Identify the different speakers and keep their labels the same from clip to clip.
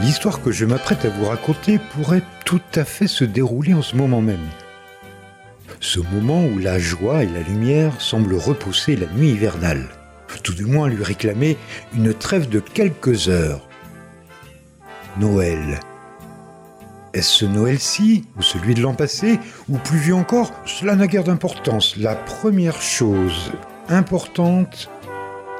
Speaker 1: L'histoire que je m'apprête à vous raconter pourrait tout à fait se dérouler en ce moment même. Ce moment où la joie et la lumière semblent repousser la nuit hivernale, tout du moins lui réclamer une trêve de quelques heures. Noël. Est-ce ce Noël-ci, ou celui de l'an passé, ou plus vieux encore Cela n'a guère d'importance. La première chose importante,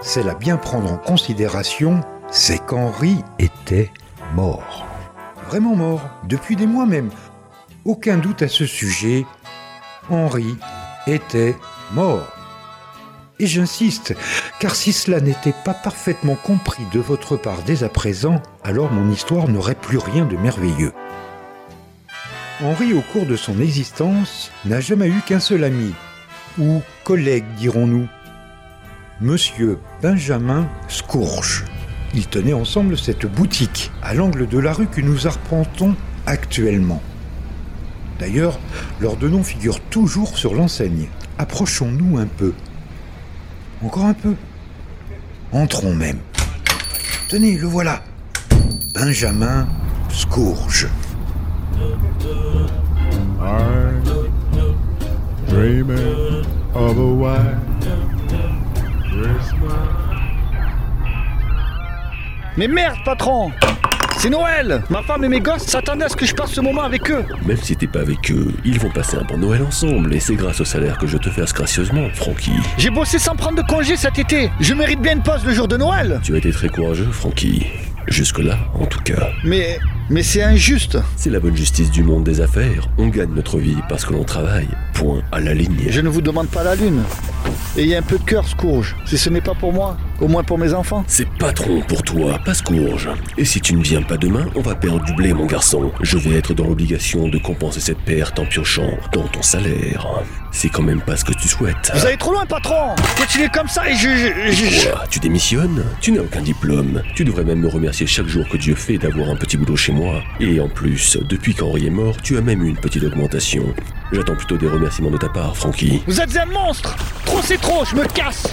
Speaker 1: c'est la bien prendre en considération, c'est qu'Henri était mort. Vraiment mort, depuis des mois même. Aucun doute à ce sujet, Henri était mort. Et j'insiste, car si cela n'était pas parfaitement compris de votre part dès à présent, alors mon histoire n'aurait plus rien de merveilleux. Henri, au cours de son existence, n'a jamais eu qu'un seul ami, ou collègue, dirons-nous, Monsieur Benjamin Scourge. Ils tenaient ensemble cette boutique à l'angle de la rue que nous arpentons actuellement. D'ailleurs, leurs deux noms figurent toujours sur l'enseigne. Approchons-nous un peu. Encore un peu. Entrons même. Tenez, le voilà. Benjamin Scourge.
Speaker 2: I'm dreaming of a white Christmas.
Speaker 3: Mais merde, patron C'est Noël Ma femme et mes gosses s'attendaient à ce que je passe ce moment avec eux.
Speaker 4: Même si t'es pas avec eux, ils vont passer un bon Noël ensemble et c'est grâce au salaire que je te verse gracieusement, Francky.
Speaker 3: J'ai bossé sans prendre de congé cet été. Je mérite bien une pause le jour de Noël.
Speaker 4: Tu as été très courageux, Francky. Jusque-là, en tout cas.
Speaker 3: Mais... Mais c'est injuste.
Speaker 4: C'est la bonne justice du monde des affaires. On gagne notre vie parce que l'on travaille. Point à la ligne.
Speaker 3: Je ne vous demande pas la lune. Ayez un peu de cœur, Scourge. Si ce n'est pas pour moi, au moins pour mes enfants.
Speaker 4: C'est patron pour toi, pas Scourge. Et si tu ne viens pas demain, on va perdre du blé, mon garçon. Je vais être dans l'obligation de compenser cette perte en piochant dans ton salaire. C'est quand même pas ce que tu souhaites.
Speaker 3: Vous allez trop loin, patron Continuez comme ça et je... je- je- je-
Speaker 4: Quoi Tu démissionnes Tu n'as aucun diplôme. Tu devrais même me remercier chaque jour que Dieu fait d'avoir un petit boulot chez moi. Et en plus, depuis qu'Henri est mort, tu as même eu une petite augmentation. J'attends plutôt des remerciements de ta part, Francky.
Speaker 3: Vous êtes un monstre Trop c'est trop, je me casse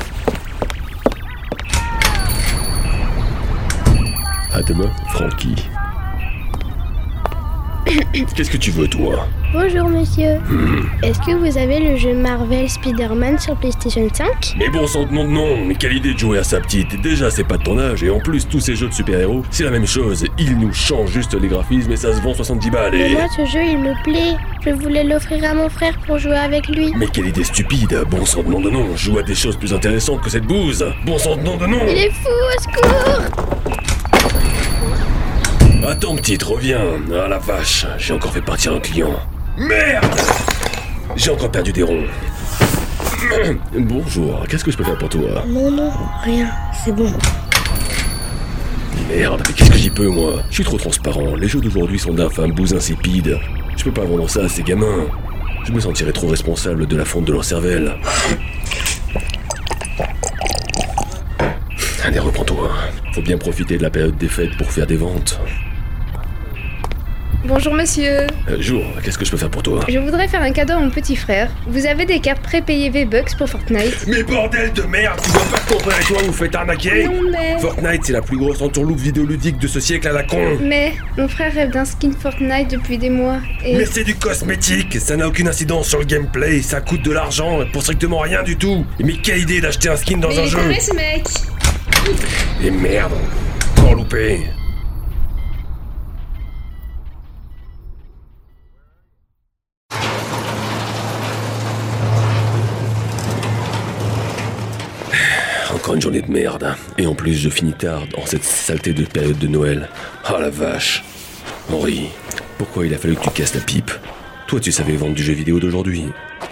Speaker 4: À demain, Francky. Qu'est-ce que tu veux, toi
Speaker 5: Bonjour monsieur. Est-ce que vous avez le jeu Marvel Spider-Man sur PlayStation 5
Speaker 4: Mais bon sang de nom de nom, mais quelle idée de jouer à sa petite. Déjà, c'est pas de ton âge, et en plus, tous ces jeux de super-héros, c'est la même chose. Ils nous changent juste les graphismes et ça se vend 70 balles
Speaker 5: Mais
Speaker 4: et...
Speaker 5: moi ce jeu il me plaît. Je voulais l'offrir à mon frère pour jouer avec lui.
Speaker 4: Mais quelle idée stupide Bon sang de nom de nom, joue à des choses plus intéressantes que cette bouse Bon sang de nom de nom
Speaker 5: Il est fou, au secours
Speaker 4: Attends, petite, reviens. Ah la vache, j'ai encore fait partir un client. Merde J'ai encore perdu des ronds. Bonjour, qu'est-ce que je peux faire pour toi
Speaker 5: Non, non, rien, c'est bon.
Speaker 4: Merde, mais qu'est-ce que j'y peux, moi Je suis trop transparent, les jeux d'aujourd'hui sont d'infâmes bouses insipides. Je peux pas vendre ça à ces gamins. Je me sentirais trop responsable de la fonte de leur cervelle. Allez, reprends-toi. Faut bien profiter de la période des fêtes pour faire des ventes.
Speaker 6: Bonjour monsieur,
Speaker 4: Euh, jour, qu'est-ce que je peux faire pour toi
Speaker 6: je voudrais faire un cadeau à mon petit frère. Vous avez des cartes prépayées V-Bucks pour Fortnite
Speaker 4: Mais bordel de merde, tu vois pas que ton frère et toi vous faites arnaquer
Speaker 6: Non mais...
Speaker 4: Fortnite, c'est la plus grosse entourloupe vidéoludique de ce siècle à la con.
Speaker 6: Mais mon frère rêve d'un skin Fortnite depuis des mois et...
Speaker 4: Mais c'est du cosmétique, ça n'a aucune incidence sur le gameplay, ça coûte de l'argent pour strictement rien du tout. Mais quelle idée d'acheter un skin dans
Speaker 6: Mais
Speaker 4: un
Speaker 6: il est
Speaker 4: jeu
Speaker 6: taré, ce mec
Speaker 4: Et merde, encore loupé. Encore une journée de merde. hein. Et en plus, je finis tard en cette saleté de période de Noël. Ah la vache. Henri, pourquoi il a fallu que tu casses la pipe Toi, tu savais vendre du jeu vidéo d'aujourd'hui.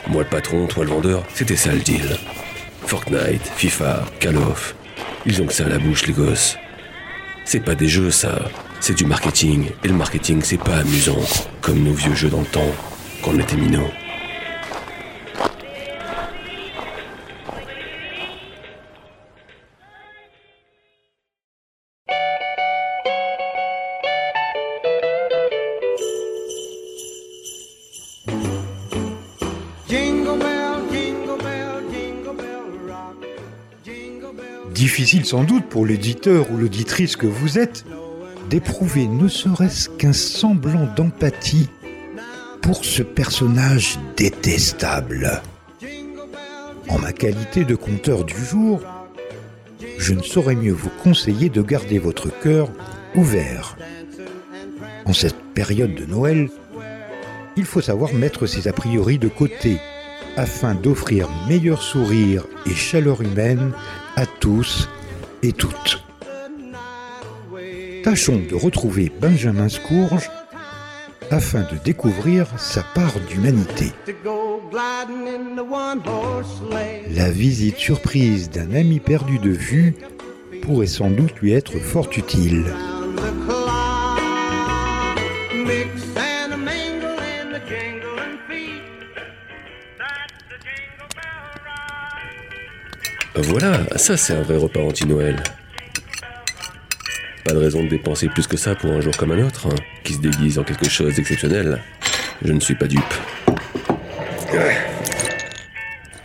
Speaker 4: Moi, le patron, toi, le vendeur, c'était ça le deal. Fortnite, FIFA, Call of. Ils ont que ça à la bouche, les gosses. C'est pas des jeux, ça. C'est du marketing. Et le marketing, c'est pas amusant. Comme nos vieux jeux dans le temps, quand on était minots.
Speaker 1: Difficile sans doute pour l'éditeur ou l'auditrice que vous êtes d'éprouver ne serait-ce qu'un semblant d'empathie pour ce personnage détestable. En ma qualité de conteur du jour, je ne saurais mieux vous conseiller de garder votre cœur ouvert. En cette période de Noël, il faut savoir mettre ses a priori de côté afin d'offrir meilleur sourire et chaleur humaine à tous et toutes. Tâchons de retrouver Benjamin Scourge afin de découvrir sa part d'humanité. La visite surprise d'un ami perdu de vue pourrait sans doute lui être fort utile.
Speaker 4: Voilà, ça c'est un vrai repas anti-Noël. Pas de raison de dépenser plus que ça pour un jour comme un autre, hein, qui se déguise en quelque chose d'exceptionnel. Je ne suis pas dupe.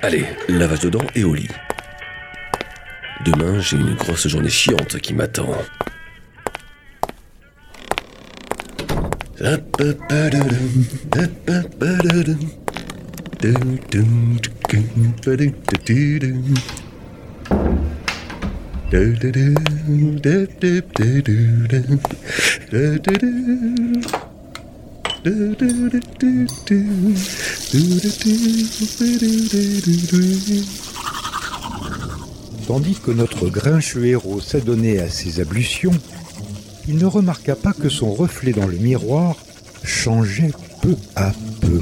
Speaker 4: Allez, lavage de dents et au lit. Demain, j'ai une grosse journée chiante qui m'attend.
Speaker 1: Tandis que notre grincheux héros s'adonnait à ses ablutions, il ne remarqua pas que son reflet dans le miroir changeait peu à peu.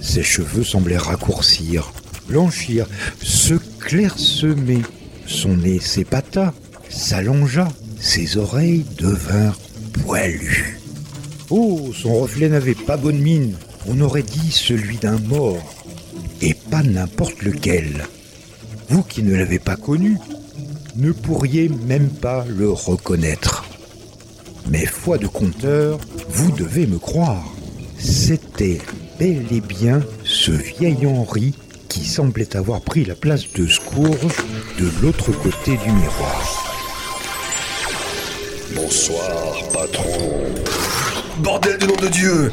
Speaker 1: Ses cheveux semblaient raccourcir, blanchir, se clairsemer. Son nez s'épata, s'allongea, ses oreilles devinrent poilues. Oh, son reflet n'avait pas bonne mine, on aurait dit celui d'un mort, et pas n'importe lequel. Vous qui ne l'avez pas connu, ne pourriez même pas le reconnaître. Mais foi de conteur, vous devez me croire, c'était bel et bien ce vieil Henri qui semblait avoir pris la place de Scourge de l'autre côté du miroir.
Speaker 4: Bonsoir, Ah, patron. Bordel de nom de Dieu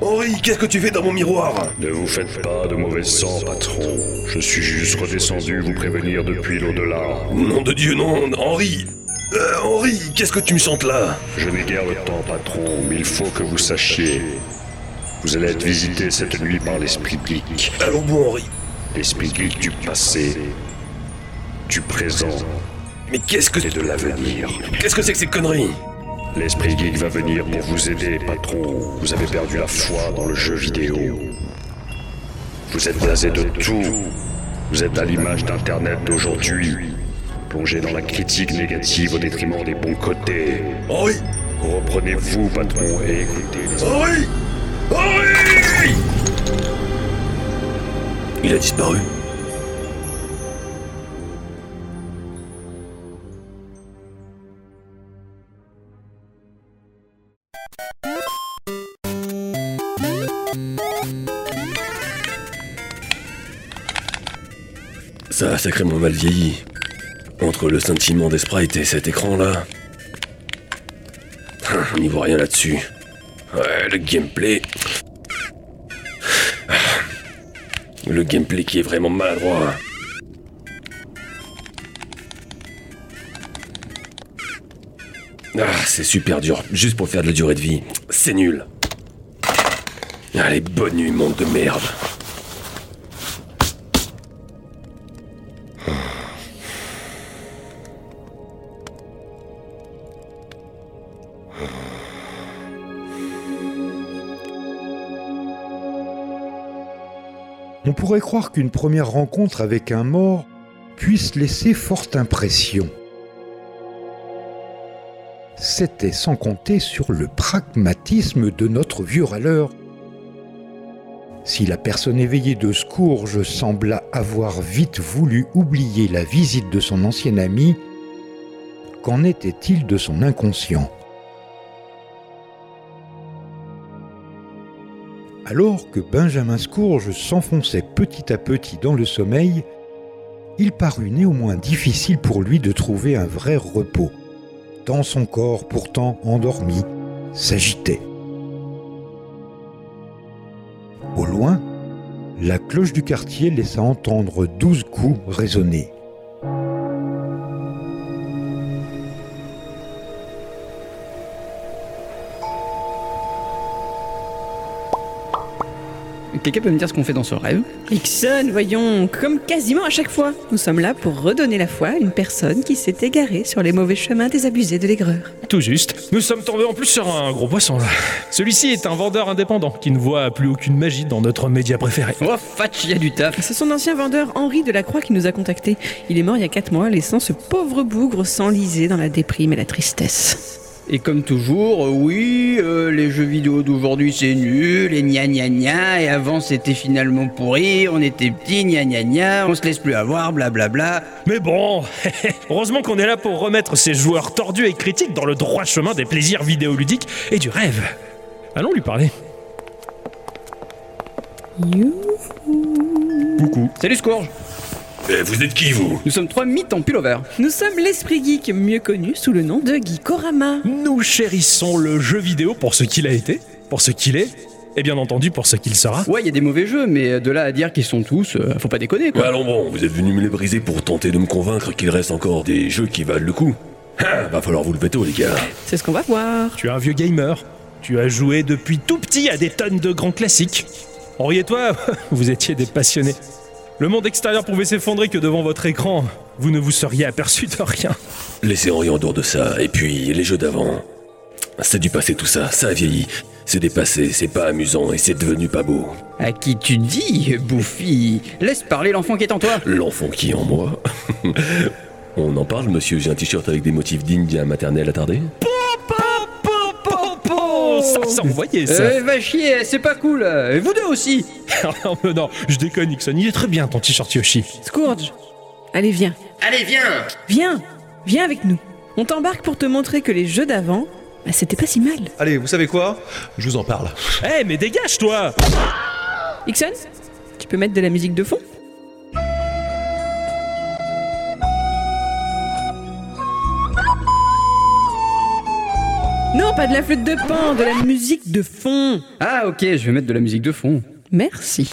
Speaker 4: Henri, qu'est-ce que tu fais dans mon miroir
Speaker 7: Ne vous faites pas de mauvais sang, patron. Je suis juste redescendu vous prévenir depuis l'au-delà.
Speaker 4: Nom de Dieu, non, Henri Euh, Henri, qu'est-ce que tu me chantes là
Speaker 7: Je n'ai guère le temps, patron, mais il faut que vous sachiez. Vous allez être visité cette nuit par l'esprit geek.
Speaker 4: Allons bon, Henri.
Speaker 7: L'esprit geek du passé, du présent
Speaker 4: Mais qu'est-ce que
Speaker 7: et de l'avenir.
Speaker 4: qu'est-ce que c'est que ces conneries
Speaker 7: L'esprit geek va venir pour vous aider, patron. Vous avez perdu la foi dans le jeu vidéo. Vous êtes blasé de tout. Vous êtes à l'image d'Internet d'aujourd'hui. Plongé dans la critique négative au détriment des bons côtés.
Speaker 8: Oh
Speaker 4: Henri
Speaker 7: Reprenez-vous, patron, et écoutez.
Speaker 4: Henri Henri Il a disparu. Ça a sacrément mal vieilli. Entre le sentiment des sprites et cet écran-là. On n'y voit rien là-dessus. Ouais, le gameplay. Le gameplay qui est vraiment maladroit. hein. Ah, c'est super dur, juste pour faire de la durée de vie. C'est nul. Allez, bonne nuit, monde de merde.
Speaker 1: On pourrait croire qu'une première rencontre avec un mort puisse laisser forte impression. C'était sans compter sur le pragmatisme de notre vieux râleur. Si la personne éveillée de Scourge sembla avoir vite voulu oublier la visite de son ancien ami, qu'en était-il de son inconscient Alors que Benjamin Scourge s'enfonçait petit à petit dans le sommeil, il parut néanmoins difficile pour lui de trouver un vrai repos. tant son corps, pourtant endormi, s'agitait. Au loin, la cloche du quartier laissa entendre douze coups résonner.
Speaker 9: Quelqu'un peut me dire ce qu'on fait dans ce rêve
Speaker 10: Ixon, voyons, comme quasiment à chaque fois, nous sommes là pour redonner la foi à une personne qui s'est égarée sur les mauvais chemins des abusés de l'aigreur.
Speaker 8: Tout juste. Nous sommes tombés en plus sur un gros poisson là. Celui-ci est un vendeur indépendant qui ne voit plus aucune magie dans notre média préféré.
Speaker 9: Oh, Fatch, il y a du taf
Speaker 10: C'est son ancien vendeur Henri Delacroix qui nous a contactés. Il est mort il y a 4 mois, laissant ce pauvre bougre s'enliser dans la déprime et la tristesse.
Speaker 9: Et comme toujours, euh, oui, euh, les jeux vidéo d'aujourd'hui c'est nul, et gna gna gna, et avant c'était finalement pourri, on était petits, gna gna gna, on se laisse plus avoir, blablabla.
Speaker 8: Mais bon, heureusement qu'on est là pour remettre ces joueurs tordus et critiques dans le droit chemin des plaisirs vidéoludiques et du rêve. Allons lui parler.
Speaker 9: Coucou. Salut Scourge
Speaker 4: Eh, vous êtes qui, vous
Speaker 9: Nous sommes trois mythes en pullover.
Speaker 10: Nous sommes l'esprit geek, mieux connu sous le nom de Geekorama.
Speaker 8: Nous chérissons le jeu vidéo pour ce qu'il a été, pour ce qu'il est, et bien entendu pour ce qu'il sera.
Speaker 9: Ouais, il y a des mauvais jeux, mais de là à dire qu'ils sont tous, euh, faut pas déconner
Speaker 4: Ouais,
Speaker 9: quoi.
Speaker 4: Allons bon, vous êtes venu me les briser pour tenter de me convaincre qu'il reste encore des jeux qui valent le coup. Ah, va falloir vous lever tôt, les gars.
Speaker 10: C'est ce qu'on va voir.
Speaker 8: Tu es un vieux gamer. Tu as joué depuis tout petit à des tonnes de grands classiques. Henri et toi, vous étiez des passionnés. Le monde extérieur pouvait s'effondrer que devant votre écran. Vous ne vous seriez aperçu de rien.
Speaker 4: Laissez Henri en dehors de ça, et puis les jeux d'avant. C'est du passé tout ça, ça a vieilli. C'est dépassé, c'est pas amusant et c'est devenu pas beau.
Speaker 9: À qui tu dis, bouffi Laisse parler l'enfant qui est en toi
Speaker 4: L'enfant qui est en moi. On en parle, monsieur J'ai un t-shirt avec des motifs dignes d'un maternel attardé
Speaker 8: Oh, ça s'envoyait ça.
Speaker 9: Eh, va chier, c'est pas cool Et vous deux aussi
Speaker 8: non, non, non, je déconne, Nixon. Il est très bien ton t-shirt Yoshi.
Speaker 10: Scourge, allez viens.
Speaker 9: Allez, viens
Speaker 10: Viens, viens avec nous. On t'embarque pour te montrer que les jeux d'avant, bah, c'était pas si mal.
Speaker 11: Allez, vous savez quoi Je vous en parle.
Speaker 8: Eh, mais dégage toi
Speaker 10: Ixon, tu peux mettre de la musique de fond Non, pas de la flûte de pan, de la musique de fond.
Speaker 9: Ah ok, je vais mettre de la musique de fond.
Speaker 10: Merci.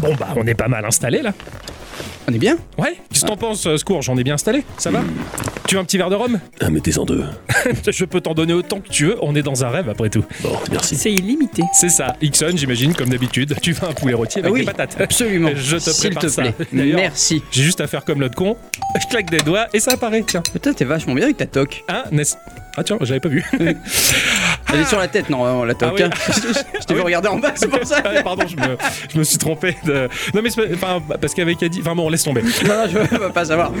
Speaker 8: Bon bah, on est pas mal installé là.
Speaker 9: On est bien
Speaker 8: Ouais Qu'est-ce que t'en penses, euh, Scourge On est bien installé Ça va Tu veux un petit verre de rhum
Speaker 4: Ah, Mettez-en deux.
Speaker 8: Je peux t'en donner autant que tu veux, on est dans un rêve après tout.
Speaker 4: Bon, merci.
Speaker 10: C'est illimité.
Speaker 8: C'est ça, Ixon, j'imagine, comme d'habitude, tu veux un poulet rôti avec des patates.
Speaker 9: Absolument.
Speaker 8: Je te
Speaker 9: S'il
Speaker 8: prépare
Speaker 9: te
Speaker 8: ça.
Speaker 9: plaît.
Speaker 8: D'ailleurs-
Speaker 9: Merci.
Speaker 8: J'ai juste à faire comme l'autre con, je claque des doigts et ça apparaît, tiens.
Speaker 9: Putain, t'es vachement bien avec ta toque.
Speaker 8: Hein, n'est-ce Ah tiens, j'avais pas vu.
Speaker 9: Elle est sur la tête, non, la toque.
Speaker 8: Ah oui.
Speaker 9: hein. je je t'ai
Speaker 8: Ah oui.
Speaker 9: vu regarder en bas, c'est pour ça.
Speaker 8: Ah, Pardon, je me, je me suis trompé. De... Non mais c'est pas- enfin, parce qu'avec Adi, enfin bon, laisse tomber.
Speaker 9: Non, non, je veux pas savoir.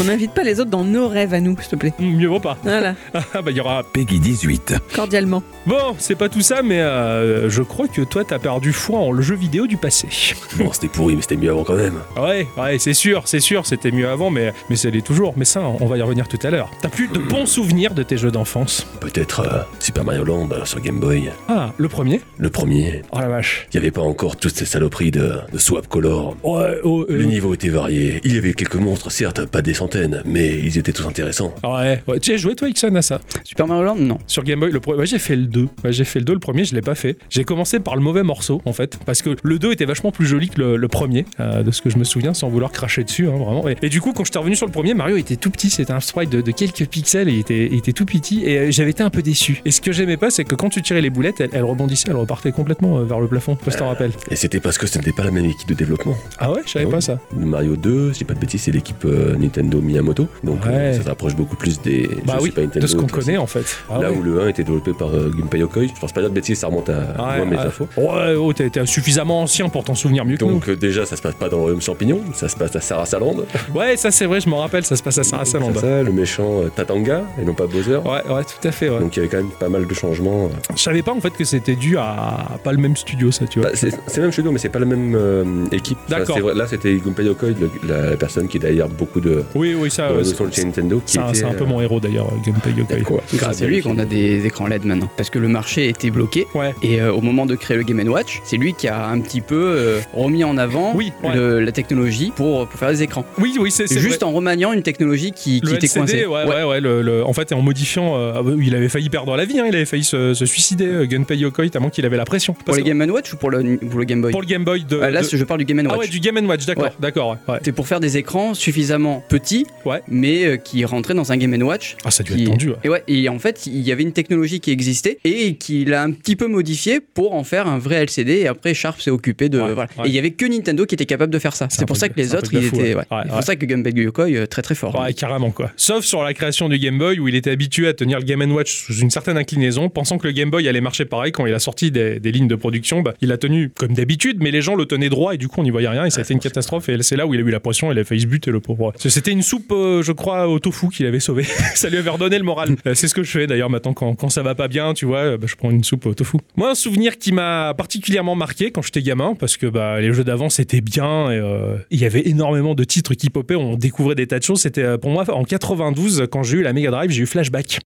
Speaker 10: On n'invite pas les autres dans nos rêves à nous, s'il te plaît.
Speaker 8: Mm, Mieux vaut pas.
Speaker 10: Voilà,
Speaker 8: Ah bah il y aura.
Speaker 4: Peggy 18.
Speaker 10: cordialement.
Speaker 8: Bon, c'est pas tout ça, mais euh, je crois que toi t'as perdu foi en le jeu vidéo du passé.
Speaker 4: Bon, c'était pourri, mais c'était mieux avant quand même.
Speaker 8: Ouais, ouais, c'est sûr, c'est sûr, c'était mieux avant, mais mais ça l'est toujours. Mais ça, on va y revenir tout à l'heure. T'as plus de bons souvenirs de tes jeux d'enfance
Speaker 4: Peut-être euh, Super Mario Land euh, sur Game Boy.
Speaker 8: Ah, le premier
Speaker 4: Le premier.
Speaker 8: Oh la vache.
Speaker 4: Il n'y avait pas encore toutes ces saloperies de, de swap color.
Speaker 8: Ouais, oh, euh,
Speaker 4: Le niveau était varié. Il y avait quelques monstres, certes, pas des centaines, mais ils étaient tous intéressants.
Speaker 8: Ouais, ouais. tu as joué toi Ixon à ça
Speaker 9: Super Mario Land, non.
Speaker 8: Sur Game Boy, le premier, ouais, j'ai fait le 2. Ouais, j'ai fait le 2, le premier, je l'ai pas fait. J'ai commencé par le mauvais morceau, en fait, parce que le 2 était vachement plus joli que le, le premier, euh, de ce que je me souviens, sans vouloir cracher dessus, hein, vraiment. Et, et du coup, quand je suis revenu sur le premier, Mario était tout petit, c'était un sprite de, de quelques pixels, et il était, il était tout petit, et euh, j'avais été un peu déçu. Et ce que j'aimais pas, c'est que quand tu tirais les boulettes, elles, elles rebondissaient, elles repartaient complètement euh, vers le plafond, je t'en rappelle.
Speaker 4: Et c'était parce que ce n'était pas la même équipe de développement.
Speaker 8: Ah ouais, je savais
Speaker 4: Ouais.
Speaker 8: pas ça.
Speaker 4: Mario 2, si j'ai pas de bêtises, c'est l'équipe euh, Nintendo Miyamoto. Donc
Speaker 8: Ouais.
Speaker 4: euh, ça se rapproche beaucoup plus des jeux
Speaker 8: Bah oui,
Speaker 4: Super Nintendo.
Speaker 8: de ce qu'on
Speaker 4: classiques.
Speaker 8: connaît en fait. Ah
Speaker 4: Là
Speaker 8: ouais.
Speaker 4: où le 1 était développé par euh, Gunpei Yokoi, je pense pas dire de bêtises, ça remonte à
Speaker 8: Ouais,
Speaker 4: loin mes
Speaker 8: ouais.
Speaker 4: infos.
Speaker 8: Ouais, oh, t'es t'es suffisamment ancien pour t'en souvenir mieux que nous.
Speaker 4: Donc euh, déjà, ça se passe pas dans le royaume champignon, ça se passe à Sarasaland.
Speaker 8: Ouais, ça c'est vrai, je m'en rappelle, ça se passe à Sarasaland.
Speaker 4: C'est ça, le méchant euh, Tatanga et non pas Bowser.
Speaker 8: Ouais, ouais, tout à fait, ouais.
Speaker 4: Donc il y avait quand même pas mal de changements. euh.
Speaker 8: Je savais pas en fait que c'était dû à pas le même studio ça tu vois.
Speaker 4: Bah, c'est c'est le même studio, mais c'est pas la même euh, équipe. Enfin,
Speaker 8: D'accord.
Speaker 4: c'est vrai, là, c'était Gunpei Yokoi, le- la, la personne qui est derrière beaucoup de,
Speaker 8: Oui, oui,
Speaker 12: bah,
Speaker 8: ça.
Speaker 4: Dans
Speaker 8: euh,
Speaker 4: le son de chez Nintendo, qui
Speaker 8: c'est un-
Speaker 4: était,
Speaker 8: c'est un peu
Speaker 4: euh, Ah, bah,
Speaker 8: mon héros d'ailleurs, euh, Gunpei Yokoi.
Speaker 12: Grâce à lui qu'on a des écrans LED maintenant. Parce que le marché était bloqué. Et euh, au moment de créer le Game Watch, c'est lui qui a un petit peu euh, remis en avant le- la technologie pour, pour faire des écrans.
Speaker 8: Oui, oui, c'est c'est
Speaker 12: Juste
Speaker 8: vrai.
Speaker 12: en remaniant une technologie qui, qui
Speaker 8: le
Speaker 12: était
Speaker 8: LCD,
Speaker 12: coincée.
Speaker 8: ouais, ouais, ouais, le- le- en fait, en modifiant, euh, ah bah, il avait failli perdre la vie, hein, il avait failli se, se suicider, euh, Gunpei Yokoi, tellement qu'il avait la pression.
Speaker 12: Pour les Game Watch ou pour le, pour le Game Boy
Speaker 8: Pour le Game Boy de.
Speaker 12: Ah, là,
Speaker 8: de-
Speaker 12: je parle du Game Watch.
Speaker 8: Ah ouais, du Game Watch, d'accord,
Speaker 12: Ouais.
Speaker 8: d'accord. ouais, ouais.
Speaker 12: C'était pour faire des écrans suffisamment petits, mais euh, qui rentraient dans un Game Watch.
Speaker 8: Ah, ça a dû
Speaker 12: qui-
Speaker 8: être tendu, ouais.
Speaker 12: Et, ouais, et en fait, il y avait une technologie qui existait et qu'il a un petit peu modifiée pour en faire un vrai LCD. Et après, Sharp s'est occupé de. voilà.
Speaker 8: ouais.
Speaker 12: Et il y avait que Nintendo qui était capable de faire ça. C'est pour ça que les
Speaker 8: un
Speaker 12: autres,
Speaker 8: truc
Speaker 12: ils
Speaker 8: de fou,
Speaker 12: étaient. ouais.
Speaker 8: ouais. Ouais,
Speaker 12: C'est
Speaker 8: ouais.
Speaker 12: pour ça que Gunpei Yokoi, euh, très très fort.
Speaker 8: Ouais, carrément quoi. Sauf sur la création du Game Boy où il était habitué à tenir le Game Watch sous une certaine inclinaison, pensant que le Game Boy allait marcher pareil quand il a sorti des, des lignes de production, bah, il l'a tenu comme d'habitude, mais les gens le tenaient droit et du coup on n'y voyait rien et ça a été une catastrophe et c'est là où il a eu la pression, il a failli se buter le pauvre. Parce que C'était une soupe, euh, je crois, au tofu qu'il avait sauvé. ça lui avait redonné le moral. Euh, c'est ce que je fais d'ailleurs maintenant quand, quand ça va pas bien, tu vois, euh, bah, je prends une soupe au tofu. Moi, un souvenir qui m'a particulièrement marqué quand j'étais gamin, parce que bah, les jeux d'avant c'était bien et euh, il y avait énormément de titres qui popaient, on découvrait des tas de choses. C'était euh, pour moi en 92 quand j'ai eu la Mega Drive, j'ai eu Flashback.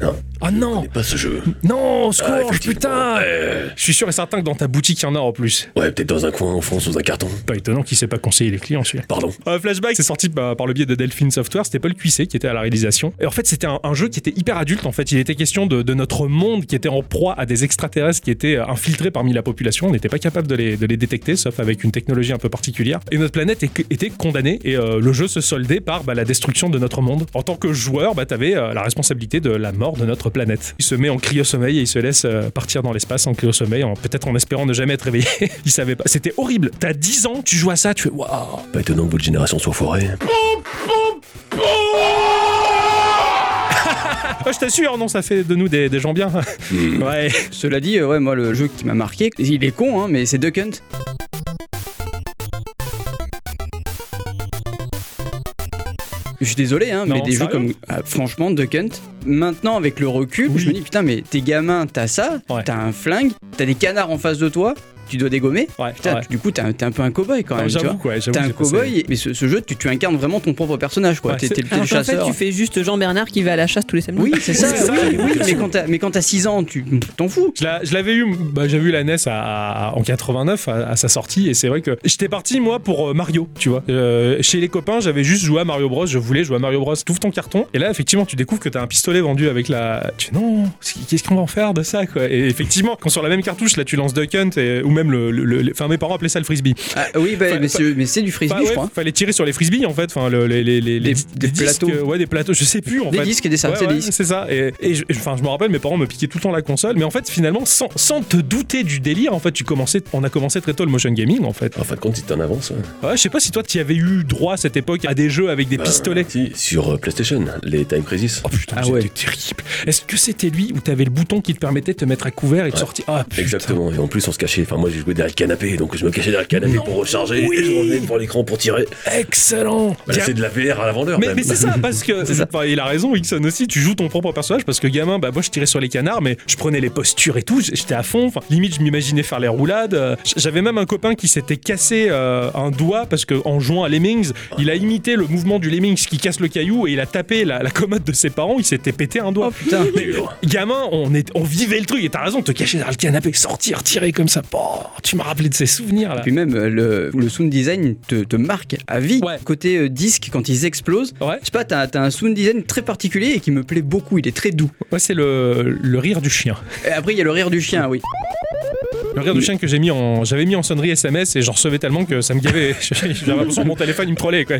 Speaker 4: Non.
Speaker 8: Ah non
Speaker 4: Pas ce jeu.
Speaker 8: Non, scourge, putain
Speaker 4: Euh,
Speaker 8: Je suis sûr et certain que dans ta boutique il y en a en plus.
Speaker 4: Ouais, peut-être dans un coin, au fond, sous un carton.
Speaker 8: Pas étonnant qu'il sait pas conseiller les clients celui-là.
Speaker 4: Pardon.
Speaker 8: Euh, Flashback, c'est sorti par, par le biais de Delphine Software. C'était Paul Cuisset qui était à la réalisation. Et en fait, c'était un, un jeu qui était hyper adulte. En fait, il était question de, de notre monde qui était en proie à des extraterrestres qui étaient euh, infiltrés parmi la population. On n'était pas capable de les, de les détecter, sauf avec une technologie un peu particulière. Et notre planète é- était condamnée. Et euh, le jeu se soldait par bah, la destruction de notre monde. En tant que joueur, bah, t'avais euh, la responsabilité de la mort de notre planète. Il se met en cryo-sommeil et il se laisse euh, partir dans l'espace en cryo-sommeil, en- peut-être en espérant ne jamais être réveillé. il savait pas. C'était horrible. T'as 10 ans, tu joues à ça, tu fais waouh.
Speaker 4: Pas étonnant que votre génération soit foirée.
Speaker 8: Ah, je t'assure, non, ça fait de nous des, des gens bien. Ouais.
Speaker 12: Cela dit, euh, ouais, moi, le jeu qui m'a marqué, il est con, hein, mais c'est Duck Hunt. Je suis désolé, hein,
Speaker 8: Non,
Speaker 12: mais des jeux
Speaker 8: sérieux
Speaker 12: comme. ah, franchement, Duck Hunt, maintenant avec le recul, je me dis putain, mais t'es gamin, t'as ça, t'as un flingue, t'as des canards en face de toi, tu dois dégommer. Putain,
Speaker 8: ouais.
Speaker 12: tu- Du coup, t'es un, t'es un peu un cowboy quand
Speaker 8: Non,
Speaker 12: même. tu
Speaker 8: j'avoue,
Speaker 12: vois.
Speaker 8: ouais, j'avoue
Speaker 12: T'es un
Speaker 8: que j'ai
Speaker 12: cowboy, mais ce, ce jeu, tu, tu incarnes vraiment ton propre personnage, quoi.
Speaker 8: Ouais,
Speaker 12: T'es
Speaker 8: c'est-
Speaker 12: t'es- t'es le
Speaker 10: Alors qu'en fait,
Speaker 12: chasseur.
Speaker 10: tu fais juste Jean-Bernard qui va à la chasse tous les samedis.
Speaker 12: Oui, c'est ça, oui, oui, mais quand t'as- mais quand t'as 6 ans, tu t'en fous.
Speaker 8: Je la- je l'avais eu, bah, j'avais eu la NES à- à- en 89 à, à sa sortie, et c'est vrai que j'étais parti moi pour euh, Mario, tu vois. Euh, chez les copains, j'avais juste joué à Mario Bros. Je voulais jouer à Mario Bros. T'ouvres ton carton, et là effectivement, tu découvres que t'as un pistolet vendu avec la. Tu fais, non, c'est- qu'est-ce qu'on va en faire de ça, quoi Et effectivement, quand sur la même cartouche, là, tu lances Duck Hunt, et- ou même le, le- le- Enfin, mes parents appelaient ça le frisbee.
Speaker 12: Ah, oui, bah, mais c'est- mais c'est du frisbee,
Speaker 8: Bah ouais,
Speaker 12: je crois. hein.
Speaker 8: Fallait tirer sur les frisbees en fait, enfin le- les, les- les- les dis-
Speaker 12: des
Speaker 8: disques,
Speaker 12: plateaux.
Speaker 8: euh, ouais des plateaux, je sais plus en
Speaker 12: Des
Speaker 8: fait.
Speaker 12: disques et des ça,
Speaker 8: Ouais,
Speaker 12: c'est
Speaker 8: ouais,
Speaker 12: des disques.
Speaker 8: c'est ça. Et, et je, enfin je me rappelle, mes parents me piquaient tout le temps la console, mais en fait finalement sans, sans te douter du délire, en fait tu commençais, on a commencé très tôt le motion gaming en fait.
Speaker 4: En fin de compte, c'était en avance. ouais.
Speaker 8: Ouais, je sais pas si toi tu avais eu droit à cette époque à des jeux
Speaker 4: Bah,
Speaker 8: avec des pistolets.
Speaker 4: Sur euh, PlayStation, les Time Crisis.
Speaker 8: Bah, Oh putain, c'était terrible. Est-ce que c'était lui où t'avais le bouton qui te permettait de te mettre à couvert et de sortir Ah putain.
Speaker 4: Exactement, et en plus on se cachait. Enfin, moi j'ai joué derrière le canapé, donc je me cachais derrière le canapé pour recharger et je revenais devant l'écran pour tirer.
Speaker 8: Excellent
Speaker 4: Bah, là, c'est de la VR à la vendeur.
Speaker 8: Mais, mais c'est ça, parce que enfin, il a raison, Ixon aussi, tu joues ton propre personnage parce que gamin, bah moi je tirais sur les canards, mais je prenais les postures et tout, j'étais à fond. Enfin, limite, je m'imaginais faire les roulades. euh, J'avais même un copain qui s'était cassé euh, un doigt parce que en jouant à Lemmings, il a imité le mouvement du Lemmings qui casse le caillou et il a tapé la, la commode de ses parents, il s'était pété un
Speaker 10: Oh,
Speaker 8: doigt.
Speaker 12: putain.
Speaker 8: Mais, euh, gamin, on, est, on vivait le truc, et t'as raison, te cacher derrière le canapé, sortir, tirer comme ça. Bon, tu m'as rappelé de ces souvenirs là.
Speaker 12: Puis même euh, le, le sound design te, te marque à vie. Côté euh, disque, quand ils explosent,
Speaker 8: je
Speaker 12: sais pas, t'as t'as un sound design très particulier et qui me plaît beaucoup. Il est très doux.
Speaker 8: Ouais, c'est le, le rire du chien.
Speaker 12: Et après, il y a le rire du chien, oui.
Speaker 8: Le rire de chien que j'ai mis en, j'avais mis en sonnerie SMS et j'en recevais tellement que ça me gavait. J'avais l'impression que mon téléphone il me trollait. Quoi.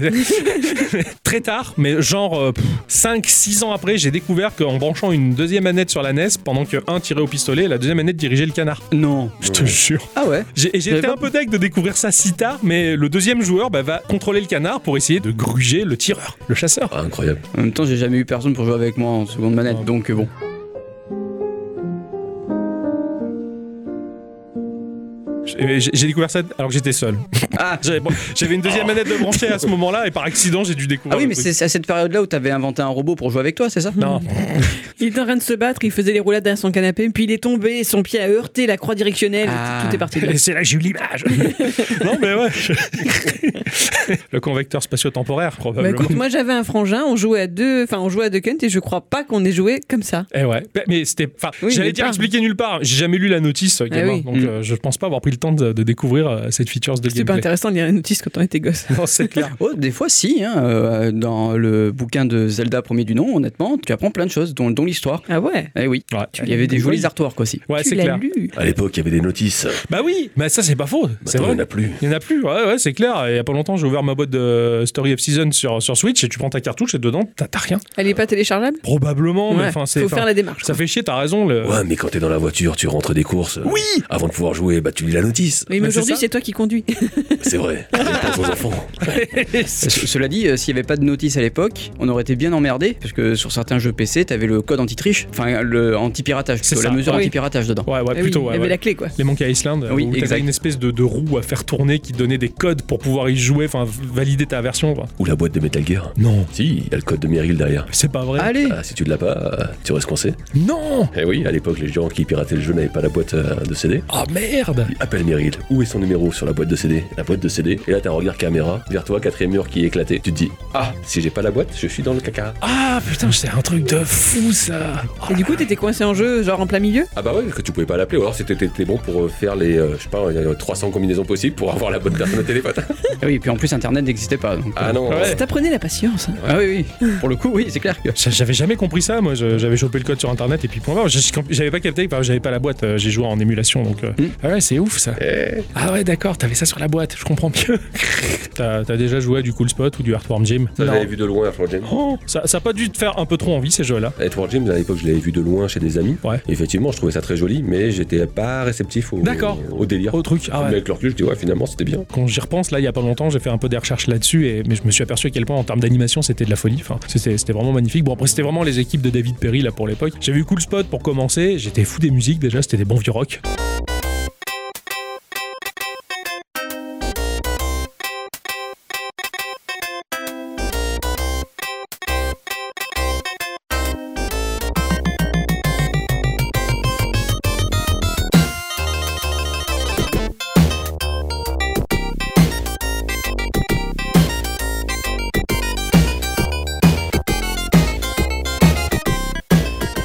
Speaker 8: Très tard, mais genre 5-6 ans après, j'ai découvert qu'en branchant une deuxième manette sur la NES, pendant que un tirait au pistolet, la deuxième manette dirigeait le canard.
Speaker 12: Non.
Speaker 8: Je te jure.
Speaker 12: Ah ouais
Speaker 8: J'ai- et J'étais un peu deg de découvrir ça si tard, mais le deuxième joueur bah, va contrôler le canard pour essayer de gruger le tireur, le chasseur.
Speaker 4: Ah, incroyable.
Speaker 12: En même temps, j'ai jamais eu personne pour jouer avec moi en seconde manette, donc euh, bon.
Speaker 8: Et J'ai j'ai découvert ça alors que j'étais seul.
Speaker 12: Ah.
Speaker 8: J'avais bon, j'avais une deuxième manette de brancher à ce moment-là et par accident j'ai dû découvrir.
Speaker 12: Ah oui,
Speaker 8: le
Speaker 12: mais
Speaker 8: truc.
Speaker 12: c'est c'est à cette période-là où t'avais inventé un robot pour jouer avec toi, c'est ça
Speaker 8: Non.
Speaker 10: Il était en train de se battre, il faisait les roulades derrière son canapé, puis il est tombé, son pied a heurté la croix directionnelle, tout est parti. de là.
Speaker 8: Ah. C'est là que j'ai eu l'image. non, mais ouais. je- Le convecteur spatio-temporaire,
Speaker 10: Bah
Speaker 8: probablement.
Speaker 10: écoute, moi j'avais un frangin, on jouait à deux, enfin on jouait à deux Kent et je crois pas qu'on ait joué comme ça.
Speaker 8: Eh ouais, Bah, mais c'était. Enfin,
Speaker 10: Oui,
Speaker 8: j'allais
Speaker 10: mais
Speaker 8: dire
Speaker 10: pas. Eh
Speaker 8: expliquer nulle part. J'ai jamais lu la notice, euh, gamin,
Speaker 10: oui. Mm.
Speaker 8: donc euh, je pense pas avoir pris le temps de, de découvrir euh, cette feature de
Speaker 10: C'était pas
Speaker 8: gameplay.
Speaker 10: intéressant de lire la notice quand on était gosse.
Speaker 8: Non, c'est clair.
Speaker 9: Oh, des fois, si. hein, euh, dans le bouquin de Zelda Premier du Nom, honnêtement, tu apprends plein de choses, dont, dont l'histoire.
Speaker 10: Ah ouais
Speaker 9: Eh oui. Tu- Il y avait des jolis artworks aussi.
Speaker 8: Ouais, c'est clair.
Speaker 4: À l'époque, il y avait des notices.
Speaker 8: Bah oui, mais ça c'est pas
Speaker 10: Bah,
Speaker 8: faux. C'est vrai.
Speaker 4: Attends, il n'y en a plus.
Speaker 8: Il y en a plus, ouais, ouais, c'est clair. Et Il y a pas longtemps, j'ai ouvert ma boîte de Story of Season sur, sur Switch et tu prends ta cartouche et dedans, t'as t'as rien.
Speaker 10: Elle est pas téléchargeable
Speaker 8: Probablement, mais
Speaker 10: Ouais,
Speaker 8: enfin, c'est.
Speaker 10: faut
Speaker 8: enfin,
Speaker 10: faire la démarche.
Speaker 8: Ça fait chier, t'as raison. Le...
Speaker 4: Ouais, mais quand t'es dans la voiture, tu rentres des courses. Oui Avant de pouvoir jouer, bah tu lis la notice.
Speaker 10: Oui, mais, aujourd'hui c'est toi qui conduis.
Speaker 4: C'est vrai. Je pense aux enfants.
Speaker 9: Ce- Cela dit, euh, s'il n'y avait pas de notice à l'époque, on aurait été bien emmerdé, parce que sur certains jeux PC, t'avais le code anti-triche, enfin le anti-piratage, plutôt,
Speaker 8: ça,
Speaker 9: la mesure
Speaker 8: oui.
Speaker 9: anti-piratage dedans.
Speaker 8: Ouais, ouais,
Speaker 10: Eh Ah oui,
Speaker 8: plutôt. ouais,
Speaker 10: il y avait
Speaker 8: ouais.
Speaker 10: la clé quoi.
Speaker 8: Les Monkey Island, euh,
Speaker 9: Oui,
Speaker 8: où t'avais
Speaker 9: exact.
Speaker 8: une espèce de, de roue à faire tourner qui donnait des codes pour pouvoir y jouer, enfin valider ta version. quoi.
Speaker 4: Ou la boîte de Metal Gear.
Speaker 8: Non.
Speaker 4: Si, il y a le code de Meryl derrière.
Speaker 8: C'est pas vrai.
Speaker 9: Allez
Speaker 4: Ah, si tu ne l'as pas, euh, tu restes coincé.
Speaker 8: Non
Speaker 4: Eh oui, à l'époque, les gens qui pirataient le jeu n'avaient pas la boîte euh, de CD.
Speaker 8: Ah merde
Speaker 4: Appelle Meryl. Où est son numéro sur la boîte de CD La boîte de CD. Et là, t'as un regard caméra vers toi, quatrième mur qui est éclaté. Tu te dis Ah, si j'ai pas la boîte, je suis dans le caca.
Speaker 8: Ah putain, c'est un truc de fou ça Ah,
Speaker 10: Et du coup t'étais coincé en jeu, genre en plein milieu
Speaker 4: Ah bah ouais, parce que tu pouvais pas l'appeler. Ou alors c'était t'étais bon pour euh, faire les, euh, je sais pas, il y a 300 combinaisons possibles pour avoir la bonne personne au téléphone.
Speaker 9: Ah oui, et puis en plus Internet n'existait pas. donc, euh,
Speaker 4: Ah non.
Speaker 8: Ouais.
Speaker 10: T'apprenais la patience. hein.
Speaker 9: Ah oui, oui. Pour le coup, oui, c'est clair que.
Speaker 8: Ça, J'avais jamais compris ça, moi je- j'avais chopé le code sur internet et puis point barre. Je- je- J'avais pas capté, enfin, j'avais pas la boîte, euh, j'ai joué en émulation donc. euh, Ah ouais, c'est ouf ça
Speaker 4: Mm. Eh.
Speaker 8: Ah ouais, d'accord, t'avais ça sur la boîte, je comprends mieux T'as t'as déjà joué à du Cool Spot ou du Earthworm Jim
Speaker 4: Ça, je l'avais vu de loin, Earthworm Jim.
Speaker 8: Oh, ça, ça a pas dû te faire un peu trop envie ces jeux-là.
Speaker 4: Earthworm Jim, à l'époque, je l'avais vu de loin chez des amis.
Speaker 8: Ouais.
Speaker 4: Effectivement, je trouvais ça très joli, mais j'étais pas réceptif au,
Speaker 8: D'accord.
Speaker 4: au délire.
Speaker 8: Au truc, ah
Speaker 4: Mais
Speaker 8: ouais.
Speaker 4: avec le recul, je dis ouais, finalement, c'était bien.
Speaker 8: Quand j'y repense, là, il y a pas longtemps, j'ai fait un peu des recherches là-dessus, et mais je me suis aperçu à quel point, en termes d'animation, c'était de la folie. Enfin, c'était c'était vraiment magnifique. Bon, après, c'était vraiment les équipes de David Perry là pour l'époque. J'ai vu Cool Spot pour commencer. J'étais fou des musiques déjà. C'était des bons vieux rock.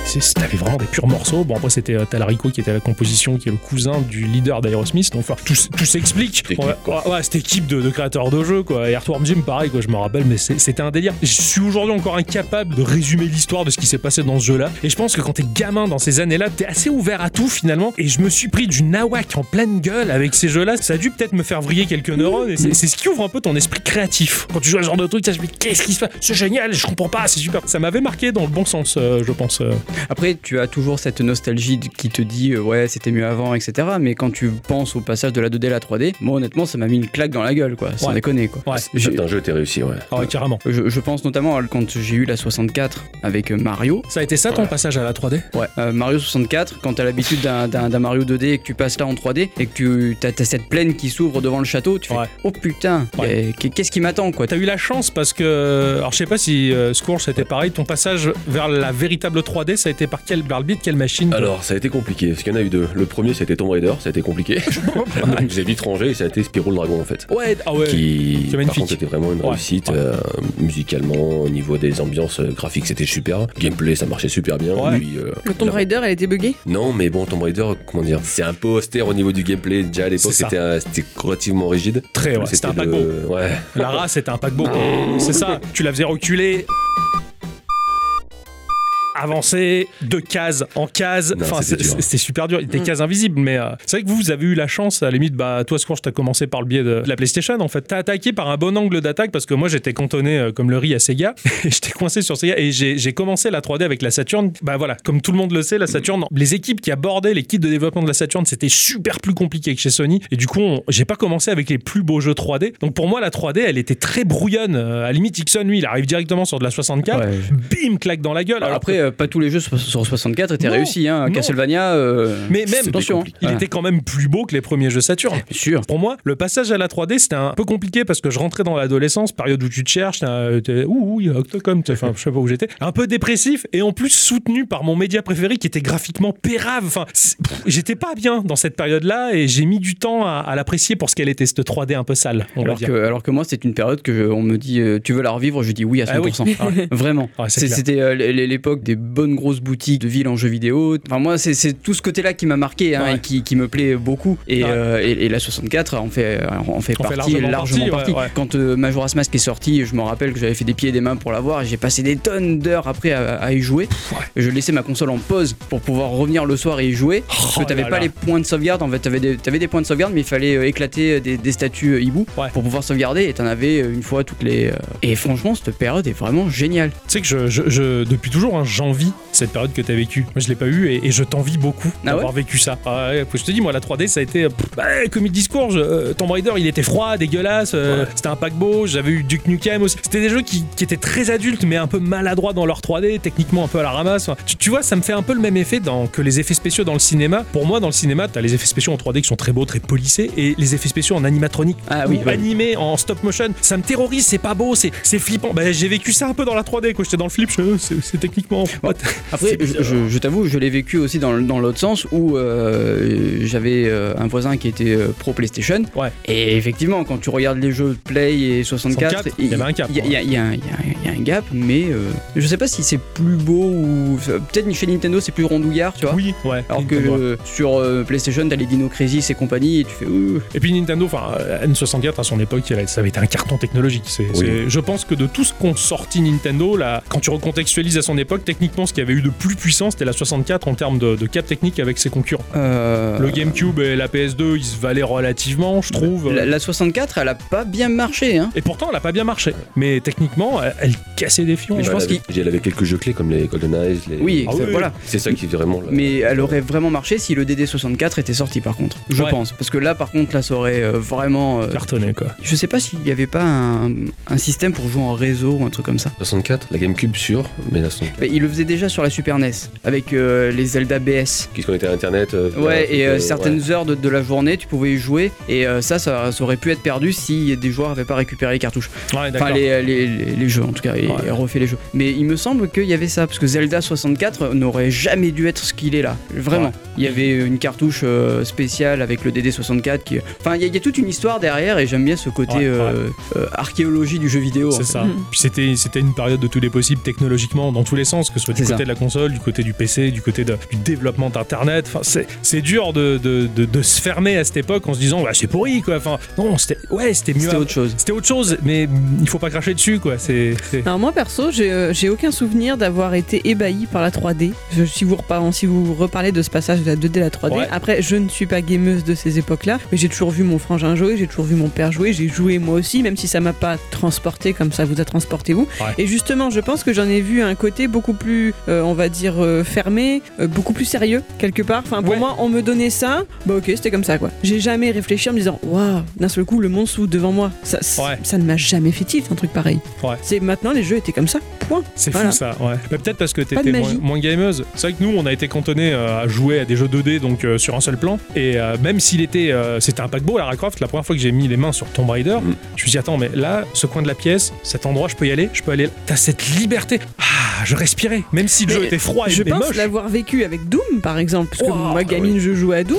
Speaker 8: C'est- c'est- T'avais vraiment des purs morceaux. Bon, après, c'était euh, Talarico qui était à la composition, qui est le cousin du leader d'Aerosmith. Donc, enfin, tout, s- tout s'explique.
Speaker 4: Cette
Speaker 8: Ouais,
Speaker 4: équipe, quoi.
Speaker 8: ouais, ouais, cette équipe de, de créateurs de jeux, quoi. Et Earthworm Jim, pareil, quoi, je me rappelle, mais c'est- c'était un délire. Je suis aujourd'hui encore incapable de résumer l'histoire de ce qui s'est passé dans ce jeu-là. Et je pense que quand t'es gamin dans ces années-là, t'es assez ouvert à tout, finalement. Et je me suis pris du nawak en pleine gueule avec ces jeux-là. Ça a dû peut-être me faire vriller quelques neurones. Et c'est c'est ce qui ouvre un peu ton esprit créatif. Quand tu joues à ce genre de truc, t'as mais qu'est-ce qui se passe C'est génial, je comprends pas, c'est super. Ça m'avait marqué dans le bon sens, euh, je pense. euh,
Speaker 9: Après, tu as toujours cette nostalgie de- qui te dit euh, ouais, c'était mieux avant, etc. Mais quand tu penses au passage de la 2D à la 3D, moi honnêtement, ça m'a mis une claque dans la gueule, quoi. Sans
Speaker 8: Ouais.
Speaker 9: déconner, quoi.
Speaker 8: Ouais.
Speaker 9: J'ai-
Speaker 4: Certains jeux étaient réussis, ouais.
Speaker 8: Ah ouais, carrément.
Speaker 9: Je, je pense notamment à quand j'ai eu la 64 avec euh, Mario.
Speaker 8: Ça a été ça ton passage à la 3D
Speaker 9: Ouais, euh, Mario 64, quand t'as l'habitude d'un- d'un d'un Mario 2D et que tu passes là en 3D et que tu t'as t'as cette plaine qui s'ouvre devant le château, tu fais
Speaker 8: Ouais.
Speaker 9: Oh putain,
Speaker 8: Ouais.
Speaker 9: eh, qu'est- qu'est-ce qui m'attend quoi
Speaker 8: T'as eu la chance parce que. Alors, je sais pas si euh, Scourge c'était pareil, ton passage vers la véritable 3D, ça a été par quel par le biais de quelle machine toi
Speaker 4: Alors, ça a été compliqué, parce qu'il y en a eu deux. Le premier, c'était Tomb Raider, ça a été compliqué. Donc, J'ai vite rangé et ça a été Spyro le Dragon, en fait.
Speaker 8: Ouais, ah ouais.
Speaker 4: Qui,
Speaker 8: C'est magnifique.
Speaker 4: par contre, c'était vraiment une
Speaker 8: Ouais,
Speaker 4: réussite
Speaker 8: ouais.
Speaker 4: euh, musicalement, au niveau des ambiances euh, graphiques, c'était super. Gameplay, ça marchait super bien.
Speaker 8: Ouais.
Speaker 4: Puis, euh,
Speaker 10: Le Tomb
Speaker 4: la-
Speaker 10: Raider elle était buggée
Speaker 4: Non, mais bon, Tomb Raider, comment dire, c'est un peu austère au niveau du gameplay. Déjà à l'époque,
Speaker 8: C'est ça.
Speaker 4: c'était un- c'était relativement rigide.
Speaker 8: Très, ouais, c'était un
Speaker 4: le- Ouais.
Speaker 8: La race c'était un paquebot. C'est ça, tu la faisais reculer. Avancer de case en case,
Speaker 4: Non,
Speaker 8: enfin c'est-
Speaker 4: c'était dur.
Speaker 8: c'est c'est super dur. Il y a Des cases invisibles, mais euh, c'est vrai que vous, vous avez eu la chance à la limite. Bah toi, Scourge, t'as commencé par le biais de, de la PlayStation. En fait, t'as attaqué par un bon angle d'attaque parce que moi, j'étais cantonné euh, comme le riz à Sega. Et J'étais coincé sur Sega et j'ai j'ai commencé la 3D avec la Saturn. Bah voilà, comme tout le monde le sait, la Saturn, les équipes qui abordaient les kits de développement de la Saturn, c'était super plus compliqué que chez Sony. Et du coup, on- j'ai pas commencé avec les plus beaux jeux 3D. Donc pour moi, la 3D, elle était très brouillonne. Euh, À la limite, Ixon, lui, il arrive directement sur de la 64.
Speaker 9: Ouais.
Speaker 8: Bim, claque dans la gueule.
Speaker 9: Alors
Speaker 8: Alors
Speaker 9: après,
Speaker 8: que-
Speaker 12: euh, pas tous les jeux sur- sur 64 étaient
Speaker 8: Non,
Speaker 12: réussis. Hein.
Speaker 8: non.
Speaker 12: Castlevania. euh,
Speaker 8: Mais même,
Speaker 12: attention, hein.
Speaker 8: il
Speaker 12: Voilà.
Speaker 8: était quand même plus beau que les premiers jeux Saturn.
Speaker 12: Sûr.
Speaker 8: Pour moi, le passage à la 3D, c'était un peu compliqué parce que je rentrais dans l'adolescence, période où tu te cherches, t'as- euh, t'es- ouh, ouh, il y a Octocom, t'es- enfin, je sais pas où j'étais. Un peu dépressif et en plus soutenu par mon média préféré qui était graphiquement pérave. Enfin, c'est- pff, j'étais pas bien dans cette période-là et j'ai mis du temps à, à l'apprécier pour ce qu'elle était, cette 3D un peu sale. On
Speaker 12: Alors
Speaker 8: va dire.
Speaker 12: que, alors que moi, c'est une période que je- on me dit euh, tu veux la revivre, je dis oui à 100%.
Speaker 8: Ah oui. Ah ouais.
Speaker 12: Vraiment.
Speaker 8: Ouais, c'est
Speaker 12: C'est-
Speaker 8: clair.
Speaker 12: C'était euh, l- l'époque des bonnes grosses boutiques de ville en jeux vidéo. Enfin, moi, c'est- c'est tout ce côté-là qui m'a marqué hein,
Speaker 8: Ouais.
Speaker 12: et qui, qui me plaît beaucoup. Et,
Speaker 8: Ouais.
Speaker 12: euh, et- et la 64 en fait, euh, en fait
Speaker 8: On fait
Speaker 12: partie,
Speaker 8: largement
Speaker 12: largement,
Speaker 8: partie,
Speaker 12: partie.
Speaker 8: ouais, ouais.
Speaker 12: Quand euh, Majora's Mask est sorti, je me rappelle que j'avais fait des pieds et des mains pour l'avoir et j'ai passé des tonnes d'heures après à, à y jouer. Je laissais ma console en pause pour pouvoir revenir le soir et y jouer. Parce que t'avais
Speaker 8: Oh là
Speaker 12: pas
Speaker 8: là.
Speaker 12: les points de sauvegarde, en fait, t'avais des, t'avais des points de sauvegarde, mais il fallait euh, éclater euh, des, des statues euh, hibou pour pouvoir sauvegarder. Et t'en avais euh, une fois toutes les. euh, Et franchement, cette période est vraiment géniale.
Speaker 8: Tu sais que je, je- je- depuis toujours, hein, j'envie cette période que t'as vécue. Moi, je l'ai pas eu et, et je t'envie beaucoup
Speaker 12: Ah
Speaker 8: d'avoir vécu ça. Ah ouais, je te dis, moi, la 3D, ça a été euh, pff, bah, comme il discours. je- euh, Tomb Raider, il était froid, dégueulasse. euh, C'était un paquebot. J'avais eu Duke Nukem aussi. C'était des jeux qui, qui étaient très adultes, mais un peu maladroits dans leur 3D, techniquement un peu à la ramasse. Enfin, tu, tu vois, ça me fait un peu le même effet dans- que les effets spéciaux dans le cinéma. Pour moi, dans le cinéma, t'as les effets spéciaux en 3D qui sont très beaux, très polissés, et les effets spéciaux en animatronique
Speaker 12: Ah oui,
Speaker 8: ou
Speaker 12: oui.
Speaker 8: animé en stop motion, ça me terrorise, c'est pas beau, c'est c'est flippant. Bah, j'ai vécu ça un peu dans la 3D quand j'étais dans le flip, je- c'est c'est techniquement.
Speaker 12: Après, je, je- je t'avoue, je l'ai vécu aussi dans, dans l'autre sens où euh, j'avais euh, un voisin qui était euh, pro PlayStation. Et effectivement, quand tu regardes les jeux Play et 64,
Speaker 8: 64, il y avait un cap,
Speaker 12: Il y, a- il y a- il y a un- il y a- il y a un gap, mais euh, je sais pas si c'est plus beau ou. Peut-être chez Nintendo, c'est plus rondouillard, tu vois.
Speaker 8: Oui, ouais.
Speaker 12: Alors que
Speaker 8: Nintendo,
Speaker 12: euh, sur euh, PlayStation, t'as les Dino Crisis et compagnie, et tu fais. Ouh.
Speaker 8: Et puis Nintendo, enfin euh, N64 à son époque, elle a- ça avait été un carton technologique. C'est- c'est- je pense que de tout ce qu'ont sorti Nintendo, là, quand tu recontextualises à son époque, techniquement, ce qu'il y avait eu de plus puissant, c'était la 64 en termes de, de cap technique avec ses concurrents.
Speaker 12: Euh,
Speaker 8: Le GameCube et la PS2, ils se valaient relativement, je trouve.
Speaker 12: La, la 64, elle a pas bien marché, hein.
Speaker 8: Et pourtant, elle a pas bien marché. Mais techniquement, elle, elle cassait des fions.
Speaker 12: Mais je
Speaker 4: Elle
Speaker 12: pense
Speaker 4: avait- Elle avait quelques jeux clés comme les Golden Eyes. Les...
Speaker 12: Oui, Ah oui, voilà. oui.
Speaker 4: C'est ça qui est vraiment. la-
Speaker 12: Mais elle aurait vraiment marché si le DD64 était sorti par contre, je
Speaker 8: Ouais.
Speaker 12: pense. Parce que là par contre, là ça aurait euh, vraiment... euh,
Speaker 8: Cartonné, quoi.
Speaker 12: Je sais pas s'il n'y avait pas un, un système pour jouer en réseau ou un truc comme ça.
Speaker 4: 64, la GameCube sûre, mais la 64.
Speaker 12: Mais il le faisait déjà sur la Super NES, avec euh, les Zelda BS.
Speaker 4: Qui se connectait à Internet. euh, faire un
Speaker 12: Ouais,
Speaker 4: truc,
Speaker 12: et euh,
Speaker 4: euh,
Speaker 12: certaines
Speaker 4: ouais.
Speaker 12: heures de, de la journée, tu pouvais y jouer, et euh, ça, ça, ça aurait pu être perdu si des joueurs n'avaient pas récupéré les cartouches.
Speaker 8: Ouais, d'accord.
Speaker 12: Enfin, les, les- les- les jeux en tout cas, et, et refait les jeux. Mais il me semble qu'il y avait ça, parce que Zelda 64 n'aurait jamais dû être ce qu'il est là, vraiment.
Speaker 8: Ouais.
Speaker 12: Il y avait une cartouche euh, spéciale avec le DD64 qui. Enfin, il y, a- il y a toute une histoire derrière, et j'aime bien ce côté
Speaker 8: Ouais,
Speaker 12: euh, euh, archéologie du jeu vidéo. en
Speaker 8: C'est
Speaker 12: fait.
Speaker 8: ça. Puis c'était, c'était une période de tous les possibles technologiquement, dans tous les sens, que ce soit du
Speaker 12: C'est
Speaker 8: côté
Speaker 12: ça.
Speaker 8: de la console, du côté du PC, du côté de- du développement d'Internet. Enfin, c'est, c'est dur de, de- de- de se fermer à cette époque en se disant, bah, c'est pourri, quoi. Enfin, non, c'était, ouais, c'était mieux.
Speaker 12: C'était
Speaker 8: avant.
Speaker 12: autre chose.
Speaker 8: C'était autre chose, mais mm, il faut pas cracher dessus, quoi. C'est, c'est-
Speaker 10: Alors moi perso, j'ai euh, j'ai aucun souvenir d'avoir été ébahi par la 3D. Je- si, vous reparlez, si vous reparlez de ce passage de la 2D à la 3D,
Speaker 8: Ouais.
Speaker 10: après je ne suis pas gameuse de ces époques-là, mais j'ai toujours vu mon frangin jouer, j'ai toujours vu mon père jouer, j'ai joué moi aussi, même si ça m'a pas transporté comme ça vous a transporté vous.
Speaker 8: Ouais.
Speaker 10: Et justement, je pense que j'en ai vu un côté beaucoup plus, euh, on va dire, euh, fermé, euh, beaucoup plus sérieux quelque part. Enfin pour moi, on me donnait ça, bah ok, c'était comme ça quoi. J'ai jamais réfléchi en me disant, waouh, d'un seul coup le monde s'ouvre devant moi. Ça,
Speaker 8: Ouais.
Speaker 10: ça ne m'a jamais fait tilt un truc pareil.
Speaker 8: ouais.
Speaker 10: C'est maintenant les jeux étaient comme ça. Point.
Speaker 8: C'est
Speaker 10: Voilà.
Speaker 8: fou ça, ouais. Mais peut-être parce que t'étais
Speaker 10: de
Speaker 8: moins,
Speaker 10: magie.
Speaker 8: moins gameuse. C'est vrai que nous, on a été cantonnés euh, à jouer à des jeux 2D, donc euh, sur un seul plan. Et euh, même s'il était, euh, c'était un paquebot, Lara Croft, la première fois que j'ai mis les mains sur Tomb Raider,
Speaker 12: Mm.
Speaker 8: je me suis dit, attends, mais là, ce coin de la pièce, cet endroit, je peux y aller, je peux aller. là. T'as cette liberté. Ah, je respirais. Même si le jeu
Speaker 10: Mais
Speaker 8: était froid et,
Speaker 10: Je
Speaker 8: et
Speaker 10: pense
Speaker 8: moche. Oh, ah
Speaker 10: l'avoir vécu avec Doom, par exemple, parce que
Speaker 8: Ouah,
Speaker 10: moi, gamine, je jouais à Doom.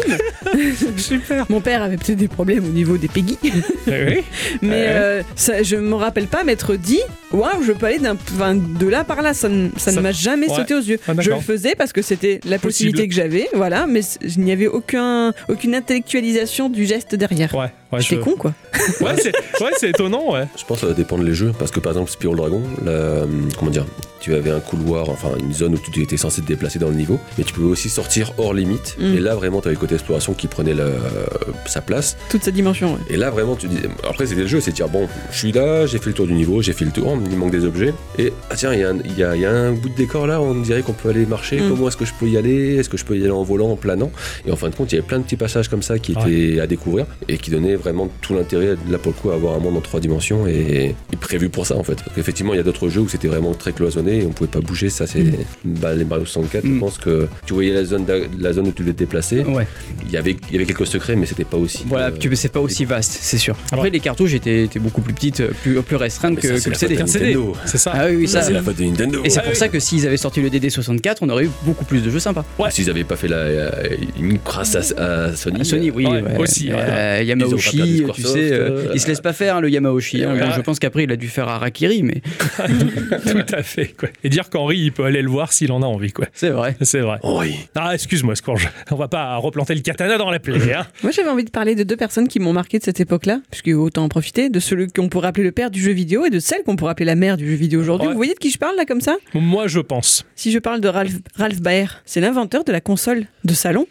Speaker 8: Super.
Speaker 10: Mon père avait peut-être des problèmes au niveau des Peggy,
Speaker 8: Eh oui.
Speaker 10: mais
Speaker 8: Ouais.
Speaker 10: euh, ça, je me rappelle pas m'être dit, waouh, je peux aller d'un, enfin, de là par là. Ça, ne- ça
Speaker 8: Ça-
Speaker 10: ne m'a jamais
Speaker 8: ouais.
Speaker 10: sauté aux yeux.
Speaker 8: Ah,
Speaker 10: je
Speaker 8: d'accord.
Speaker 10: le faisais parce que c'était la
Speaker 8: Possible.
Speaker 10: possibilité que j'avais, voilà, mais c- il n'y avait aucun, aucune intellectualisation du geste derrière.
Speaker 8: Ouais, ouais,
Speaker 10: J'étais
Speaker 8: je-
Speaker 10: con, quoi.
Speaker 8: Ouais, c'est ouais, c'est étonnant, ouais.
Speaker 4: Je pense que ça va dépendre les jeux, parce que par exemple Spyro le Dragon, la- euh, comment dire, tu avais un couloir, enfin une zone où tu étais censé te déplacer dans le niveau, mais tu pouvais aussi sortir hors limite,
Speaker 10: Mm.
Speaker 4: et là vraiment tu avais le côté exploration qui prenait la- sa place,
Speaker 10: Toute sa dimension, ouais.
Speaker 4: et là vraiment tu dis, après c'était le jeu, c'est de dire bon, je suis là, j'ai fait le tour du niveau, j'ai fait le tour, il manque des objets, et ah tiens, il y, a un- il y a- il y a un bout de décor là, on dirait qu'on peut aller marcher,
Speaker 10: Mm.
Speaker 4: comment est-ce que je peux y aller, est-ce que je peux y aller en volant, en planant, et en fin de compte il y avait plein de petits passages comme ça qui étaient à découvrir, et qui donnaient vraiment tout l'intérêt là pour le coup à avoir un monde en trois dimensions, et, et prévu pour ça en fait, parce qu'effectivement il y a d'autres jeux où c'était vraiment très cloisonné, tourner et on pouvait pas bouger. Ça, c'est bah, les Mario 64. Je
Speaker 9: Mm.
Speaker 4: pense que tu voyais la zone, d'a- la zone où tu devais te déplacer.
Speaker 9: Ouais.
Speaker 4: Il y avait, il y avait quelques secrets, mais c'était pas aussi.
Speaker 12: Voilà,
Speaker 4: euh,
Speaker 12: tu c'est pas aussi vaste, c'est sûr. Après, les cartouches étaient, étaient beaucoup plus petites, euh, plus, plus restreintes
Speaker 4: Mais
Speaker 12: que,
Speaker 4: ça,
Speaker 12: que
Speaker 4: c'est
Speaker 12: le
Speaker 4: la faute
Speaker 12: CD.
Speaker 4: de Nintendo. C'est ça.
Speaker 12: Ah oui, oui,
Speaker 4: Ça,
Speaker 12: ça.
Speaker 4: c'est la faute de Nintendo.
Speaker 12: Et c'est
Speaker 4: Ah
Speaker 12: pour
Speaker 4: oui.
Speaker 12: ça que s'ils avaient sorti le DD64, on aurait eu beaucoup plus de jeux sympas.
Speaker 4: S'ils avaient pas fait la, euh, une crasse à, à Sony.
Speaker 12: À Sony, oui. ouais. Euh, Yamaoshi, tu sais, euh, il se laisse pas faire le Yamaoshi. hein. Bon, je pense qu'après, il a dû faire Harakiri, mais.
Speaker 8: Tout à fait, quoi. Et dire qu'Henri, il peut aller le voir s'il en a envie, quoi.
Speaker 12: C'est vrai.
Speaker 8: C'est vrai.
Speaker 4: Henri.
Speaker 8: Ah, excuse-moi, Scourge. On va pas replanter le katana dans la plaie, hein.
Speaker 10: Moi, j'avais envie de parler de deux personnes qui m'ont marqué de cette époque-là, puisque autant en profiter, de celui qu'on pourrait appeler le père du jeu vidéo et de celle qu'on pourrait appeler la mère du jeu vidéo aujourd'hui. Vous voyez de qui je parle là comme ça
Speaker 8: Moi, je pense.
Speaker 10: Si je parle de Ralph, Ralph Baer, c'est l'inventeur de la console de salon.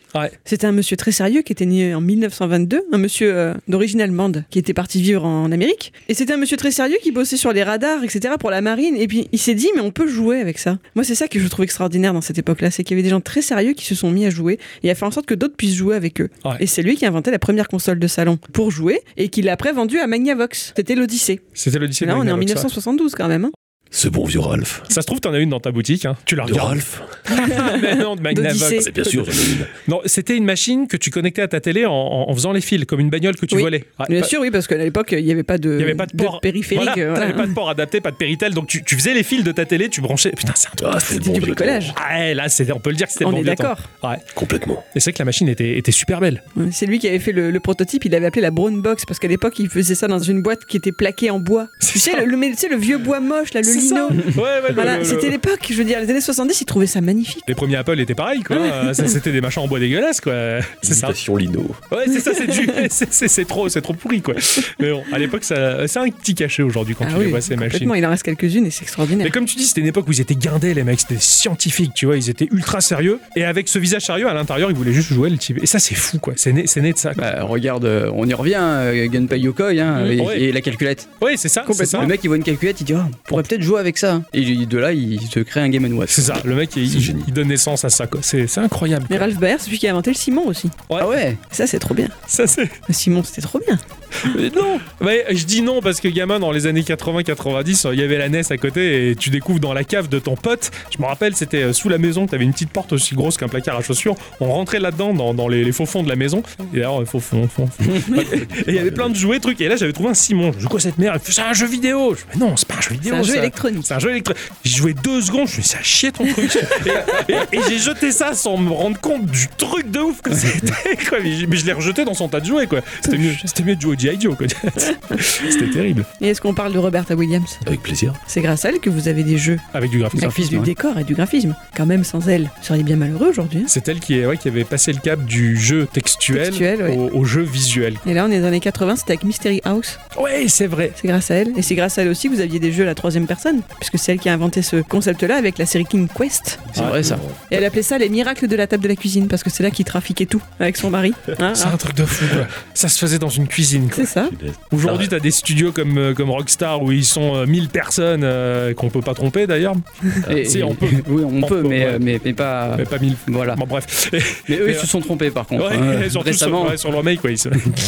Speaker 10: C'était un monsieur très sérieux qui était né en 1922, un monsieur euh, d'origine allemande qui était parti vivre en Amérique. Et c'était un monsieur très sérieux qui bossait sur les radars, etc. pour la marine. Et puis il s'est dit, mais on peut jouer avec ça. Moi, c'est ça que je trouve extraordinaire dans cette époque-là, c'est qu'il y avait des gens très sérieux qui se sont mis à jouer et à faire en sorte que d'autres puissent jouer avec eux. Et c'est lui qui a inventé la première console de salon pour jouer et qui l'a après vendue à Magnavox. C'était l'Odyssée.
Speaker 8: C'était l'Odyssée de
Speaker 10: Là, on est en
Speaker 8: Magnavox, ouais.
Speaker 10: 1972 quand même. hein.
Speaker 4: Ce bon vieux Ralph.
Speaker 8: Ça se trouve, t'en as une dans ta boutique, hein. Tu la regardes.
Speaker 4: Ralph
Speaker 8: Mais non, de
Speaker 4: D'Odyssée.
Speaker 8: Magnavox.
Speaker 4: C'est bien sûr, j'en ai une.
Speaker 8: Non, c'était une machine que tu connectais à ta télé en, en- en faisant les fils, comme une bagnole que tu
Speaker 10: Oui.
Speaker 8: volais. Ah,
Speaker 10: Bien
Speaker 8: pas-
Speaker 10: sûr, oui, parce qu'à l'époque, il n'y avait pas de,
Speaker 8: Il n'y avait pas de port
Speaker 10: périphérique.
Speaker 8: Voilà,
Speaker 10: euh,
Speaker 8: t'avais
Speaker 10: voilà.
Speaker 8: pas de port adapté, pas de péritel, donc tu, tu faisais les fils de ta télé, tu branchais. Putain, c'est un truc.
Speaker 4: Ah,
Speaker 8: fou.
Speaker 4: c'était le C'était bon du vieux temps. bricolage.
Speaker 8: Ah, ouais, là, c'est- on peut le dire que c'était le
Speaker 10: On
Speaker 8: bon
Speaker 10: est
Speaker 8: vieux temps.
Speaker 10: d'accord.
Speaker 8: Ouais.
Speaker 4: Complètement.
Speaker 8: Et c'est vrai que la machine était, était super belle.
Speaker 10: Ouais, C'est lui qui avait fait le, le prototype, il l'avait appelé la Brown Box parce qu'à l'époque il faisait ça dans une boîte qui était plaquée en bois. Tu sais, le, le- mais tu sais, le vieux bois moche, là, le
Speaker 8: C'est ça.
Speaker 10: lino.
Speaker 8: Ouais, ouais, le-
Speaker 10: Voilà,
Speaker 8: le-
Speaker 10: c'était
Speaker 8: le-
Speaker 10: l'époque, je veux dire, les années 70, ils trouvaient ça magnifique.
Speaker 8: Les premiers Apple étaient pareils, quoi. Euh, ça, C'était des machins en bois dégueulasses, quoi. C'est ça.
Speaker 4: Lino.
Speaker 8: Ouais, c'est ça, c'est du. c'est- c'est- C'est trop, c'est trop pourri, quoi. Mais bon, à l'époque, ça- c'est un petit cachet aujourd'hui quand
Speaker 10: Ah
Speaker 8: tu les
Speaker 10: oui,
Speaker 8: vois, ces machines.
Speaker 10: complètement, il en reste quelques-unes et c'est extraordinaire.
Speaker 8: Mais comme tu dis, c'était une époque où ils étaient guindés, les mecs, c'était scientifique, tu vois, ils étaient ultra sérieux. Et avec ce visage sérieux, à l'intérieur, ils voulaient juste jouer le type. Et ça, c'est fou, quoi. C'est né, c'est né de ça. quoi.
Speaker 12: Bah, regarde, euh, on y revient, euh, Gunpei Yokoi hein,
Speaker 8: Mhm.
Speaker 10: Mm-hmm.
Speaker 12: et,
Speaker 8: Ouais.
Speaker 12: et la calculette.
Speaker 8: Oui, c'est ça.
Speaker 12: Complètement. Le mec, il voit une calculette, il dit Ah, on pourrait peut-être jouer avec ça. hein. Et il- de là, il se crée un Game Watch.
Speaker 8: C'est ça, le mec, il, il- il donne naissance à ça, quoi. C'est c'est incroyable.
Speaker 10: Mais Ralph Baer, c'est lui qui a inventé le ciment aussi.
Speaker 8: Ah
Speaker 12: ouais
Speaker 10: Ça, c'est trop bien.
Speaker 8: Ça, c'est.
Speaker 10: Le ciment, Ah, c'était trop bien.
Speaker 8: Mais non Mais Je dis non parce que gamin, dans les années 80-90, il y avait la NES à côté et tu découvres dans la cave de ton pote. Je me rappelle, c'était euh, sous la maison, t'avais une petite porte aussi grosse qu'un placard à chaussures. On rentrait là-dedans, dans, dans les, les faux fonds de la maison. Et alors, euh, faux fonds, fond, fond. Et il y avait plein de jouets, trucs. Et là, j'avais trouvé un Simon. Je dis quoi cette merde Il fait, C'est un jeu vidéo Je fais, Mais non, c'est pas un jeu vidéo.
Speaker 10: C'est un jeu
Speaker 8: ça.
Speaker 10: électronique.
Speaker 8: C'est un jeu électronique. J'ai joué deux secondes, je me suis dit, ça chier ton truc. et et- et j'ai jeté ça sans me rendre compte du truc de ouf que c'était. quoi. Mais j'ai- mais je l'ai rejeté dans son tas de jouets, quoi. C'était mieux, c'était mieux de jouer au G.I. Joe, quoi. C'était terrible.
Speaker 10: Et est-ce qu'on parle de Roberta Williams
Speaker 4: Avec plaisir.
Speaker 10: C'est grâce à elle que vous avez des jeux.
Speaker 8: Avec du graphisme.
Speaker 10: Avec du décor et du graphisme. Quand même, sans elle, vous seriez bien malheureux aujourd'hui. hein.
Speaker 8: C'est elle qui, est- ouais, qui avait passé le cap du jeu textuel,
Speaker 10: Textuel, ouais.
Speaker 8: au, au jeu visuel.
Speaker 10: hein. Et là, on est dans les années 80, c'était avec Mystery House.
Speaker 8: Ouais, c'est vrai.
Speaker 10: C'est grâce à elle. Et c'est grâce à elle aussi que vous aviez des jeux à la troisième personne, puisque c'est elle qui a inventé ce concept-là avec la série King Quest.
Speaker 12: C'est vrai ça.
Speaker 10: Et elle appelait ça les miracles de la table de la cuisine, parce que c'est là qu'il trafiquait tout avec son mari. Hein,
Speaker 8: C'est
Speaker 10: hein.
Speaker 8: un truc de fou, quoi. Ça se faisait dans une cuisine, quoi.
Speaker 10: C'est ça.
Speaker 8: Aujourd'hui, t'as des studios comme, euh, comme Rockstar où ils sont euh, 1000 personnes euh, qu'on peut pas tromper d'ailleurs.
Speaker 12: Et-
Speaker 8: si, on peut.
Speaker 12: Oui, on, peut, mais,
Speaker 8: ouais.
Speaker 12: euh, mais, mais pas.
Speaker 8: Mais pas mille.
Speaker 12: Voilà.
Speaker 8: Bon, bref.
Speaker 12: Mais eux,
Speaker 8: Mais,
Speaker 12: ils
Speaker 8: euh,
Speaker 12: se sont trompés par contre.
Speaker 8: Ouais,
Speaker 12: hein.
Speaker 8: surtout
Speaker 12: Récemment.
Speaker 8: sur, ouais, sur le remake, ouais, ils se-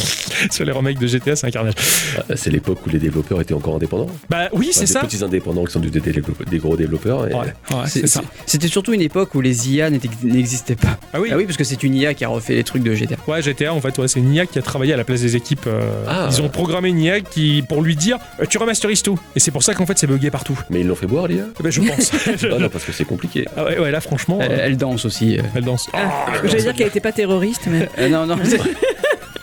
Speaker 8: sur les remakes de GTA, c'est un carnage.
Speaker 4: Euh, C'est l'époque où les développeurs étaient encore indépendants.
Speaker 8: Bah oui,
Speaker 4: Enfin,
Speaker 8: c'est
Speaker 4: des
Speaker 8: ça.
Speaker 4: petits indépendants qui sont devenus des, dévelop- des gros développeurs. Et...
Speaker 12: C'est- c'est- C'était surtout une époque où les IA n'étaient- n'existaient pas.
Speaker 8: Ah oui.
Speaker 12: parce que c'est une IA qui a refait les trucs de GTA.
Speaker 8: Ouais, GTA, en fait, ouais, c'est une IA qui a travaillé à la place des équipes. euh,
Speaker 4: Ah.
Speaker 8: Ils ont programmé une IA qui, pour lui dire euh, Tu remasterises tout. Et c'est pour ça qu'en fait, c'est bugué partout.
Speaker 4: Mais ils l'ont fait boire, les gars
Speaker 8: Eh ben, je pense.
Speaker 4: Ah non, parce que c'est compliqué.
Speaker 8: Ah ouais, ouais, là, franchement.
Speaker 12: Elle,
Speaker 8: euh,
Speaker 12: elle danse aussi. euh.
Speaker 8: elle danse. Ah,
Speaker 10: Je veux dire qu'elle n'était pas terroriste, mais.
Speaker 12: Euh, non, non. c'est-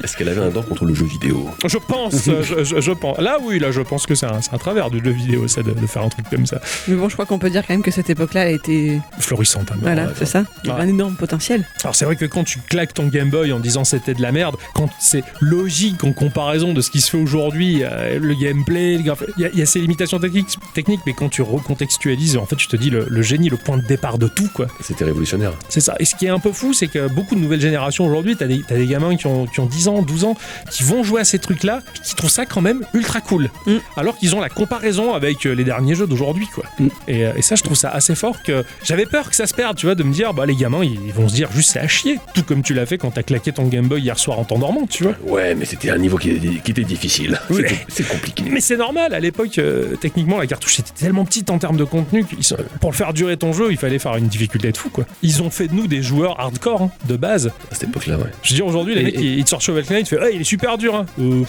Speaker 4: Est-ce qu'elle avait un dent contre le jeu vidéo
Speaker 8: Je pense, euh, je, je- je pense. Là, oui, là, je pense que c'est un, c'est un travers du jeu vidéo, ça, de, de faire un truc comme ça.
Speaker 10: Mais bon, je crois qu'on peut dire quand même que cette époque-là, elle était.
Speaker 8: Florissante, hein,
Speaker 10: voilà,
Speaker 8: ouais.
Speaker 10: c'est ça. Il y avait
Speaker 8: Ouais.
Speaker 10: un énorme potentiel.
Speaker 8: Alors, c'est vrai que quand tu claques ton Game Boy en disant c'était de la merde, quand c'est logique en comparaison de ce qui se fait aujourd'hui, euh, le gameplay, le graph- il y, a- il y a ces limitations techniques, techniques, mais quand tu recontextualises, en fait, je te dis le, le génie, le point de départ de tout, quoi.
Speaker 4: C'était révolutionnaire.
Speaker 8: C'est ça. Et ce qui est un peu fou, c'est que beaucoup de nouvelles générations aujourd'hui, t'as des, t'as des gamins qui ont, qui ont 10 ans, ans, 12 ans, qui vont jouer à ces trucs-là, qui trouvent ça quand même ultra cool. Mm. Alors qu'ils ont la comparaison avec euh, les derniers jeux d'aujourd'hui, quoi. Mm. Et, et, ça, je trouve ça assez fort que j'avais peur que ça se perde, tu vois, de me dire, bah les gamins, ils vont se dire juste c'est à chier, tout comme tu l'as fait quand t'as claqué ton Game Boy hier soir en t'endormant, tu vois.
Speaker 4: Ouais, mais c'était un niveau qui, qui était difficile. Oui. C'est compliqué.
Speaker 8: Mais c'est normal, à l'époque, euh, techniquement, la cartouche était tellement petite en termes de contenu, que, pour le faire durer ton jeu, il fallait faire une difficulté de fou, quoi. Ils ont fait de nous des joueurs hardcore, hein, de base.
Speaker 4: À cette époque-là, ouais.
Speaker 8: Je veux dire, aujourd'hui, les mecs, ils, ils te sortent Shovel Knight, ils font, hey, il est super dur, hein.
Speaker 4: Euh,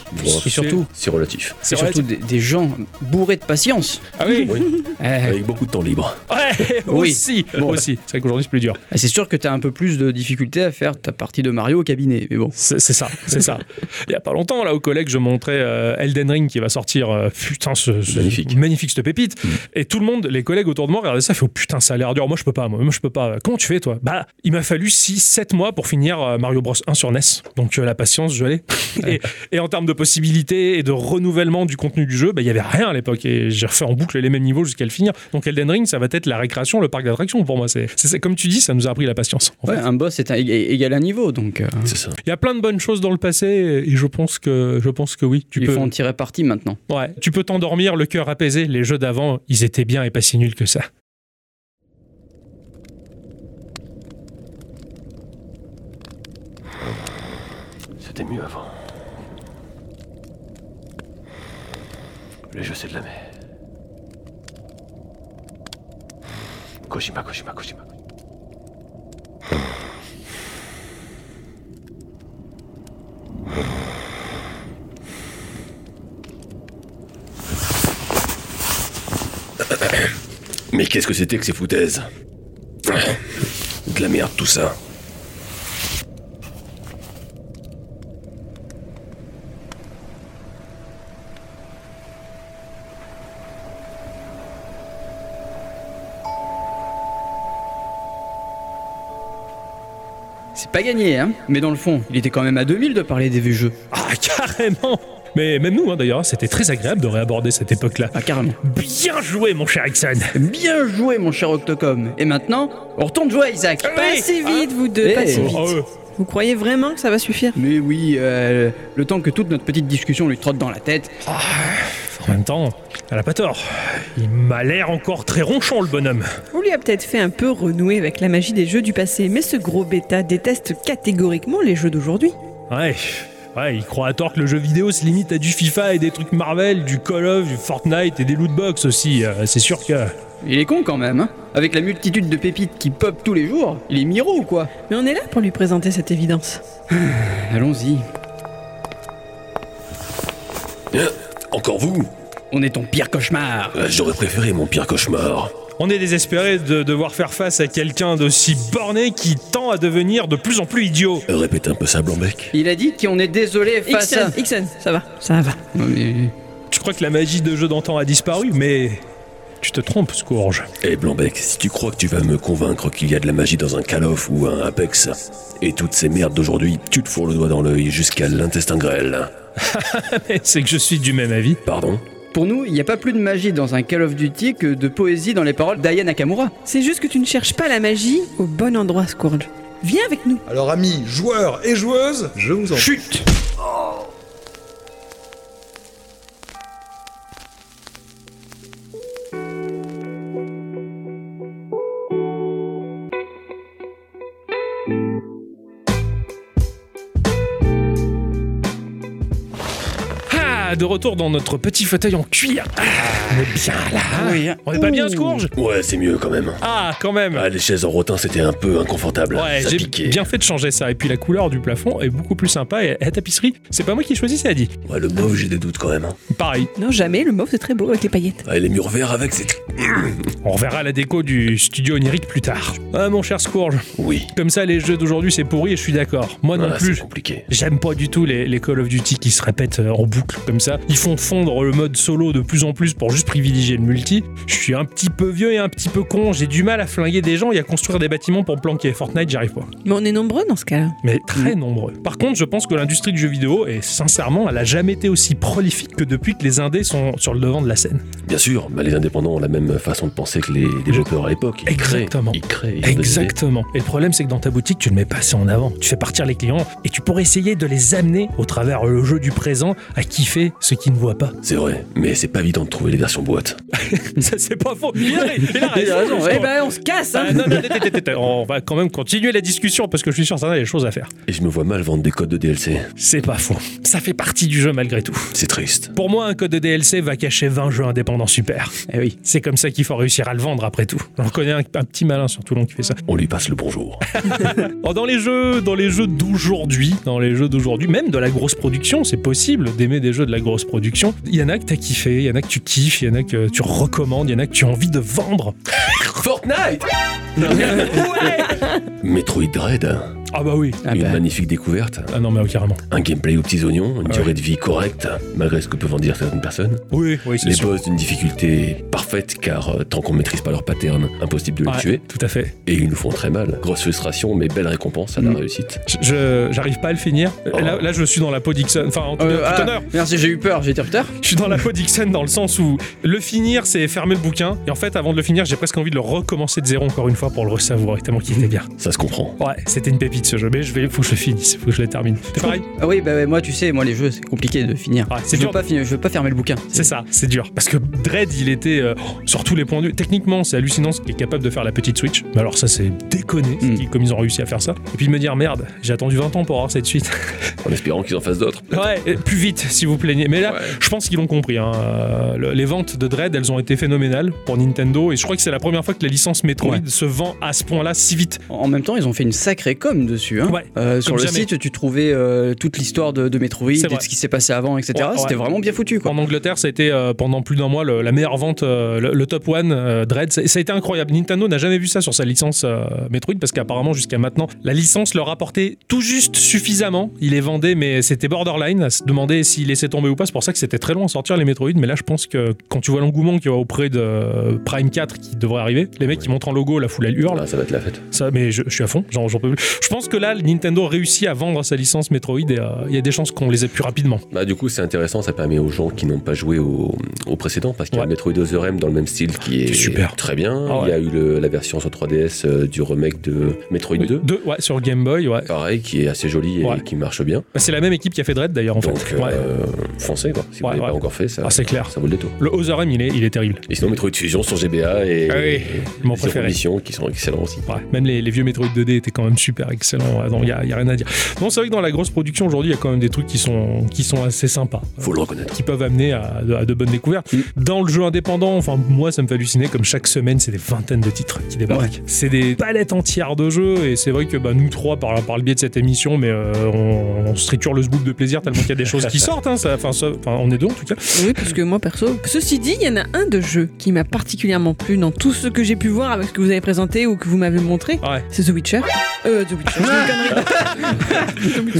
Speaker 12: et surtout,
Speaker 4: c'est relatif.
Speaker 12: C'est surtout des, des, gens bourrés de patience.
Speaker 8: Ah oui,
Speaker 4: oui.
Speaker 12: Eh.
Speaker 4: Euh... Avec beaucoup de temps libre.
Speaker 8: Ouais, oui. aussi, bon, aussi. C'est vrai qu'aujourd'hui, c'est plus dur.
Speaker 12: C'est sûr que t'as un peu plus de difficulté à faire ta partie de Mario au cabinet, mais bon.
Speaker 8: C'est ça, c'est ça. Il y a pas longtemps, là, au collègue, je montrais euh, Elden Ring qui va sortir. Euh, putain, ce, ce,
Speaker 4: magnifique.
Speaker 8: magnifique cette pépite. Mmh. Et tout le monde, les collègues autour de moi, regardaient ça, fait oh, putain, ça a l'air dur. Moi, je peux pas, moi, moi, je peux pas. Comment tu fais, toi Bah, il m'a fallu 6-7 mois pour finir euh, Mario Bros 1 sur NES. Donc, euh, la patience, je l'ai. et, et, en termes de possibilités et de renouvellement du contenu du jeu, bah, il y avait rien à l'époque. Et j'ai refait en boucle les mêmes niveaux jusqu'à le finir. Donc, Elden Ring, ça va être la récréation, le parc d'attractions pour moi. C'est comme tu dis, ça nous a appris la patience.
Speaker 12: En ouais, fait. un boss est un, égal à un niveau, donc. euh,
Speaker 4: C'est ça.
Speaker 8: Il y a plein de bonnes choses dans le passé et je pense que je pense que oui.
Speaker 12: Tu il peux... faut en tirer parti maintenant.
Speaker 8: Ouais, tu peux t'endormir, le cœur apaisé. Les jeux d'avant, ils étaient bien et pas si nuls que ça.
Speaker 4: C'était mieux avant. Les jeux, c'est de la mer. Kojima, Kojima, Kojima. Mais qu'est-ce que c'était que ces foutaises De la merde tout ça.
Speaker 12: C'est pas gagné, hein Mais dans le fond, il était quand même à 2000 de parler des vieux jeux.
Speaker 8: Ah, carrément mais même nous, hein, d'ailleurs, c'était très agréable de réaborder cette époque-là.
Speaker 12: Ah, carrément.
Speaker 8: Bien joué, mon cher Ixon.
Speaker 12: Bien joué, mon cher Octocom. Et maintenant, on retourne jouer à Isaac.
Speaker 8: Eh
Speaker 10: Hey pas si vite, ah. vous deux, hey. pas si vite. Oh, oh, oh. Vous croyez vraiment que ça va suffire
Speaker 12: Mais oui, euh, le temps que toute notre petite discussion lui trotte dans la tête.
Speaker 8: Ah, en même temps, elle a pas tort. Il m'a l'air encore très ronchon, le bonhomme.
Speaker 10: On lui a peut-être fait un peu renouer avec la magie des jeux du passé, mais ce gros bêta déteste catégoriquement les jeux d'aujourd'hui.
Speaker 8: Ouais, Ouais, il croit à tort que le jeu vidéo se limite à du FIFA et des trucs Marvel, du Call of, du Fortnite et des lootbox aussi. Euh, c'est sûr que.
Speaker 12: Il est con quand même, hein Avec la multitude de pépites qui pop tous les jours, il est miro ou quoi
Speaker 10: Mais on est là pour lui présenter cette évidence.
Speaker 12: Allons-y.
Speaker 4: Euh, encore vous
Speaker 12: On est ton pire cauchemar
Speaker 4: euh, J'aurais préféré mon pire cauchemar.
Speaker 8: On est désespéré de devoir faire face à quelqu'un d'aussi borné qui tend à devenir de plus en plus idiot.
Speaker 4: Répète un peu ça, Blanbec.
Speaker 12: Il a dit qu'on est désolé face
Speaker 10: Ixon,
Speaker 12: à.
Speaker 10: Ixon, ça va, ça va.
Speaker 8: Mais... Tu crois que la magie de jeu d'antan a disparu, mais. Tu te trompes, Scourge.
Speaker 4: Eh hey, Blanbec, si tu crois que tu vas me convaincre qu'il y a de la magie dans un Calof ou un Apex, et toutes ces merdes d'aujourd'hui, tu te fourres le doigt dans l'œil jusqu'à l'intestin grêle.
Speaker 8: C'est que je suis du même avis.
Speaker 4: Pardon
Speaker 12: pour nous, il n'y a pas plus de magie dans un Call of Duty que de poésie dans les paroles d'Aya Nakamura.
Speaker 10: C'est juste que tu ne cherches pas la magie au bon endroit, Scourge. Viens avec nous.
Speaker 13: Alors amis, joueurs et joueuses, je vous en...
Speaker 12: Chut oh.
Speaker 8: Ah, de retour dans notre petit fauteuil en cuir. Ah, on est bien là. Oui. On est pas Ouh. bien, Scourge
Speaker 4: Ouais, c'est mieux quand même.
Speaker 8: Ah, quand même.
Speaker 4: Ah, les chaises en rotin, c'était un peu inconfortable.
Speaker 8: Ouais, j'ai bien fait de changer ça. Et puis la couleur du plafond est beaucoup plus sympa. Et la tapisserie, c'est pas moi qui choisis, c'est Adi.
Speaker 4: Ouais, le mauve, j'ai des doutes quand même. hein.
Speaker 8: Pareil.
Speaker 10: Non, jamais. Le mauve, c'est très beau avec les paillettes.
Speaker 4: Ah, et les murs verts avec, c'est.
Speaker 8: On reverra la déco du studio onirique plus tard. Ah, mon cher Scourge.
Speaker 4: Oui.
Speaker 8: Comme ça, les jeux d'aujourd'hui, c'est pourri et je suis d'accord. Moi non
Speaker 4: ah,
Speaker 8: plus.
Speaker 4: compliqué.
Speaker 8: J'aime pas du tout les, les Call of Duty qui se répètent euh, en boucle comme ça ça. Ils font fondre le mode solo de plus en plus pour juste privilégier le multi. Je suis un petit peu vieux et un petit peu con, j'ai du mal à flinguer des gens et à construire des bâtiments pour planquer. Fortnite, j'y arrive pas.
Speaker 10: Mais on est nombreux dans ce cas-là.
Speaker 8: Mais très nombreux. Par contre, je pense que l'industrie du jeu vidéo, et sincèrement, elle a jamais été aussi prolifique que depuis que les indés sont sur le devant de la scène.
Speaker 4: Bien sûr, mais les indépendants ont la même façon de penser que les développeurs à l'époque. Ils
Speaker 8: Exactement.
Speaker 4: Créent, ils créent. ils ont des
Speaker 8: Exactement. Et le problème, c'est que dans ta boutique, tu ne mets pas ça en avant. Tu fais partir les clients et tu pourrais essayer de les amener au travers le jeu du présent à kiffer ce qu'ils ne voient pas.
Speaker 4: idées. C'est vrai, mais c'est pas évident de trouver les versions boîte.
Speaker 8: ça, c'est pas faux. Il a, Ah, il a
Speaker 12: Il a raison,
Speaker 8: raison.
Speaker 12: ouais.
Speaker 8: justement.
Speaker 12: Eh ben, on se casse, hein.
Speaker 8: Ah, non, non, non, non, non, non, non, on va quand même continuer la discussion parce que je suis sûr que ça a des choses à faire.
Speaker 4: Et je me vois mal vendre des codes de DLC.
Speaker 8: C'est pas faux. Ça fait partie du jeu malgré tout.
Speaker 4: C'est triste.
Speaker 8: Pour moi, un code de DLC va cacher 20 jeux indépendants super.
Speaker 12: Eh oui.
Speaker 8: C'est comme ça qu'il faut réussir à le vendre après tout. On connaît un, un petit malin sur Toulon qui fait ça.
Speaker 4: On lui passe le bonjour.
Speaker 8: Oh, dans les jeux, dans les jeux d'aujourd'hui, dans les jeux d'aujourd'hui, même de la grosse production, c'est possible d'aimer des jeux de la grosse production. Il y en a que t'as kiffé, il y en a que tu kiffes, il y en a que tu recommandes, il y en a que tu as envie de vendre.
Speaker 4: Fortnite Metroid Dread,
Speaker 8: Ah bah oui.
Speaker 4: une magnifique découverte.
Speaker 8: Ah non mais oh, carrément.
Speaker 4: Un gameplay aux petits oignons, une durée de vie correcte, malgré ce que peuvent en dire certaines personnes.
Speaker 8: Oui, oui, c'est
Speaker 4: Les
Speaker 8: sûr.
Speaker 4: boss d'une difficulté parfaite, car euh, tant qu'on maîtrise pas leur pattern, impossible de les
Speaker 8: Ouais,
Speaker 4: tuer.
Speaker 8: Tout à fait.
Speaker 4: Et ils nous font très mal. Grosse frustration, mais belle récompense à la
Speaker 8: Mm.
Speaker 4: réussite.
Speaker 8: Je- Je j'arrive pas à le finir. Là, là, je suis dans la peau d'Ixon. Enfin, en tout,
Speaker 12: Euh,
Speaker 8: tout
Speaker 12: ah,
Speaker 8: honneur.
Speaker 12: merci, j'ai eu peur, j'ai été en retard.
Speaker 8: Je suis dans la peau d'Ixon dans le sens où le finir, c'est fermer le bouquin. Et en fait, avant de le finir, j'ai presque envie de le recommencer de zéro encore une fois pour le resavourer, tellement qu'il était bien.
Speaker 4: Ça se comprend.
Speaker 8: Ouais, c'était une pépite ce jeu, mais je vais, faut que je le finisse, faut que je le termine. C'est pareil
Speaker 12: Ah oui, bah ouais, moi, tu sais, moi, les jeux, c'est compliqué de finir.
Speaker 8: Ouais,
Speaker 12: je,
Speaker 8: c'est
Speaker 12: veux
Speaker 8: dur.
Speaker 12: pas finir- je veux pas fermer le bouquin.
Speaker 8: C'est ça, c'est dur. Parce que Dread, il était euh, sur tous les points de vue. Techniquement, c'est hallucinant ce qu'il est capable de faire la petite Switch. Mais alors, ça, c'est déconné,
Speaker 12: Hmm.
Speaker 8: ce qui- comme ils ont réussi à faire ça. Et puis de me dire, merde, j'ai attendu 20 ans pour avoir cette suite.
Speaker 4: En espérant qu'ils en fassent d'autres.
Speaker 8: Ouais, et plus vite si vous plaignez. Mais là, je pense qu'ils l'ont compris. hein. Euh, le- Les ventes de Dread, elles ont été phénoménales pour Nintendo. Et je crois que c'est la première fois que la licence Metroid
Speaker 12: Ouais.
Speaker 8: se vend à ce point-là si vite.
Speaker 12: En même temps, ils ont fait une sacrée com dessus. hein.
Speaker 8: Ouais,
Speaker 12: Euh, sur
Speaker 8: comme
Speaker 12: le
Speaker 8: jamais.
Speaker 12: site, tu trouvais euh, toute l'histoire de, de Metroid
Speaker 8: C'est
Speaker 12: et
Speaker 8: vrai.
Speaker 12: de ce qui s'est passé avant, etc.
Speaker 8: Ouais,
Speaker 12: C'était
Speaker 8: ouais.
Speaker 12: vraiment bien foutu. Quoi.
Speaker 8: En Angleterre, ça a été euh, pendant plus d'un mois le- la meilleure vente, euh, le, le top one euh, Dread. Ça, ça a été incroyable. Nintendo n'a jamais vu ça sur sa licence euh, Metroid parce qu'apparemment jusqu'à maintenant, la licence leur apportait tout juste suffisamment. Il les vendait, mais c'était borderline à se demander s'il laissait tomber ou pas. C'est pour ça que c'était très long à sortir les Metroid. Mais là, je pense que quand tu vois l'engouement qu'il y a auprès de euh, Prime 4 qui devrait arriver, les mecs qui montrent en logo, la foule elle hurle.
Speaker 4: Ah, ça va être la fête.
Speaker 8: Ça, mais je, je suis à fond, j'en j'en peux plus. Je pense que là, Nintendo réussit à vendre sa licence Metroid et euh, il y a des chances qu'on les ait plus rapidement.
Speaker 4: Bah, du coup, c'est intéressant, ça permet aux gens qui n'ont pas joué au, au précédent, parce qu'il y a Metroid Other M dans le même style qui est
Speaker 8: super.
Speaker 4: très bien.
Speaker 8: Ah ouais.
Speaker 4: Il y a eu le- la version sur 3DS euh, du remake de Metroid 2,
Speaker 8: Deux, ouais, sur Game Boy, ouais.
Speaker 4: pareil, qui est assez joli et
Speaker 8: Ouais.
Speaker 4: qui marche bien.
Speaker 8: Bah, c'est la même équipe qui a fait Dread d'ailleurs en
Speaker 4: Donc,
Speaker 8: fait. Ouais.
Speaker 4: euh, foncez, quoi.
Speaker 8: Ouais,
Speaker 4: Si vous l'avez
Speaker 8: ouais.
Speaker 4: pas encore fait, ça,
Speaker 8: Ah, c'est clair.
Speaker 4: ça vaut le détour.
Speaker 8: Le Other M, il est, il est terrible.
Speaker 4: Et sinon, Metroid Fusion sur GBA et,
Speaker 8: Ah oui,
Speaker 4: et
Speaker 8: mon
Speaker 4: sur
Speaker 8: préféré.
Speaker 4: Mission, qui sont excellents aussi.
Speaker 8: Ouais, même les, les vieux Metroid 2D étaient quand même super excellents. Il n'y a, y a rien à dire. Bon, c'est vrai que dans la grosse production aujourd'hui, il y a quand même des trucs qui sont, qui sont assez sympas. hein,
Speaker 4: Faut le reconnaître.
Speaker 8: qui peuvent amener à, à de bonnes découvertes.
Speaker 4: Mm.
Speaker 8: Dans le jeu indépendant, enfin moi ça me fait halluciner comme chaque semaine c'est des vingtaines de titres qui débarquent. C'est des palettes entières de jeux et c'est vrai que bah, nous trois par, par le biais de cette émission, mais euh, on, on se triture le zbouk de plaisir tellement qu'il y a des choses qui sortent. hein, ça- Enfin ça- enfin, on est deux en tout cas.
Speaker 10: Oui, parce que moi perso. Ceci dit, il y en a un de jeu qui m'a particulièrement plu dans tout ce que j'ai pu voir avec ce que vous avez présenté ou que vous m'avez montré.
Speaker 8: Ouais.
Speaker 10: C'est The Witcher. Euh, The Witcher.
Speaker 8: Ah
Speaker 10: c'est une connerie.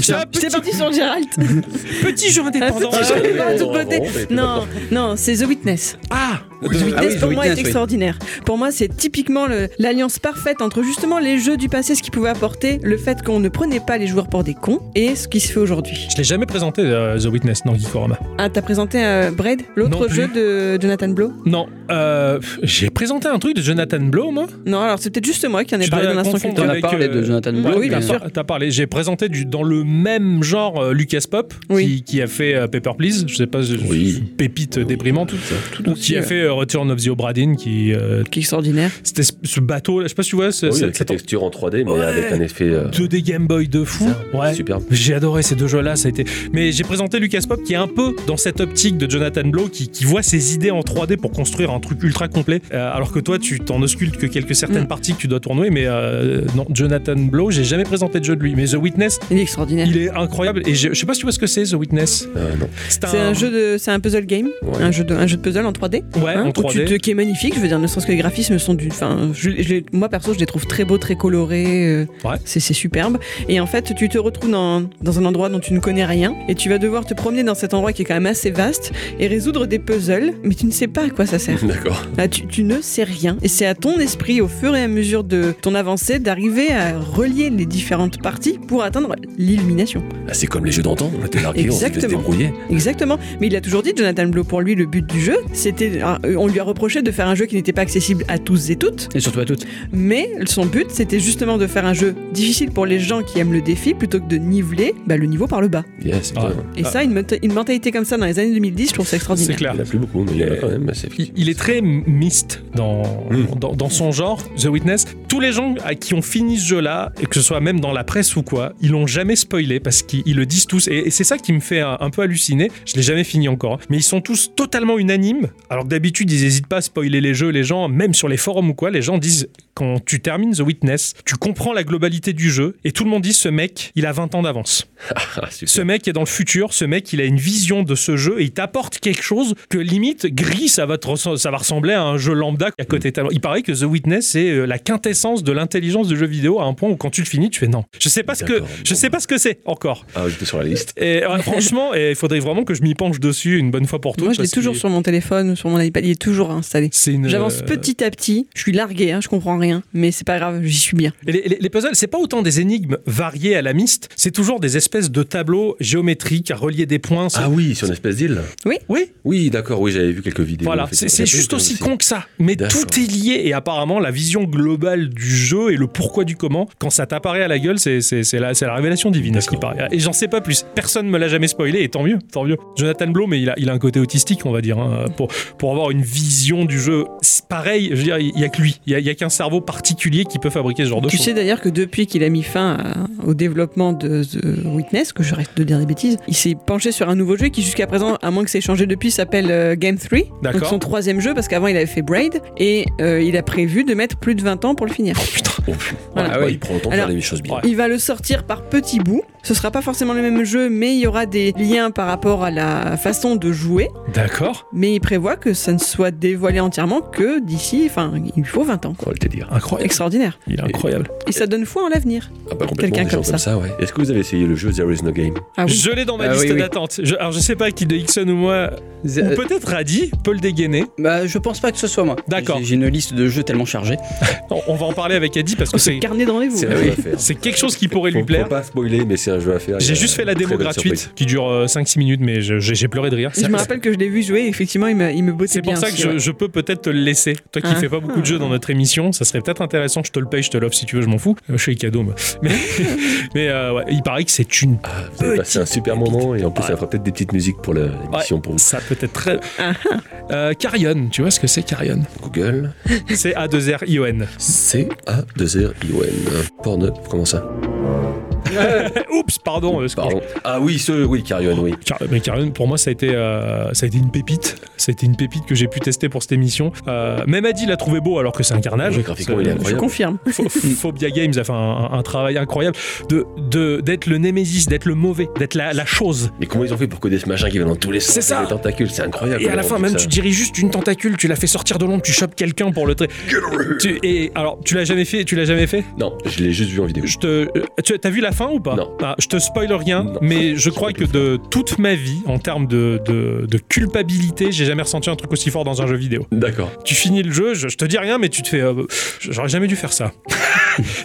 Speaker 8: C'est un
Speaker 10: J'étais parti sur Geralt.
Speaker 8: Petit jeu indépendant.
Speaker 10: Ah, petit jeu indépendant de
Speaker 4: Oh,
Speaker 10: côté.
Speaker 4: oh, mais-
Speaker 10: Non, non, c'est The Witness.
Speaker 8: Ah
Speaker 10: The Witness
Speaker 12: oui, The
Speaker 10: pour moi
Speaker 12: Witness,
Speaker 10: est
Speaker 12: oui.
Speaker 10: extraordinaire. Pour moi, c'est typiquement le- l'alliance parfaite entre justement les jeux du passé, ce qu'ils pouvaient apporter, le fait qu'on ne prenait pas les joueurs pour des cons, et ce qui se fait aujourd'hui.
Speaker 8: Je l'ai jamais présenté euh, The Witness dans Geekorama.
Speaker 10: Ah, t'as présenté euh, Braid,
Speaker 8: Non
Speaker 10: l'autre
Speaker 8: plus.
Speaker 10: jeu de Jonathan Blow
Speaker 8: Non, euh, j'ai présenté un truc de Jonathan Blum. hein.
Speaker 10: Non, alors c'est peut-être juste moi qui en ai
Speaker 8: Tu
Speaker 10: parlé
Speaker 8: dois
Speaker 10: dans l'instant
Speaker 8: confondre
Speaker 10: culturel.
Speaker 12: On a
Speaker 8: avec,
Speaker 12: parlé de Jonathan
Speaker 8: ouais,
Speaker 12: Blow,
Speaker 8: oui,
Speaker 10: mais-
Speaker 8: bien sûr. T'as parlé. J'ai présenté du, dans le même genre euh, Lucas Pop qui, qui a fait euh, Paper Please. Je sais pas, je-
Speaker 4: Oui.
Speaker 8: une pépite déprimante.
Speaker 10: Tout
Speaker 8: qui a
Speaker 10: aussi,
Speaker 8: fait euh, Return of the Obra Dinn, qui euh,
Speaker 10: Qui est extraordinaire.
Speaker 8: c'était ce- ce bateau. Là, je sais pas si tu vois. ce-
Speaker 4: Oui,
Speaker 8: cette-
Speaker 4: avec la texture en 3D, mais
Speaker 8: Ouais.
Speaker 4: avec un effet euh,
Speaker 8: 2D Game Boy de fou. Ouais.
Speaker 4: superbe.
Speaker 8: J'ai adoré ces deux jeux-là, ça a été. Mais j'ai présenté Lucas Pop qui est un peu dans cette optique de Jonathan Blow qui, qui voit ses idées en 3D pour construire un truc ultra complet, euh, alors que toi tu t'en auscultes que quelques certaines
Speaker 10: Mm.
Speaker 8: parties que tu dois tourner. Mais euh, non, Jonathan Blow, j'ai jamais présenté de jeu de lui. Mais The Witness,
Speaker 10: Il est extraordinaire.
Speaker 8: il est incroyable et je je sais pas si tu vois ce que c'est The Witness.
Speaker 4: Euh, non.
Speaker 8: C'est
Speaker 10: C'est un jeu de, c'est un puzzle game,
Speaker 4: Ouais.
Speaker 10: un jeu de, un jeu de puzzle en 3D.
Speaker 8: Ouais, ouais, en 3D.
Speaker 10: Hein tu te- qui est magnifique. Je veux dire, ne serait-ce que les graphismes sont du. Enfin, je- je les- moi perso, je les trouve très beaux, très colorés. euh, C'est c'est superbe. Et en fait, tu te retrouves dans, dans un endroit dont tu ne connais rien et tu vas devoir te promener dans cet endroit qui est quand même assez vaste et résoudre des puzzles, mais tu ne sais pas à quoi ça sert.
Speaker 4: D'accord.
Speaker 10: Là, Ah, tu, tu ne sais rien. Et c'est à ton esprit, au fur et à mesure de ton avancée, d'arriver à relier les différentes parties pour atteindre l'illumination.
Speaker 4: Ah, c'est comme les jeux d'antan, on était largués, on se faisait se débrouiller.
Speaker 10: Exactement. Mais il a toujours dit, Jonathan Blow, pour lui, le but du jeu, c'était. un- On lui a reproché de faire un jeu qui n'était pas accessible à tous et toutes.
Speaker 12: Et surtout à toutes.
Speaker 10: Mais son but, c'était justement de faire un jeu difficile pour les gens qui aiment le défi plutôt que de niveler bah, le niveau par le bas.
Speaker 4: Yes,
Speaker 8: Ah,
Speaker 4: c'est clair.
Speaker 12: Ah.
Speaker 10: Et ça, une, menta- une mentalité comme ça dans les années 2010, je trouve ça extraordinaire.
Speaker 8: C'est clair.
Speaker 4: Il n'y en a plus beaucoup, mais il y en a quand même assez.
Speaker 8: Il, il est très mixte dans, dans, dans son genre, The Witness. Tous les gens à qui ont fini ce jeu-là, et que ce soit même dans la presse ou quoi, ils l'ont jamais spoilé parce qu'ils ils le disent tous. Et, et c'est ça qui me fait un, un peu halluciner. Je l'ai jamais fini encore. hein. Mais ils sont tous totalement unanimes. Alors que d'habitude, ils n'hésitent pas à spoiler les jeux. Les gens, même sur les forums ou quoi, les gens disent quand tu termines The Witness, tu comprends la globalité du jeu. Et tout le monde dit ce mec, il a 20 ans d'avance.
Speaker 4: Ah,
Speaker 8: Ce mec est dans le futur, ce mec il a une vision de ce jeu et il t'apporte quelque chose que limite gris ça va, te ressem- ça va ressembler à un jeu lambda à côté. de ta- Il paraît que The Witness c'est euh, la quintessence de l'intelligence du jeu vidéo à un point où quand tu le finis tu fais non. Je sais pas ce que je sais pas ce que c'est encore.
Speaker 4: Ah, j'étais sur la liste.
Speaker 8: Et euh, franchement, et il faudrait vraiment que je m'y penche dessus une bonne fois pour toutes.
Speaker 10: Moi, je l'ai
Speaker 8: parce
Speaker 10: toujours
Speaker 8: qu'il-
Speaker 10: sur mon téléphone, sur mon iPad, il est toujours installé.
Speaker 8: une- euh,
Speaker 10: J'avance petit à petit, je suis largué, je comprends rien, mais c'est pas grave, j'y suis bien.
Speaker 8: Et les, les- les puzzles, c'est pas autant des énigmes variées à la miste, c'est toujours des espèces de tableaux géométriques à relier des points.
Speaker 4: Ah oui, sur une espèce d'île
Speaker 10: Oui.
Speaker 8: Oui.
Speaker 4: Oui, d'accord, oui, j'avais vu quelques vidéos.
Speaker 8: Voilà, c'est-
Speaker 4: effectivement.
Speaker 8: c'est
Speaker 4: Il y a
Speaker 8: juste
Speaker 4: plein de
Speaker 8: aussi
Speaker 4: trucs
Speaker 8: con que ça. Mais
Speaker 4: D'accord.
Speaker 8: tout est lié et apparemment la vision globale du jeu et le pourquoi du comment, quand ça t'apparaît à la gueule, c'est c'est- c'est la, c'est la révélation divine, à ce qui paraît. Et j'en sais pas plus. Personne me l'a jamais spoilé et tant mieux, tant mieux. Jonathan Blow, mais il a, il a un côté autistique, on va dire, hein, pour, pour avoir une vision du jeu. C'est Pareil, je veux dire, il y a que lui, il y a, il y a qu'un cerveau particulier qui peut fabriquer ce genre de
Speaker 10: Tu
Speaker 8: choses.
Speaker 10: sais d'ailleurs que depuis qu'il a mis fin à- au développement de The Witness, que j'arrête de dire des bêtises, il s'est penché sur un nouveau jeu qui jusqu'à présent, à moins que c'est changé depuis, s'appelle euh, Game 3.
Speaker 8: D'accord.
Speaker 10: Donc son troisième jeu, parce qu'avant il avait fait Braid, et euh, il a prévu de mettre plus de 20 ans pour le
Speaker 8: Oh,
Speaker 10: finir. Voilà.
Speaker 4: Ah ouais, il prend le temps de
Speaker 10: Alors,
Speaker 4: faire les choses bien.
Speaker 10: Il va le sortir par petits bouts. Ce sera pas forcément le même jeu, mais il y aura des liens par rapport à la façon de jouer.
Speaker 8: D'accord.
Speaker 10: Mais il prévoit que ça ne soit dévoilé entièrement que d'ici, enfin, il faut 20 ans.
Speaker 4: On va le dire.
Speaker 8: Incroyable.
Speaker 10: Extraordinaire.
Speaker 8: Il est incroyable.
Speaker 10: Et ça donne foi en l'avenir.
Speaker 4: Ah bah complètement,
Speaker 10: Quelqu'un
Speaker 4: des gens
Speaker 10: comme ça.
Speaker 4: ouais. Est-ce que vous avez essayé le jeu There is no game
Speaker 10: Ah oui.
Speaker 8: Je l'ai dans ma
Speaker 4: Ah
Speaker 8: liste
Speaker 4: oui, oui.
Speaker 8: d'attente. Je- alors je sais pas qui de Ixon ou moi,
Speaker 12: Euh,
Speaker 8: ou peut-être Radhi, peut le dégainer.
Speaker 12: Bah, je pense pas que ce soit moi.
Speaker 8: D'accord.
Speaker 12: J'ai une liste de jeux tellement chargée.
Speaker 8: On, on va en parler avec Eddy parce que c'est
Speaker 10: carnet dans les
Speaker 4: C'est
Speaker 8: Ah
Speaker 4: un jeu à faire.
Speaker 8: C'est quelque chose qui pourrait lui
Speaker 4: Faut-
Speaker 8: plaire.
Speaker 4: Faut pas spoiler, mais c'est un jeu à faire. Il y
Speaker 8: J'ai
Speaker 4: a
Speaker 8: juste fait la
Speaker 4: une
Speaker 8: démo
Speaker 4: très bonne
Speaker 8: gratuite
Speaker 4: surprise.
Speaker 8: qui dure euh, 5-6 minutes, mais je- j'ai j'ai pleuré de rire.
Speaker 10: Je me rappelle que je l'ai vu jouer, et effectivement, il me, il me bottait
Speaker 8: C'est pour
Speaker 10: bien
Speaker 8: ça que
Speaker 10: aussi,
Speaker 8: je,
Speaker 10: ouais.
Speaker 8: je peux peut-être te le laisser. Toi qui
Speaker 10: Ah.
Speaker 8: fais pas beaucoup de jeux dans notre émission, ça serait peut-être intéressant. Je te le paye, je te l'offre si tu veux, je m'en fous. Euh, Je suis cadeau, moi. Mais, mais euh, ouais, il paraît que c'est une.
Speaker 4: Ah, Vous avez passé un super moment et en plus, ça fera peut-être des petites musiques pour la- l'émission pour vous.
Speaker 8: Ça peut être très.
Speaker 10: Ah.
Speaker 8: Euh, Carrion, tu vois ce que c'est Carrion
Speaker 4: Google.
Speaker 8: C'est A2R-I-O-N.
Speaker 4: C'est A2R-I-O-N. Porno, comment ça
Speaker 8: Oups, pardon. euh,
Speaker 4: Pardon. Ah oui, ce, oui, Carrion, oui.
Speaker 8: Car- mais Carrion, pour moi, ça a été, euh, ça a été une pépite. Ça a été une pépite que j'ai pu tester pour cette émission. Euh, même Adi l'a trouvé beau alors que c'est un carnage.
Speaker 4: Oui, graphiquement, il est incroyable. Je
Speaker 10: confirme.
Speaker 8: Phobia Games a fait un, un- un travail incroyable de de- d'être le némésis, d'être le mauvais, d'être la, la chose.
Speaker 4: Mais comment ils ont fait pour coder ce machin qui va dans tous les sens
Speaker 8: C'est ça.
Speaker 4: Les tentacules, c'est incroyable.
Speaker 8: Et à la
Speaker 4: comment
Speaker 8: fin,
Speaker 4: ils ont
Speaker 8: même,
Speaker 4: fait
Speaker 8: tu
Speaker 4: ça.
Speaker 8: diriges juste une tentacule, tu la fais sortir de l'ombre, tu chopes quelqu'un pour le trait. Tu- Et alors, tu l'as jamais fait Tu l'as jamais fait
Speaker 4: Non, je l'ai juste vu en vidéo.
Speaker 8: Je te, euh, tu- t'as vu la fin ou pas Ah, je te spoil rien, mais je crois que de toute ma vie, en termes de, de, de culpabilité, j'ai jamais ressenti un truc aussi fort dans un jeu vidéo.
Speaker 4: D'accord.
Speaker 8: Tu finis le jeu, je, je te dis rien, mais tu te fais. euh, J'aurais jamais dû faire ça.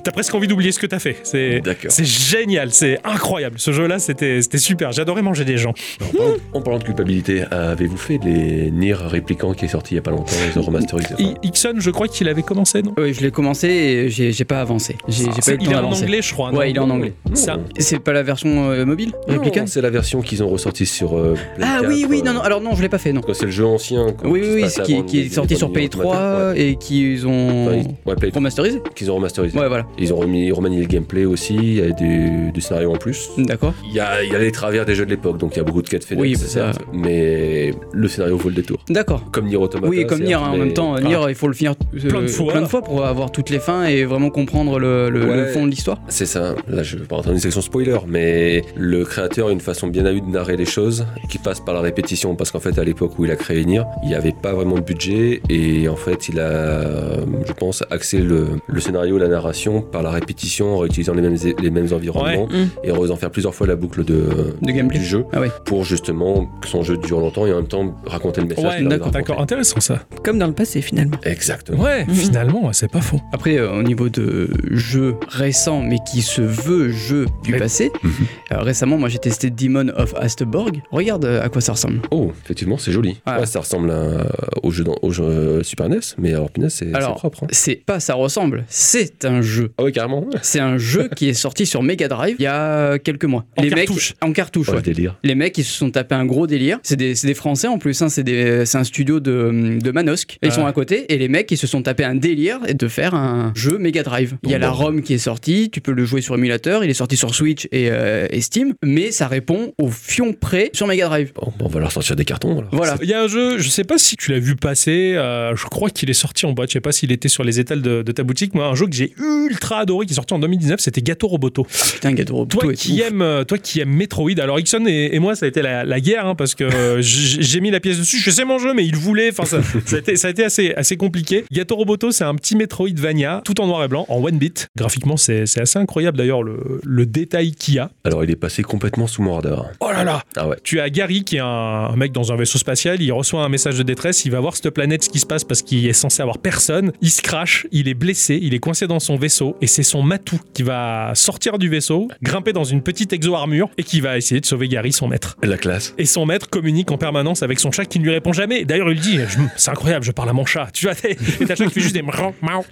Speaker 8: t'as presque envie d'oublier ce que t'as fait. C'est, c'est génial, c'est incroyable. Ce jeu-là, c'était, c'était super. J'adorais manger des gens.
Speaker 4: En parlant, en parlant de culpabilité, avez-vous fait les Nier répliquants qui est sorti il y a pas longtemps Ils ont remasterisé.
Speaker 8: I- Ixon, je crois qu'il avait commencé, non
Speaker 12: Ah Oui, je l'ai commencé et j'ai j'ai pas avancé. J'ai j'ai pas eu le
Speaker 8: Il
Speaker 12: temps
Speaker 8: est en
Speaker 12: d'avancer.
Speaker 8: anglais, je crois, non
Speaker 12: Ouais, il est en anglais.
Speaker 8: Ça.
Speaker 12: C'est pas la version euh, mobile Réplica
Speaker 4: Non, Hmm. C'est la version qu'ils ont ressortie sur. euh, Play
Speaker 12: Ah
Speaker 4: 4,
Speaker 12: oui, oui,
Speaker 4: euh,
Speaker 12: non, non, alors non, je l'ai pas fait, non.
Speaker 4: quand C'est le jeu ancien. quand
Speaker 12: Oui, oui,
Speaker 4: il se
Speaker 12: oui,
Speaker 4: passe
Speaker 12: ce qui,
Speaker 4: avant
Speaker 12: est- qui est
Speaker 4: les-
Speaker 12: sorti
Speaker 4: les
Speaker 12: sur euh,
Speaker 4: premiers
Speaker 12: PS3 et qu'ils ont
Speaker 4: Enfin, Ouais, Play-
Speaker 12: remasterisé
Speaker 4: qu'ils ont remasterisé.
Speaker 12: Ouais, voilà.
Speaker 4: Ils ont remis, remanié le gameplay aussi, il y a des, des scénarios en plus.
Speaker 12: D'accord.
Speaker 4: Il y a, il y a les travers des jeux de l'époque, donc il y a beaucoup de cas de fenêtres,
Speaker 12: Oui,
Speaker 4: c'est
Speaker 12: bah,
Speaker 4: certes, mais le scénario vaut le détour.
Speaker 12: D'accord.
Speaker 4: Comme Nier Automata.
Speaker 12: Oui, comme Nier,
Speaker 4: certes,
Speaker 12: hein, en
Speaker 4: mais-
Speaker 12: même temps,
Speaker 4: Ah.
Speaker 12: Nier, il faut le finir euh,
Speaker 4: Plein de fois.
Speaker 12: pour avoir toutes les fins et vraiment comprendre le, le- le
Speaker 4: Ouais.
Speaker 12: fond de l'histoire.
Speaker 4: C'est ça, là je pas rentrer dans une section spoiler, mais le créateur a une façon bien à lui de narrer les choses qui passe par la répétition. Parce qu'en fait, à l'époque où il a créé Nier, il n'y avait pas vraiment de budget et en fait, il a, je pense, axé le, le scénario, la narration par la répétition en réutilisant les mêmes, les mêmes environnements
Speaker 12: Ouais.
Speaker 4: et en faisant faire plusieurs fois la boucle de,
Speaker 12: De gameplay.
Speaker 4: du jeu
Speaker 12: Ah ouais.
Speaker 4: pour justement que son jeu dure longtemps et en même temps raconter le message.
Speaker 8: Ouais,
Speaker 4: qu'il a envie de
Speaker 8: d'accord, d'accord, intéressant ça.
Speaker 10: Comme dans le passé finalement.
Speaker 4: Exactement.
Speaker 8: Ouais, finalement, ouais, c'est pas faux.
Speaker 12: Après, euh, au niveau de jeu récent, mais qui se veut jeu du passé,
Speaker 4: Mhm.
Speaker 12: euh, récemment, moi j'ai testé Demon of Astborg. Regarde euh, à quoi ça ressemble.
Speaker 4: Oh, effectivement, c'est joli. Ouais, ça ressemble à- euh, au jeu, dans- au jeu euh, Super NES, mais alors, punaise, c'est c'est
Speaker 12: Alors,
Speaker 4: propre. hein.
Speaker 12: c'est pas ça ressemble, c'est un jeu.
Speaker 4: Ah oui, carrément.
Speaker 12: C'est un jeu qui est sorti sur Mega Drive il y a quelques mois.
Speaker 4: En
Speaker 12: mecs-
Speaker 4: cartouche.
Speaker 12: en cartouche.
Speaker 4: Oh, le
Speaker 12: ouais.
Speaker 4: délire.
Speaker 12: Les mecs, ils se sont tapés un gros délire. C'est des, c'est des Français en plus, hein, c'est des- c'est un studio de, de Manosque. Ils
Speaker 4: Ah.
Speaker 12: sont à côté et les mecs, ils se sont tapés un délire de faire un jeu Mega Drive. Il y a la ROM qui est sortie, tu peux le jouer sur émulateur, il est sorti sur Switch et, euh, et Steam, mais ça répond au fion près sur Mega Drive.
Speaker 4: Bon, on va leur sortir des cartons. alors.
Speaker 12: Voilà.
Speaker 8: Bah, Il y a un jeu, je sais pas si tu l'as vu passer, euh, je crois qu'il est sorti en boîte, je sais pas s'il était sur les étals de, de ta boutique. Moi, un jeu que j'ai ultra adoré qui est sorti en 2019, c'était Gâteau Roboto.
Speaker 12: Putain, Gâteau Roboto.
Speaker 8: Toi
Speaker 12: est
Speaker 8: qui,
Speaker 12: ouf.
Speaker 8: aimes, euh, toi qui aimes Metroid, alors Ixon et, et moi, ça a été la, la guerre hein, parce que euh, j- j'ai mis la pièce dessus, je sais mon jeu, mais il voulait, enfin, ça, ça a été, ça a été assez, assez compliqué. Gâteau Roboto, c'est un petit Metroidvania tout en noir et blanc, en one bit. Graphiquement, c'est c'est assez incroyable d'ailleurs le, le détail qu'il y a.
Speaker 4: Alors, il est passé complètement sous mon radar.
Speaker 8: Oh là là
Speaker 4: Ah ouais.
Speaker 8: Tu as Gary qui est un, un mec dans un vaisseau spatial, il reçoit un message de détresse, il va voir cette planète, ce qui se passe parce qu'il est censé avoir personne, il se crache, il est blessé, il est coincé dans son vaisseau et c'est son matou qui va sortir du vaisseau, grimper dans une petite exo-armure et qui va essayer de sauver Gary, son maître.
Speaker 4: La classe.
Speaker 8: Et son maître communique en permanence avec son chat qui ne lui répond jamais. D'ailleurs, il dit je- C'est incroyable, je parle à mon chat. Tu vois, et t'as le chat qui fait juste des mrang, mrang.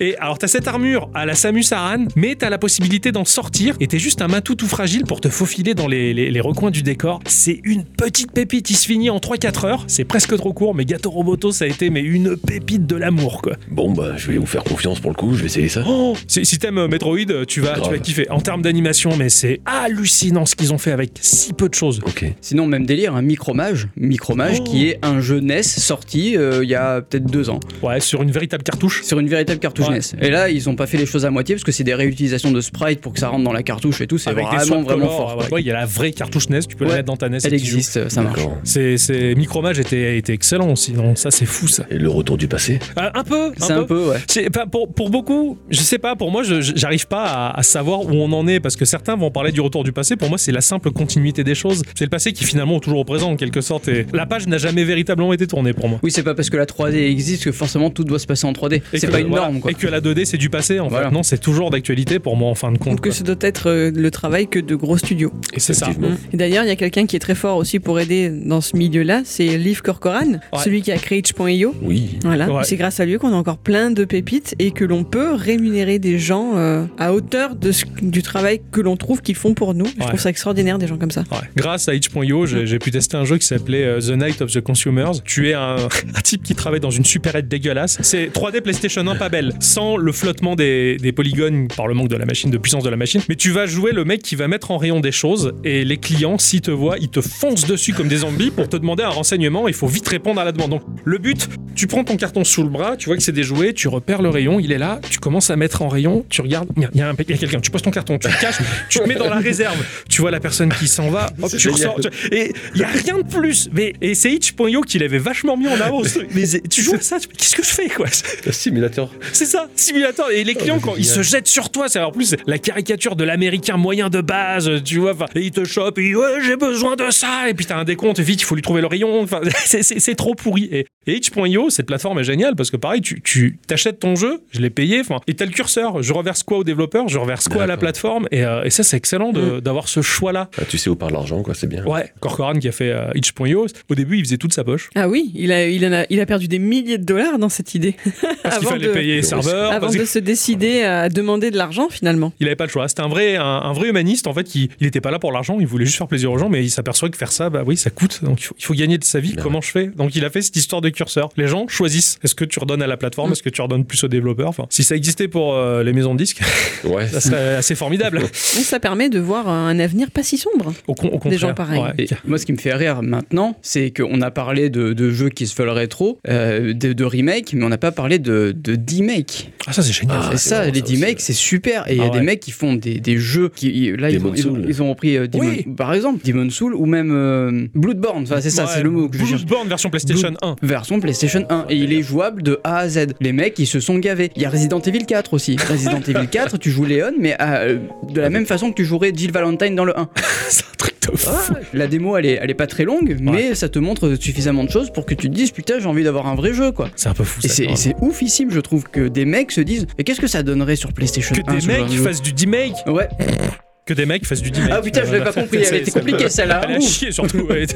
Speaker 8: et, et alors, t'as cette armure à la Samus Aran, mais t'as la possibilité d'en sortir et t'es juste un matou tout fragile pour te faufiler dans les, les- les recoins du décor. C'est une petite pépite. Il se finit en 3-4 heures. C'est presque trop court, mais Gato Roboto, ça a été mais une pépite de l'amour, quoi.
Speaker 4: Bon, bah, je vais vous faire confiance pour le coup, je vais essayer ça.
Speaker 8: Oh, si si t'aimes euh, Metroid, euh, tu vas, tu
Speaker 4: Grave.
Speaker 8: vas kiffer. En termes d'animation, mais c'est hallucinant ce qu'ils ont fait avec si peu de choses.
Speaker 4: Ok.
Speaker 12: Sinon, même délire, un Micromage, Micromage
Speaker 8: Oh.
Speaker 12: qui est un jeu NES sorti euh, il y a peut-être deux ans.
Speaker 8: Ouais, sur une véritable cartouche.
Speaker 12: Sur une véritable cartouche
Speaker 8: Ouais.
Speaker 12: NES. Et là, ils ont pas fait les choses à moitié parce que c'est des réutilisations de sprites pour que ça rentre dans la cartouche et tout. C'est
Speaker 8: Avec des
Speaker 12: vraiment,
Speaker 8: swaps
Speaker 12: vraiment
Speaker 8: color,
Speaker 12: fort.
Speaker 8: ouais,
Speaker 12: quoi.
Speaker 8: ouais, il y a la vraie cartouche NES, tu peux
Speaker 12: Ouais,
Speaker 8: la mettre dans ta NES. et
Speaker 12: elle
Speaker 8: t'y joues.
Speaker 12: existe, ça marche.
Speaker 4: D'accord.
Speaker 8: C'est, c'est... Micromage était, était excellent aussi, non, ça c'est fou ça.
Speaker 4: Et le retour du passé
Speaker 8: Euh, un peu,
Speaker 12: C'est un peu, ouais.
Speaker 8: C'est- pas- pour, pour beaucoup, je sais pas, pour moi, je- je- j'arrive pas à, à savoir où on en est parce que certains vont parler du retour du passé. Pour moi, c'est la simple continuité des choses. C'est le passé qui finalement est toujours au présent en quelque sorte. Et la page n'a jamais véritablement été tournée pour moi.
Speaker 12: Oui, c'est pas parce que la 3D existe que forcément tout doit se passer en 3D.
Speaker 8: Et
Speaker 12: C'est
Speaker 8: que-
Speaker 12: pas une
Speaker 8: voilà.
Speaker 12: norme, quoi.
Speaker 8: Et que la 2D c'est du passé en
Speaker 12: Voilà.
Speaker 8: fait. Non, c'est toujours d'actualité pour moi en fin de compte.
Speaker 10: Donc que
Speaker 8: quoi.
Speaker 10: ce doit être euh, le travail que de gros studios.
Speaker 8: Et c'est ça.
Speaker 4: Effectivement.
Speaker 10: Et d'ailleurs, il y a quelqu'un qui est très fort aussi pour aider dans ce milieu-là, c'est Liv Corcoran,
Speaker 8: Ouais.
Speaker 10: celui qui a créé itch.io.
Speaker 4: Oui.
Speaker 10: Voilà,
Speaker 8: Ouais.
Speaker 10: c'est grâce à lui qu'on a encore plein de pépites et que l'on peut rémunérer des gens euh, à hauteur de ce- du travail que l'on trouve qu'ils font pour nous. Je
Speaker 8: Ouais.
Speaker 10: trouve ça extraordinaire des gens comme ça.
Speaker 8: Ouais. Grâce à itch.io, j'ai j'ai pu tester un jeu qui s'appelait euh, The Night of the Consumers. Tu es un, un type qui travaille dans une supérette dégueulasse. C'est 3D PlayStation 1 pas belle, sans le flottement des, des polygones par le manque de la machine, de puissance de la machine. Mais tu vas jouer le mec qui va mettre en rayon des choses et les clients, s'ils te voient, ils te foncent dessus comme des zombies pour te demander un renseignement. Il faut vite répondre à la demande. Donc le but, tu prends ton carton sous le bras, tu vois que c'est des jouets, tu repères le rayon, il est là, tu commences à mettre en rayon, tu regardes, il y a- il y a, un- il y a quelqu'un, tu poses ton carton, tu le caches, tu te mets dans la réserve, tu vois la personne qui s'en va, hop, tu ressors. tu- et il y a rien de plus. Mais, et c'est itch.io qui l'avait vachement mis en avant. ce truc. Mais tu joues à ça, tu- qu'est-ce que je fais quoi
Speaker 4: Le simulateur.
Speaker 8: C'est ça, simulateur. Et les clients, quand ils se jettent sur toi, c'est en plus la caricature de l'américain moyen de base, tu vois, enfin, et ils te chopent, et ouais, j'ai besoin de ça, et puis t'as un décompte, vite, il faut lui trouver le rayon, enfin, c'est- c'est c'est trop pourri. Et, et itch.io, cette plateforme est géniale parce que pareil, tu tu- t'achètes ton jeu, je l'ai payé, enfin, et t'as le curseur, je reverse quoi au développeur, je reverse quoi à la
Speaker 4: D'accord.
Speaker 8: plateforme, et, euh, et ça, c'est excellent de- d'avoir ce choix-là.
Speaker 4: Ah, tu sais où part l'argent, quoi, c'est bien.
Speaker 8: Ouais, Corcoran qui a fait euh, itch.io, au début, il faisait toute sa poche.
Speaker 10: Ah oui, il a, il, en a, il a perdu des milliers de dollars dans cette idée.
Speaker 8: Parce qu'il fallait payer les serveurs,
Speaker 10: avant
Speaker 8: parce que-
Speaker 10: de se décider à demander de l'argent finalement.
Speaker 8: Il avait pas le choix. C'était un vrai, un, un vrai humaniste en fait qui il était pas là pour l'argent, il voulait juste faire plaisir aux gens, mais il s'aperçoit que faire ça, bah oui, ça coûte. Donc il faut, il faut gagner de sa vie.
Speaker 12: Bah
Speaker 4: Ben
Speaker 8: Comment je fais Donc il a fait cette histoire de curseur. Les gens choisissent. Est-ce que tu redonnes à la plateforme Est-ce que tu redonnes plus aux développeurs Enfin, si ça existait pour euh, les maisons de disques,
Speaker 4: Ouais.
Speaker 8: ça serait assez formidable.
Speaker 10: Mais ça permet de voir un avenir pas si sombre.
Speaker 12: Ah
Speaker 8: Au, con- au contraire.
Speaker 10: Des gens pareils.
Speaker 8: Ouais.
Speaker 12: Et moi, ce qui me fait rire maintenant, c'est qu'on a parlé de, de jeux qui se veulent rétro, euh, de, de remake, mais on n'a pas parlé de, de make
Speaker 8: Ah ça c'est génial.
Speaker 12: et ça, les 10 mecs, c'est super. Et il y a
Speaker 8: Ah
Speaker 12: des
Speaker 8: ouais.
Speaker 12: mecs qui font des, des jeux qui là ils
Speaker 4: Demon
Speaker 12: ont, ils, ont,
Speaker 4: Soul.
Speaker 12: ils ont repris euh, Demon-
Speaker 8: Oui.
Speaker 12: par exemple Demon Soul ou même euh, Bloodborne. Enfin, c'est ça,
Speaker 8: Ouais,
Speaker 12: c'est le mot que je cherche.
Speaker 8: Bloodborne version PlayStation 1.
Speaker 12: Version PlayStation 1 et il est jouable de A à Z. Les mecs ils se sont gavés. Il y a Resident Evil 4 aussi. Resident Evil 4, tu joues Leon mais euh, de
Speaker 8: Ah,
Speaker 12: la même façon que tu jouerais Jill Valentine dans le 1.
Speaker 4: c'est un truc de fou.
Speaker 12: la démo elle est, elle est pas très longue mais ça te montre suffisamment de choses pour que tu te dises putain j'ai envie d'avoir un vrai jeu quoi.
Speaker 8: C'est un peu fou.
Speaker 12: Et
Speaker 8: ça,
Speaker 12: c'est
Speaker 8: quand
Speaker 12: et c'est oufissime je trouve que des mecs se disent mais qu'est-ce que ça donnerait sur PlayStation
Speaker 8: Que
Speaker 12: 1
Speaker 8: des
Speaker 12: ce genre
Speaker 8: mecs
Speaker 12: de jeu
Speaker 8: fassent du demake.
Speaker 12: Ouais.
Speaker 8: Que des mecs fassent du demake.
Speaker 12: Ah, putain, je l'avais pas compris, elle
Speaker 8: C'est-
Speaker 12: était
Speaker 8: c'est un peu-
Speaker 12: compliquée, celle-là.
Speaker 8: Elle a
Speaker 12: Ouf.
Speaker 8: chier surtout. ouais.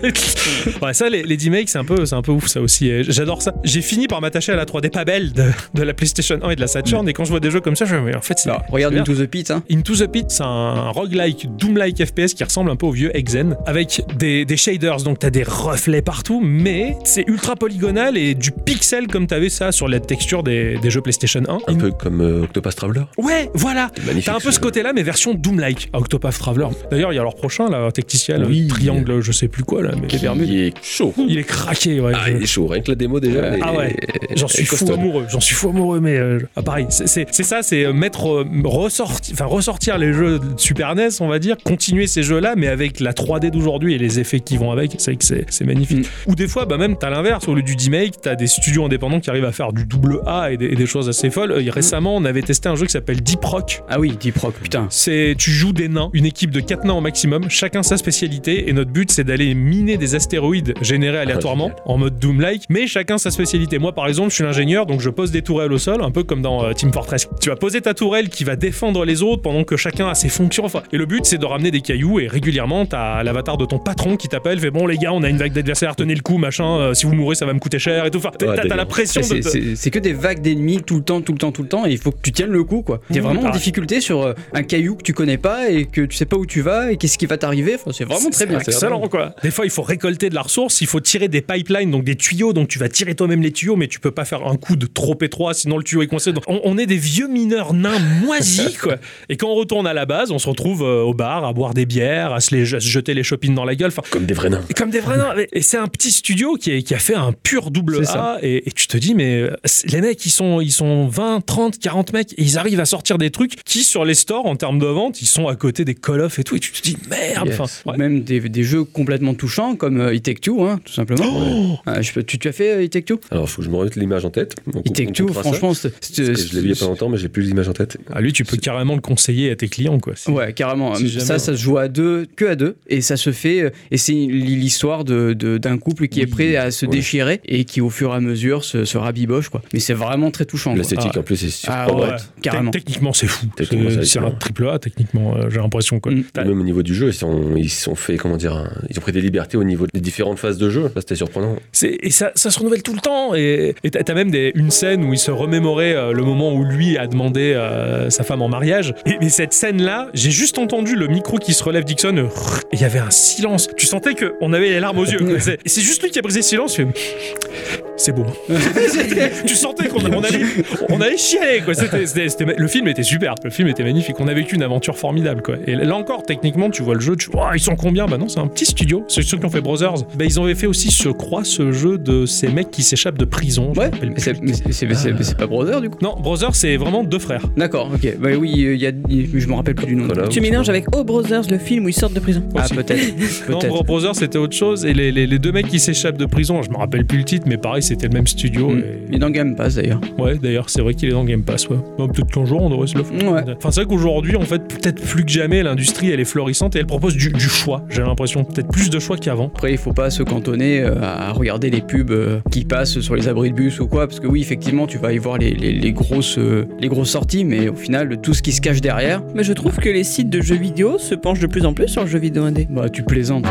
Speaker 8: Ouais, ça, les, les demakes, c'est un peu, c'est un peu ouf ça aussi. Et J'adore ça. J'ai fini par m'attacher à la 3D pas belle de, de la PlayStation 1 et de la Saturn.
Speaker 12: Mm.
Speaker 8: Et quand je vois des jeux comme ça, je me dis mais en fait c'est.
Speaker 12: Bah, Regarde
Speaker 8: c'est bien.
Speaker 12: Into the Pit hein.
Speaker 8: Into the Pit, c'est un roguelike, doom-like FPS qui ressemble un peu au vieux Exen, avec des, des shaders, donc t'as des reflets partout, mais c'est ultra polygonal et du pixel comme t'avais ça sur la texture des, des jeux PlayStation 1.
Speaker 4: Un peu comme euh, Octopath Traveler.
Speaker 8: Ouais, voilà.
Speaker 4: magnifique,
Speaker 8: T'as Mmh. un peu
Speaker 4: ce
Speaker 8: ce côté-là, mais version Doom-like. à Octopath Traveler. D'ailleurs, il y a leur prochain, là, Tacticiel,
Speaker 4: Oui.
Speaker 8: Triangle, je sais plus quoi, là, mais les Bermudes.
Speaker 4: Il est chaud.
Speaker 8: Il est craqué, ouais.
Speaker 4: Ah, il est chaud. Rien que la démo déjà. elle est-
Speaker 8: Ah ouais,
Speaker 4: elle est
Speaker 8: j'en suis fou hein.
Speaker 4: costaud.
Speaker 8: amoureux, j'en suis fou amoureux, mais euh, ah, pareil, c'est- c'est c'est ça, c'est euh, mettre, euh, ressorti- enfin ressortir les jeux de Super NES, on va dire, continuer ces jeux-là, mais avec la 3D d'aujourd'hui et les effets qui vont avec, c'est vrai que c'est c'est magnifique.
Speaker 4: Mm.
Speaker 8: Ou des fois, bah même t'as l'inverse, au lieu du remake, t'as des studios indépendants qui arrivent à faire du double A et des, et des choses assez folles. Euh, Récemment, on avait testé un jeu qui s'appelle Deep Rock.
Speaker 12: Ah oui, Deep Rock, putain.
Speaker 8: C'est tu joues des nains, une équipe de 4 nains au maximum, chacun sa spécialité et notre but c'est d'aller miner des astéroïdes générés aléatoirement
Speaker 12: Ah,
Speaker 8: en mode Doom-like, mais chacun sa spécialité. Moi par exemple, je suis l'ingénieur donc je pose des tourelles au sol, un peu comme dans euh, Team Fortress. Tu vas poser ta tourelle qui va défendre les autres pendant que chacun a ses fonctions. Enfin, et le but c'est de ramener des cailloux et régulièrement t'as l'avatar de ton patron qui t'appelle, fait bon les gars, on a une vague d'adversaires, tenez le coup, machin, euh, si vous mourrez ça va me coûter cher et tout. Enfin, t'as-
Speaker 12: Ouais,
Speaker 8: t'as t'as la
Speaker 12: délire.
Speaker 8: pression
Speaker 12: C'est-
Speaker 8: de. de-
Speaker 12: C'est c'est que des vagues d'ennemis tout le temps, tout le temps, tout le temps, et il faut que tu tiennes le coup, quoi. T'es
Speaker 8: Oui,
Speaker 12: vraiment en
Speaker 8: pareil.
Speaker 12: difficulté sur euh, un caillou que tu connais pas et que tu sais pas où tu vas et qu'est-ce qui va t'arriver. Enfin, c'est vraiment très
Speaker 8: C'est
Speaker 12: bien.
Speaker 8: Excellent quoi. Des fois, il faut récolter de la ressource, il faut tirer des pipelines, donc des tuyaux, donc tu vas tirer toi-même les tuyaux, mais tu peux pas faire un coup de trop étroit, sinon le tuyau est coincé. Donc, on, on est des vieux mineurs nains moisis quoi. Et quand on retourne à la base, on se retrouve euh, au bar à boire des bières, à se, les- à se jeter les chopines dans la gueule. Enfin,
Speaker 4: Comme des vrais nains.
Speaker 8: et Comme des vrais nains. Et c'est un petit studio qui, est- qui a fait un pur double
Speaker 4: C'est
Speaker 8: A.
Speaker 4: ça.
Speaker 8: Et, et tu te dis, mais euh, c'est- les mecs, ils sont, ils sont 20, 30, 40 mecs et ils arrivent à sortir des trucs qui, sur les stores, en termes de vente, ils sont à côté des Call of et tout. Et tu te dis, merde.
Speaker 12: Yes.
Speaker 8: Enfin,
Speaker 12: Ou
Speaker 8: ouais.
Speaker 12: Même des, des jeux complètement touchants comme euh, It Take Two, hein, tout simplement.
Speaker 4: Oh
Speaker 12: Ah, je sais pas, tu, tu as fait euh, It Take Two
Speaker 4: Alors, faut que je me remette l'image en tête. On-
Speaker 12: It Take
Speaker 4: on
Speaker 12: Two,
Speaker 4: coupera ça.
Speaker 12: franchement, c'est-
Speaker 4: Parce que je l'ai vu il y a pas longtemps, mais j'ai plus l'image en tête.
Speaker 8: Ah, lui, tu peux carrément le conseiller à tes clients, quoi. C'est-
Speaker 12: Ouais, carrément.
Speaker 8: Si jamais,
Speaker 12: ça, ça se joue à deux, que à deux, et ça se fait. euh, Et c'est l'histoire de- de- d'un couple qui est prêt à se déchirer et qui, au fur et à mesure, se, se rabiboche, quoi. Mais c'est vraiment très touchant. quoi.
Speaker 4: L'esthétique
Speaker 8: Ah.
Speaker 4: en plus, c'est sur
Speaker 12: Ah
Speaker 4: trois
Speaker 12: ouais.
Speaker 4: boîtes.
Speaker 12: carrément.
Speaker 8: Tec- Techniquement, c'est fou.
Speaker 4: Techniquement,
Speaker 8: C'est-
Speaker 4: c'est
Speaker 8: C'est un
Speaker 4: excellent.
Speaker 8: triple A, techniquement, euh, j'ai l'impression, quoi.
Speaker 12: Mm.
Speaker 8: T'as-
Speaker 4: Même au niveau du jeu, ils sont, ils sont fait, comment dire, un- ils ont pris des libertés au niveau des différentes phases de jeu. Ça, c'était surprenant.
Speaker 8: C'est- Et ça, ça se renouvelle tout le temps. Et et t'as t'as même des- une scène où il se remémorait euh, le moment où lui a demandé euh, sa femme en mariage. Et, mais cette scène-là, j'ai juste entendu le micro qui se relève Dixon. euh, et Il y avait un silence. Tu sentais qu'on avait les larmes aux yeux. quoi. C'est et c'est juste lui qui a brisé le silence. il fait, C'est beau.
Speaker 12: Ah.
Speaker 8: tu sentais qu'on on allait, on allait chialer. Quoi. C'était- c'était- c'était- le film était super. Le film était magnifique. On a vécu une aventure formidable. Quoi. Et là encore, techniquement, tu vois le jeu. Tu vois, ils sont combien Bah non, c'est un petit studio. C'est ceux qui ont fait Brothers. Bah, ils avaient fait aussi, je crois, ce jeu de ces mecs qui s'échappent de prison. Je
Speaker 12: Ouais,
Speaker 8: me rappelle
Speaker 12: mais c'est- mais c'est- c'est- c'est- mais c'est pas Brother du coup.
Speaker 8: plus. Non, Brothers, c'est vraiment deux frères.
Speaker 12: D'accord, ok. Bah oui, il y a, il- je me rappelle plus du nom.
Speaker 4: Voilà.
Speaker 10: Tu mélanges avec Oh Brothers, le film où ils sortent de prison.
Speaker 12: Ah,
Speaker 8: Aussi.
Speaker 12: peut-être.
Speaker 8: Non,
Speaker 12: peut-être.
Speaker 8: Bro- Brothers, c'était autre chose. Et les, les- les deux mecs qui s'échappent de prison, je me rappelle plus le titre, mais pareil, c'était le même studio.
Speaker 12: Mm.
Speaker 8: et-
Speaker 12: Il est dans Game Pass d'ailleurs.
Speaker 8: Ouais, d'ailleurs, c'est vrai qu'il est dans Game Pass, ouais. Donc, peut-être qu'un jour, on devrait se le faire.
Speaker 12: Ouais.
Speaker 8: Enfin, c'est vrai qu'aujourd'hui, en fait, peut-être plus que jamais, l'industrie, elle est florissante et elle propose du, du choix, j'ai l'impression. Peut-être plus de choix qu'avant.
Speaker 12: Après, il faut pas se cantonner euh, à regarder les pubs euh, qui passent sur les abris de bus ou quoi, parce que oui, effectivement, tu vas y voir les, les- les grosses, euh, les grosses sorties, mais au final, tout ce qui se cache derrière,
Speaker 10: Mais je trouve que les sites de jeux vidéo se penchent de plus en plus sur le jeu vidéo indé.
Speaker 12: bah tu plaisantes.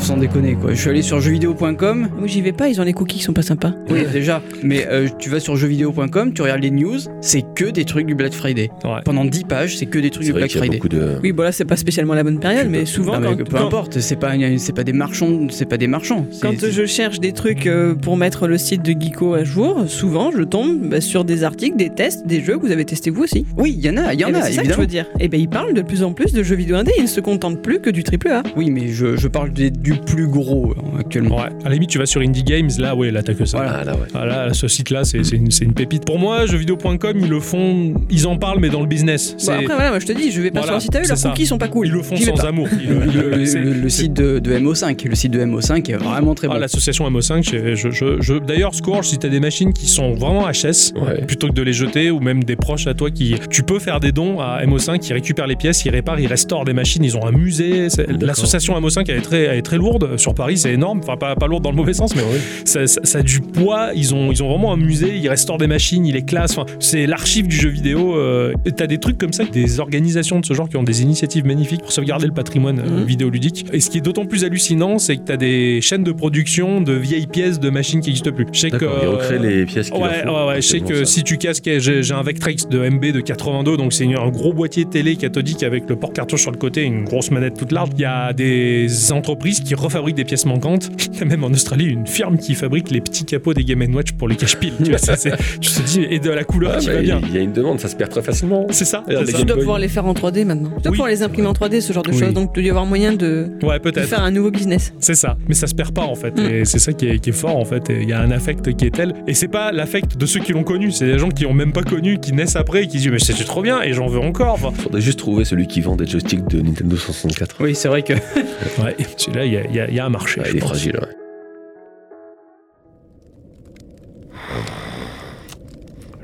Speaker 12: Sans déconner quoi. Je suis allé sur jeuxvideo.com.
Speaker 10: Moi j'y vais pas, ils ont les cookies qui sont pas sympas.
Speaker 12: Oui, déjà. Mais euh, tu vas sur jeuxvideo.com, tu regardes les news, c'est que des trucs du Black Friday.
Speaker 8: Ouais.
Speaker 12: Pendant 10 pages, c'est que des trucs
Speaker 4: C'est
Speaker 12: du
Speaker 4: vrai
Speaker 12: Black
Speaker 4: qu'il y a
Speaker 12: Friday.
Speaker 4: beaucoup de.
Speaker 10: Oui, bon là c'est pas spécialement la bonne période, mais souvent
Speaker 12: Non, mais
Speaker 10: quand,
Speaker 12: peu
Speaker 10: quand-
Speaker 12: importe, c'est pas, c'est pas des marchands, c'est pas des marchands. c'est-
Speaker 10: quand je cherche des trucs euh, pour mettre le site de Geeko à jour, souvent je tombe bah, sur des articles, des tests, des jeux que vous avez testés vous aussi.
Speaker 12: Oui, il y en a, il y en
Speaker 10: Eh ben,
Speaker 12: a,
Speaker 10: c'est ça que je
Speaker 12: évidemment.
Speaker 10: veux dire. Et ben ils parlent de plus en plus de jeux vidéo indé, ils ne se contentent plus que du triple A.
Speaker 12: Oui, mais je, je parle des, du plus gros hein, actuellement.
Speaker 8: Ouais. À la limite, tu vas sur Indie Games, là, ouais, là, t'as que ça.
Speaker 4: Voilà, Ah, là, ouais.
Speaker 8: Voilà, ce site-là, c'est c'est une, c'est une pépite. Pour moi, jeuxvideo.com, ils le font, ils en parlent, mais dans le business.
Speaker 10: Bon,
Speaker 8: C'est-
Speaker 10: Bah, après, voilà, moi je te dis, je vais pas
Speaker 8: Voilà,
Speaker 10: sur le site à eux,
Speaker 8: c'est
Speaker 10: leurs
Speaker 8: ça.
Speaker 10: cookies sont pas cool.
Speaker 8: Ils le font
Speaker 10: J'y vais
Speaker 8: sans
Speaker 10: pas.
Speaker 8: amour. Ils-
Speaker 12: Le, le-
Speaker 8: c'est-
Speaker 12: le- le
Speaker 8: c'est-
Speaker 12: site de, de MO5, le site de MO5 est vraiment
Speaker 10: Oh,
Speaker 12: très bon.
Speaker 8: Ah, l'association MO5, je, je- je- je- d'ailleurs, Scourge, si t'as des machines qui sont vraiment HS, plutôt que de les jeter, ou même des proches à toi qui. Tu peux faire des dons à MO5, qui récupèrent les pièces, ils réparent, ils restaurent des machines, ils ont un musée. c'est- L'association MO5, elle est, très, elle est très lourde. Sur Paris, c'est énorme. Enfin, pas, pas lourde dans le mauvais sens, mais ça, ça- ça a du poids. Ils ont, ils ont vraiment un musée, ils restaurent des machines, ils les classent. Enfin, c'est l'archive du jeu vidéo. euh, et t'as des trucs comme ça, des organisations de ce genre qui ont des initiatives magnifiques pour sauvegarder le patrimoine
Speaker 4: Mhm.
Speaker 8: euh, vidéoludique. Et ce qui est d'autant plus hallucinant, c'est que t'as des chaînes de production de vieilles pièces de machines qui n'existent plus. Je sais que. euh,
Speaker 4: D'accord, ils recréent les pièces qu'il
Speaker 8: Ouais,
Speaker 4: leur
Speaker 8: ouais,
Speaker 4: faut.
Speaker 8: ouais, Je
Speaker 4: C'est
Speaker 8: sais
Speaker 4: bon,
Speaker 8: que
Speaker 4: ça.
Speaker 8: si tu casques, eh, j'ai j'ai un Vectrex de MB de 82, donc c'est une- un gros boîtier télé cathodique avec le port cartouche sur le côté, une grosse manette toute large. Il y a des entreprises qui refabriquent des pièces manquantes. Il y a même en Australie une firme qui fabrique les petits capots des Game Watch pour les cache-piles. tu vois, ça, c'est- tu te dis, et de la couleur
Speaker 4: Ah,
Speaker 8: qui
Speaker 4: bah,
Speaker 8: va bien.
Speaker 4: Il y a une demande, ça se perd très facilement.
Speaker 8: C'est ça.
Speaker 4: Regarde, les
Speaker 10: Tu dois
Speaker 4: Game
Speaker 10: pouvoir
Speaker 4: Boy.
Speaker 10: les faire en 3D maintenant. Tu dois pouvoir les imprimer en 3D, ce genre de
Speaker 8: Oui.
Speaker 10: choses. Donc, tu dois avoir moyen de,
Speaker 8: Ouais,
Speaker 10: de
Speaker 8: peut-être.
Speaker 10: faire un nouveau business.
Speaker 8: C'est ça, mais ça se perd pas en fait, et c'est ça qui est, qui est fort en fait. Et Il y a un affect qui est tel, et c'est pas l'affect de ceux qui l'ont connu, c'est des gens qui ont même pas connu, qui naissent après, et qui disent mais c'était trop bien et j'en veux encore. Enfin,
Speaker 4: Faudrait juste trouver celui qui vend des joysticks de Nintendo 64.
Speaker 12: Oui, c'est vrai que.
Speaker 8: Ouais, celui-là, il y a- il y, a- il y a un marché.
Speaker 4: il est fragile, ouais.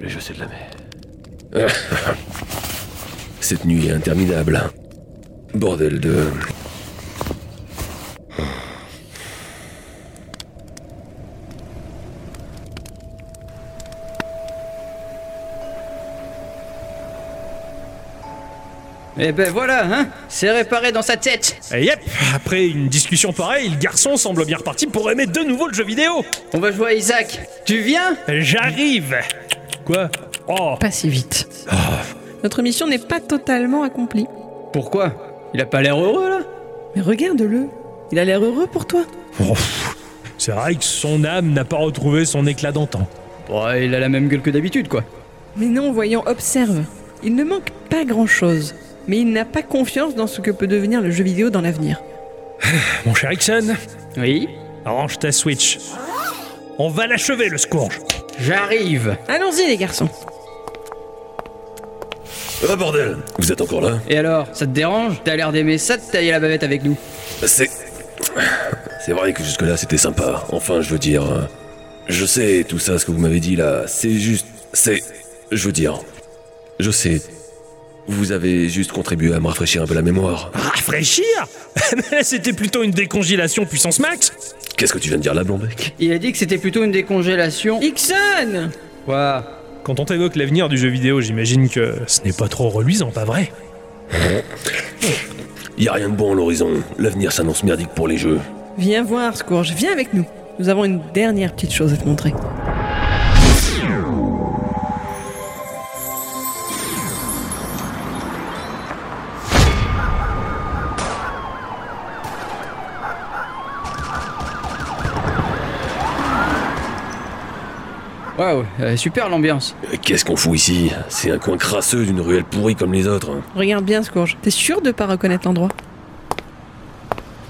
Speaker 4: Le jeu, c'est de la merde. Cette nuit est interminable. hein. Bordel de.
Speaker 9: Eh ben voilà, hein C'est réparé dans sa tête
Speaker 8: Et yep, après une discussion pareille, le garçon semble bien reparti pour aimer de nouveau le jeu vidéo.
Speaker 9: On va jouer à Isaac. Tu viens
Speaker 8: J'arrive. Quoi Oh
Speaker 10: Pas si vite.
Speaker 8: Ah.
Speaker 10: Notre mission n'est pas totalement accomplie.
Speaker 9: Pourquoi Il a pas l'air heureux là
Speaker 10: Mais regarde-le. Il a l'air heureux pour toi.
Speaker 8: Oh, pff, C'est vrai que son âme n'a pas retrouvé son éclat d'antan.
Speaker 9: Ouais, il a la même gueule que d'habitude quoi.
Speaker 10: Mais non, voyons, observe. Il ne manque pas grand-chose. Mais il n'a pas confiance dans ce que peut devenir le jeu vidéo dans l'avenir.
Speaker 8: Mon cher Ixon
Speaker 9: Oui
Speaker 8: Range ta Switch. On va l'achever, le scourge.
Speaker 9: J'arrive
Speaker 10: Allons-y, les garçons.
Speaker 4: Oh bordel Vous êtes encore là
Speaker 9: Et alors, ça te dérange T'as l'air d'aimer ça de tailler la bavette avec nous
Speaker 4: C'est. C'est vrai que jusque-là, c'était sympa. Enfin, je veux dire. euh, Je sais tout ça, ce que vous m'avez dit là. C'est juste. C'est. Je veux dire. Je sais. Vous avez juste contribué à me rafraîchir un peu la mémoire.
Speaker 8: Rafraîchir Mais C'était plutôt une décongélation puissance max
Speaker 4: Qu'est-ce que tu viens de dire là, Blondec
Speaker 9: Il a dit que c'était plutôt une décongélation.
Speaker 10: Ixon
Speaker 9: Quoi
Speaker 8: Quand on t'évoque l'avenir du jeu vidéo, j'imagine que ce n'est pas trop reluisant, pas vrai
Speaker 4: Y a rien de bon à l'horizon. L'avenir s'annonce merdique pour les jeux.
Speaker 10: Viens voir, Scourge, viens avec nous. Nous avons une dernière petite chose à te montrer.
Speaker 9: Waouh, euh, super l'ambiance.
Speaker 4: Qu'est-ce qu'on fout ici C'est un coin crasseux d'une ruelle pourrie comme les autres.
Speaker 10: Regarde bien, Scourge. T'es sûr de pas reconnaître l'endroit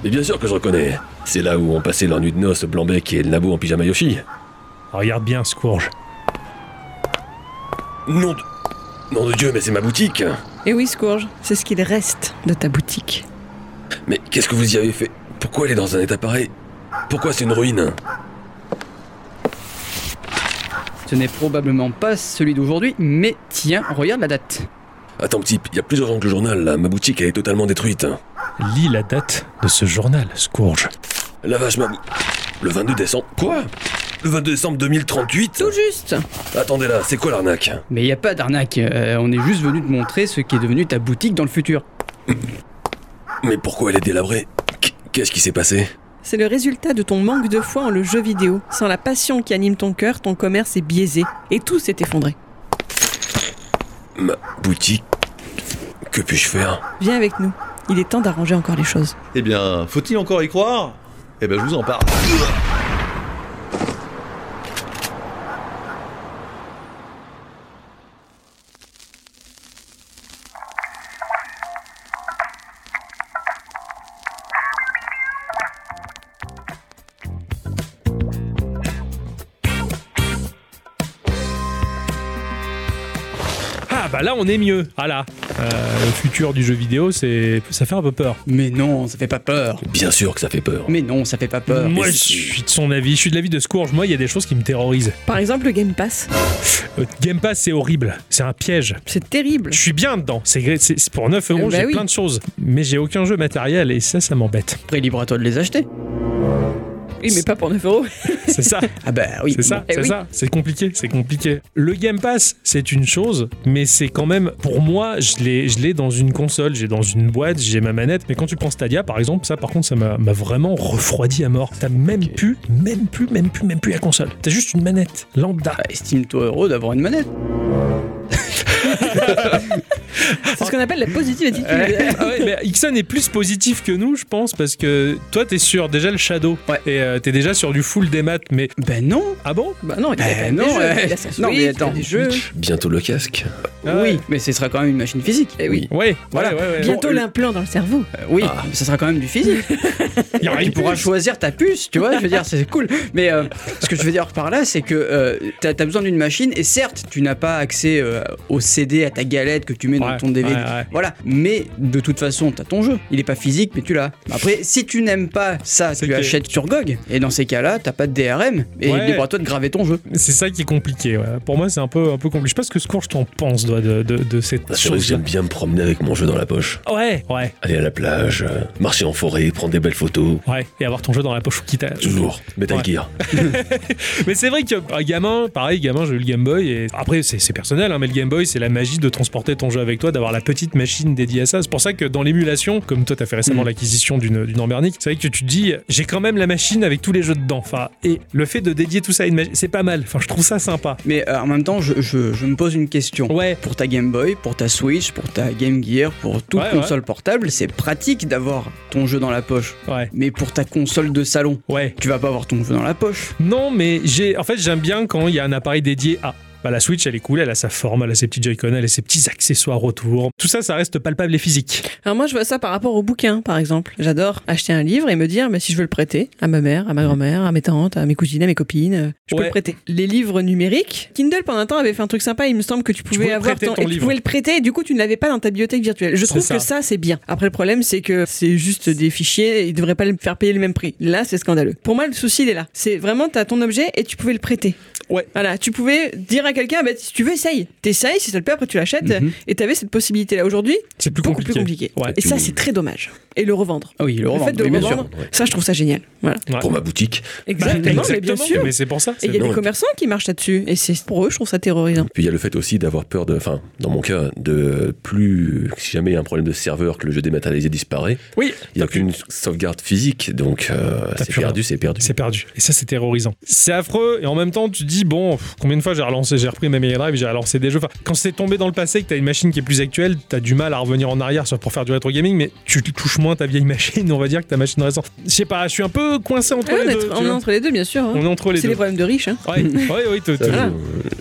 Speaker 4: Mais bien sûr que je reconnais. C'est là où ont passé leur nuit de noces Blanbec et le Nabo en pyjama Yoshi.
Speaker 8: Regarde bien, Scourge.
Speaker 4: Nom de... Nom de Dieu, mais c'est ma boutique
Speaker 10: Eh oui, Scourge, c'est ce qu'il reste de ta boutique.
Speaker 4: Mais qu'est-ce que vous y avez fait Pourquoi elle est dans un état pareil Pourquoi c'est une ruine
Speaker 9: Ce n'est probablement pas celui d'aujourd'hui, mais tiens, regarde la date.
Speaker 4: Attends, petit, il y a plusieurs gens que le journal, là. Ma boutique, elle est totalement détruite.
Speaker 8: Lis la date de ce journal, Scourge.
Speaker 4: La vache, ma... bou- Le 22 décembre... Quoi Le 22 décembre 2038 Tout
Speaker 10: juste
Speaker 4: Attendez là, c'est quoi l'arnaque
Speaker 9: Mais il a pas d'arnaque, euh, on est juste venu te montrer ce qui est devenu ta boutique dans le futur.
Speaker 4: Mais pourquoi elle est délabrée Qu- Qu'est-ce qui s'est passé
Speaker 10: C'est le résultat de ton manque de foi en le jeu vidéo. Sans la passion qui anime ton cœur, ton commerce est biaisé. Et tout s'est effondré.
Speaker 4: Ma boutique Que puis-je faire
Speaker 10: Viens avec nous. Il est temps d'arranger encore les choses.
Speaker 11: Eh
Speaker 3: Ah,
Speaker 11: bien, faut-il encore y croire Eh bien, je vous en parle.
Speaker 8: Ah bah là on est mieux. Ah là, Euh, le futur du jeu vidéo, c'est ça fait un peu peur.
Speaker 12: Mais non, ça fait pas peur.
Speaker 4: Bien sûr que ça fait peur.
Speaker 12: Mais non, ça fait pas peur.
Speaker 8: Moi, je suis de son avis. Je suis de l'avis de Scourge. Moi, il y a des choses qui me terrorisent.
Speaker 10: Par exemple, le Game Pass.
Speaker 8: Euh, Game Pass, c'est horrible. C'est un piège.
Speaker 10: C'est terrible.
Speaker 8: Je suis bien dedans. C'est gré- c'est- c'est pour 9 euros,
Speaker 10: Euh, bah
Speaker 8: j'ai
Speaker 10: oui.
Speaker 8: plein de choses. Mais j'ai aucun jeu matériel et ça, ça m'embête.
Speaker 12: Après, libre à toi de les acheter.
Speaker 10: Oui, mais pas pour 9 euros.
Speaker 8: C'est ça.
Speaker 12: Ah bah oui.
Speaker 8: C'est ça,
Speaker 10: Eh
Speaker 8: c'est
Speaker 10: oui.
Speaker 8: ça. C'est compliqué, c'est compliqué. Le Game Pass, c'est une chose, mais c'est quand même, pour moi, je l'ai, je l'ai dans une console, j'ai dans une boîte, j'ai ma manette. Mais quand tu prends Stadia, par exemple, ça, par contre, ça m'a, m'a vraiment refroidi à mort. T'as même plus, même plus, même plus, même plus la console. T'as juste une manette lambda.
Speaker 12: Estime-toi heureux d'avoir une manette.
Speaker 10: C'est ce qu'on appelle la positive attitude.
Speaker 12: Euh,
Speaker 8: Ah ouais, mais Ixon est plus positif que nous, je pense, parce que toi, t'es sur déjà le Shadow. Et euh, t'es déjà sur du full des maths, mais.
Speaker 12: Ben non
Speaker 8: Ah bon
Speaker 10: Bah non, il a quand
Speaker 12: Ben
Speaker 10: même des
Speaker 12: non,
Speaker 10: jeux,
Speaker 12: ouais.
Speaker 10: il a sa Switch,
Speaker 12: non, mais
Speaker 10: il
Speaker 12: attends.
Speaker 10: a des jeux.
Speaker 4: Bientôt le casque.
Speaker 12: Oui, mais ce sera quand même une machine physique.
Speaker 10: Eh oui.
Speaker 8: Ouais,
Speaker 12: voilà.
Speaker 10: Bientôt
Speaker 12: Bon,
Speaker 10: l'implant dans le Ah. cerveau.
Speaker 12: euh, oui, ça sera quand même du physique.
Speaker 8: Ah, Il
Speaker 12: tu pourras choisir ta puce, tu vois, je veux dire, c'est cool. Mais euh, ce que je veux dire par là, c'est que euh, t'as as besoin d'une machine, et certes, tu n'as pas accès euh, au CD, à ta galette que tu mets dans
Speaker 8: Ouais,
Speaker 12: ton DVD.
Speaker 8: ouais, ouais.
Speaker 12: Voilà, mais de toute façon, t'as ton jeu. Il est pas physique, mais tu l'as. Après, si tu n'aimes pas ça, tu
Speaker 8: que-
Speaker 12: achètes sur GOG, et dans ces cas-là, t'as pas de DRM, et
Speaker 8: Ouais.
Speaker 12: libre à toi de graver ton jeu.
Speaker 8: C'est ça qui est compliqué. ouais. Pour moi, c'est un peu, un peu compliqué. Je sais pas ce que Scourge t'en pense, toi, de, de, de cette
Speaker 4: C'est vrai que
Speaker 8: chose.
Speaker 4: j'aime bien me promener avec mon jeu dans la poche.
Speaker 8: Ouais, ouais,
Speaker 4: Aller à la plage, euh, marcher en forêt, prendre des belles photos.
Speaker 8: ouais. Et avoir ton jeu dans la poche ou quitte à.
Speaker 4: Toujours. Metal
Speaker 8: Ouais.
Speaker 4: Gear.
Speaker 8: Mais c'est vrai que un gamin, pareil, gamin, j'ai eu le Game Boy. Et après, c'est c'est personnel, hein, mais le Game Boy, c'est la magie de transporter ton jeu avec toi, d'avoir la petite machine dédiée à ça. C'est pour ça que dans l'émulation, comme toi, t'as fait récemment
Speaker 12: Mm.
Speaker 8: l'acquisition d'une d'une Ambernic, c'est vrai que tu te dis, j'ai quand même la machine avec tous les jeux dedans. Enfin, et le fait de dédier tout ça à une machine, c'est pas mal. Enfin, je trouve ça sympa.
Speaker 12: Mais euh, en même temps, je, je- je me pose une question.
Speaker 8: Ouais.
Speaker 12: Pour ta Game Boy, pour ta Switch, pour ta Game Gear, pour toute
Speaker 8: Ouais,
Speaker 12: console portable, c'est pratique d'avoir ton jeu dans la poche.
Speaker 8: Ouais.
Speaker 12: Mais pour ta console de salon,
Speaker 8: Ouais.
Speaker 12: tu vas pas avoir ton jeu dans la poche.
Speaker 8: Non, mais j'ai. En fait, j'aime bien quand il y a un appareil dédié à. Bah, la Switch, elle est cool, elle a sa forme, elle a ses petits Joy-Con, elle a ses petits accessoires autour. Tout ça, ça reste palpable et physique.
Speaker 10: Alors moi, je vois ça par rapport au bouquin, par exemple. J'adore acheter un livre et me dire, mais si je veux le prêter à ma mère, à ma grand-mère, à mes tantes, à mes cousines, à mes copines, euh, je peux
Speaker 8: Ouais.
Speaker 10: le prêter. Les livres numériques, Kindle pendant un temps avait fait un truc sympa. Il me semble que tu pouvais,
Speaker 8: pouvais
Speaker 10: avoir
Speaker 8: prêter ton
Speaker 10: et tu
Speaker 8: livre.
Speaker 10: pouvais le prêter et du coup, tu ne l'avais pas dans ta bibliothèque virtuelle. Je
Speaker 8: C'est
Speaker 10: trouve
Speaker 8: ça.
Speaker 10: que ça, c'est bien. Après, le problème, c'est que c'est juste des fichiers. Ils devraient pas le faire payer le même prix. Là, c'est scandaleux. Pour moi, le souci, il est là. C'est vraiment, t'as ton objet et tu pouvais le prêter.
Speaker 8: Ouais.
Speaker 10: Voilà, tu pouvais dire à quelqu'un, bah, si tu veux, essaye. T'essayes, si ça te plaît, après tu l'achètes.
Speaker 12: Mhm.
Speaker 10: Et t'avais cette possibilité-là. Aujourd'hui,
Speaker 8: C'est plus
Speaker 10: beaucoup
Speaker 8: compliqué.
Speaker 10: plus compliqué.
Speaker 8: Ouais.
Speaker 10: et ça, c'est très dommage. Et le revendre.
Speaker 12: Ah oui, le
Speaker 10: Le
Speaker 12: revendre,
Speaker 10: fait de
Speaker 12: oui,
Speaker 10: le
Speaker 12: bien sûr.
Speaker 10: revendre, ça, je trouve ça génial. Voilà.
Speaker 8: Ouais.
Speaker 4: Pour ma boutique.
Speaker 10: Exactement, mais bien sûr.
Speaker 8: Bah, Mais c'est pour ça.
Speaker 10: Et il y a
Speaker 4: Non,
Speaker 10: des
Speaker 4: et-
Speaker 10: commerçants qui marchent là-dessus. Et c'est pour eux, je trouve ça terrorisant.
Speaker 4: Puis il y a le fait aussi d'avoir peur de, enfin, dans mon cas, de plus, si jamais il y a un problème de serveur, que le jeu dématérialisé disparaît,
Speaker 8: Oui,
Speaker 4: il n'y a aucune sauvegarde physique, donc euh,
Speaker 8: T'as
Speaker 4: c'est
Speaker 8: plus
Speaker 4: perdu, c'est perdu.
Speaker 8: c'est perdu. Et ça, c'est terrorisant. C'est affreux. Et en même temps, tu dis, bon, pff, combien de fois j'ai relancé, j'ai repris ma Mega Drive, j'ai relancé des jeux. Enfin, quand c'est tombé dans le passé, que t'as une machine qui est plus actuelle, t'as du mal à revenir en arrière, sauf pour faire du rétro gaming, mais tu touches moins ta vieille machine, on va dire, que ta machine récente. Je sais pas, je suis un peu coincé entre
Speaker 10: Ah, on,
Speaker 8: les
Speaker 10: est,
Speaker 8: deux. tu
Speaker 10: on est
Speaker 8: vois.
Speaker 10: entre les deux, bien sûr. hein.
Speaker 8: On est entre les
Speaker 10: C'est
Speaker 8: deux.
Speaker 10: les problèmes de riches. hein.
Speaker 8: Ouais, ouais, ouais, tout-
Speaker 4: Ça,
Speaker 8: tout-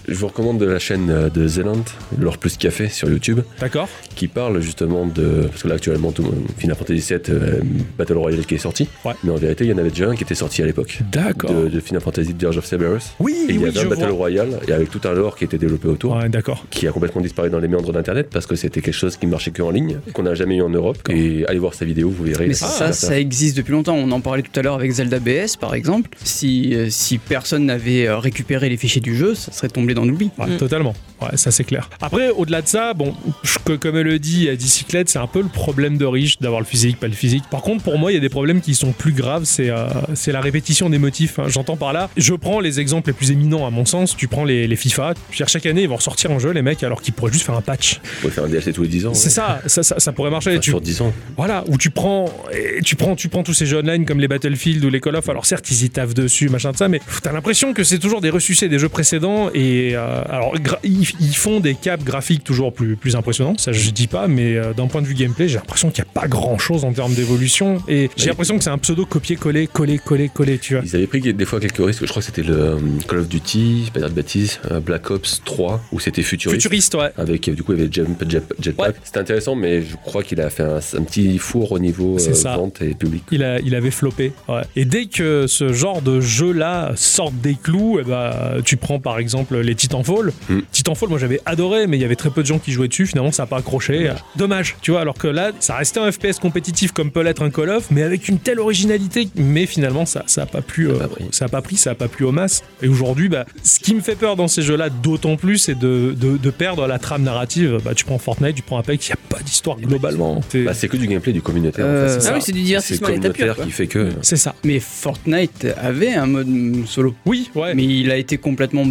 Speaker 4: je, je vous recommande de la chaîne euh, de Zeland, leur plus café sur YouTube,
Speaker 8: D'accord.
Speaker 4: qui parle justement de parce que là actuellement tout, Final Fantasy VII euh, Battle Royale qui est sorti,
Speaker 8: Ouais.
Speaker 4: mais en vérité il y en avait déjà un qui était sorti à l'époque
Speaker 8: D'accord.
Speaker 4: de, de Final Fantasy Dirge of Cerberus.
Speaker 8: Oui,
Speaker 4: Et il y
Speaker 8: oui,
Speaker 4: avait un
Speaker 8: je
Speaker 4: Battle
Speaker 8: vois.
Speaker 4: Royale et avec tout un lore qui était développé autour.
Speaker 8: Ouais, d'accord.
Speaker 4: qui a complètement disparu dans les méandres d'internet parce que c'était quelque chose qui marchait que en ligne, qu'on n'a jamais eu en Europe. Et allez voir sa vidéo, vous verrez.
Speaker 12: Mais ça, ça existe depuis longtemps. On en parlait tout à l'heure avec Zelda BS, par exemple. Si, euh, si personne n'avait euh, récupéré les fichiers du jeu, ça serait tombé dans l'oubli.
Speaker 8: Ouais,
Speaker 4: Mm.
Speaker 8: Totalement, ouais, ça c'est clair. Après, au-delà de ça, bon, je- que- comme elle le dit à Dicyclette, c'est un peu le problème de riche d'avoir le physique, pas le physique. Par contre, pour moi, il y a des problèmes qui sont plus graves, c'est euh, c'est la répétition des motifs. hein. J'entends par là, je prends les exemples les plus éminents à mon sens. Tu prends les, les FIFA, je veux dire, chaque année ils vont ressortir un jeu, les mecs, alors qu'ils pourraient juste faire un patch.
Speaker 4: Vous pouvez faire un DLC tous les 10 ans.
Speaker 8: C'est
Speaker 4: ouais.
Speaker 8: ça, ça, ça, ça pourrait marcher.
Speaker 4: Enfin,
Speaker 8: Tu-
Speaker 4: Sur 10 ans.
Speaker 8: voilà, où tu prends, et tu prends, tu prends tous ces jeux online comme les Battlefield ou les Call of. Alors certes, ils y taffent dessus, machin de ça, mais pff, t'as l'impression que c'est toujours des ressucés des jeux précédents. Et euh, alors, gra- ils, ils font des caps graphiques toujours plus, plus impressionnants. Ça, je dis pas, mais euh, d'un point de vue gameplay, j'ai l'impression qu'il n'y a pas grand chose en termes d'évolution. Et j'ai
Speaker 4: Bah,
Speaker 8: l'impression que c'est un pseudo copier-coller, coller, coller, coller, tu vois.
Speaker 4: Ils avaient pris des fois quelques risques. Je crois que c'était le euh, Call of Duty, je vais pas dire de bêtises, euh, Black Ops 3, où c'était futuriste.
Speaker 8: Futuriste, ouais.
Speaker 4: Avec euh, du coup, il y avait Jump, Jet- Jetpack. C'était intéressant, mais je crois qu'il a fait un, un petit four au niveau
Speaker 8: C'est
Speaker 4: euh,
Speaker 8: ça.
Speaker 4: vente et public.
Speaker 8: Il, a- il avait floppé. ouais. Et dès que ce genre de jeu-là sort des clous, eh ben, tu prends par exemple les Titanfall. Titanfall, moi j'avais adoré, mais il y avait très peu de gens qui jouaient dessus. Finalement, ça n'a pas accroché. Dommage. tu vois. Alors que là, ça restait un FPS compétitif comme peut l'être un Call of, mais avec une telle originalité. Mais finalement, ça n'a pas plu. euh, Ça n'a pas pris, ça n'a pas plu aux masses. Et aujourd'hui, bah, ce qui me fait peur dans ces jeux-là, d'autant plus, c'est de, de- de perdre la trame narrative. Bah, tu prends Fortnite, tu prends Apex, il n'y a pas d'histoire globalement.
Speaker 4: Bah, c'est que du gameplay du communautaire. en fait,
Speaker 12: Euh,
Speaker 4: ça.
Speaker 12: ah oui, c'est du divertissement
Speaker 4: C'est
Speaker 12: à
Speaker 4: le
Speaker 12: l'état pur,
Speaker 4: communautaire
Speaker 12: quoi.
Speaker 4: qui fait que.
Speaker 8: C'est ça.
Speaker 12: Mais Fortnite avait un mode mm, solo.
Speaker 8: Oui, ouais.
Speaker 12: Mais il a été complètement.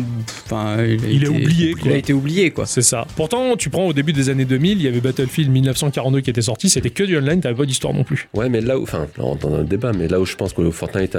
Speaker 12: Enfin, il a
Speaker 8: Il est
Speaker 12: été-
Speaker 8: oublié, quoi.
Speaker 12: Il a été oublié, quoi.
Speaker 8: C'est ça. Pourtant, tu prends au début des années 2000, il y avait Battlefield 1942 qui était sorti, c'était que du online, t'avais pas d'histoire non plus.
Speaker 4: Ouais, mais là où, enfin, là, on est dans le débat, mais là où je pense que Fortnite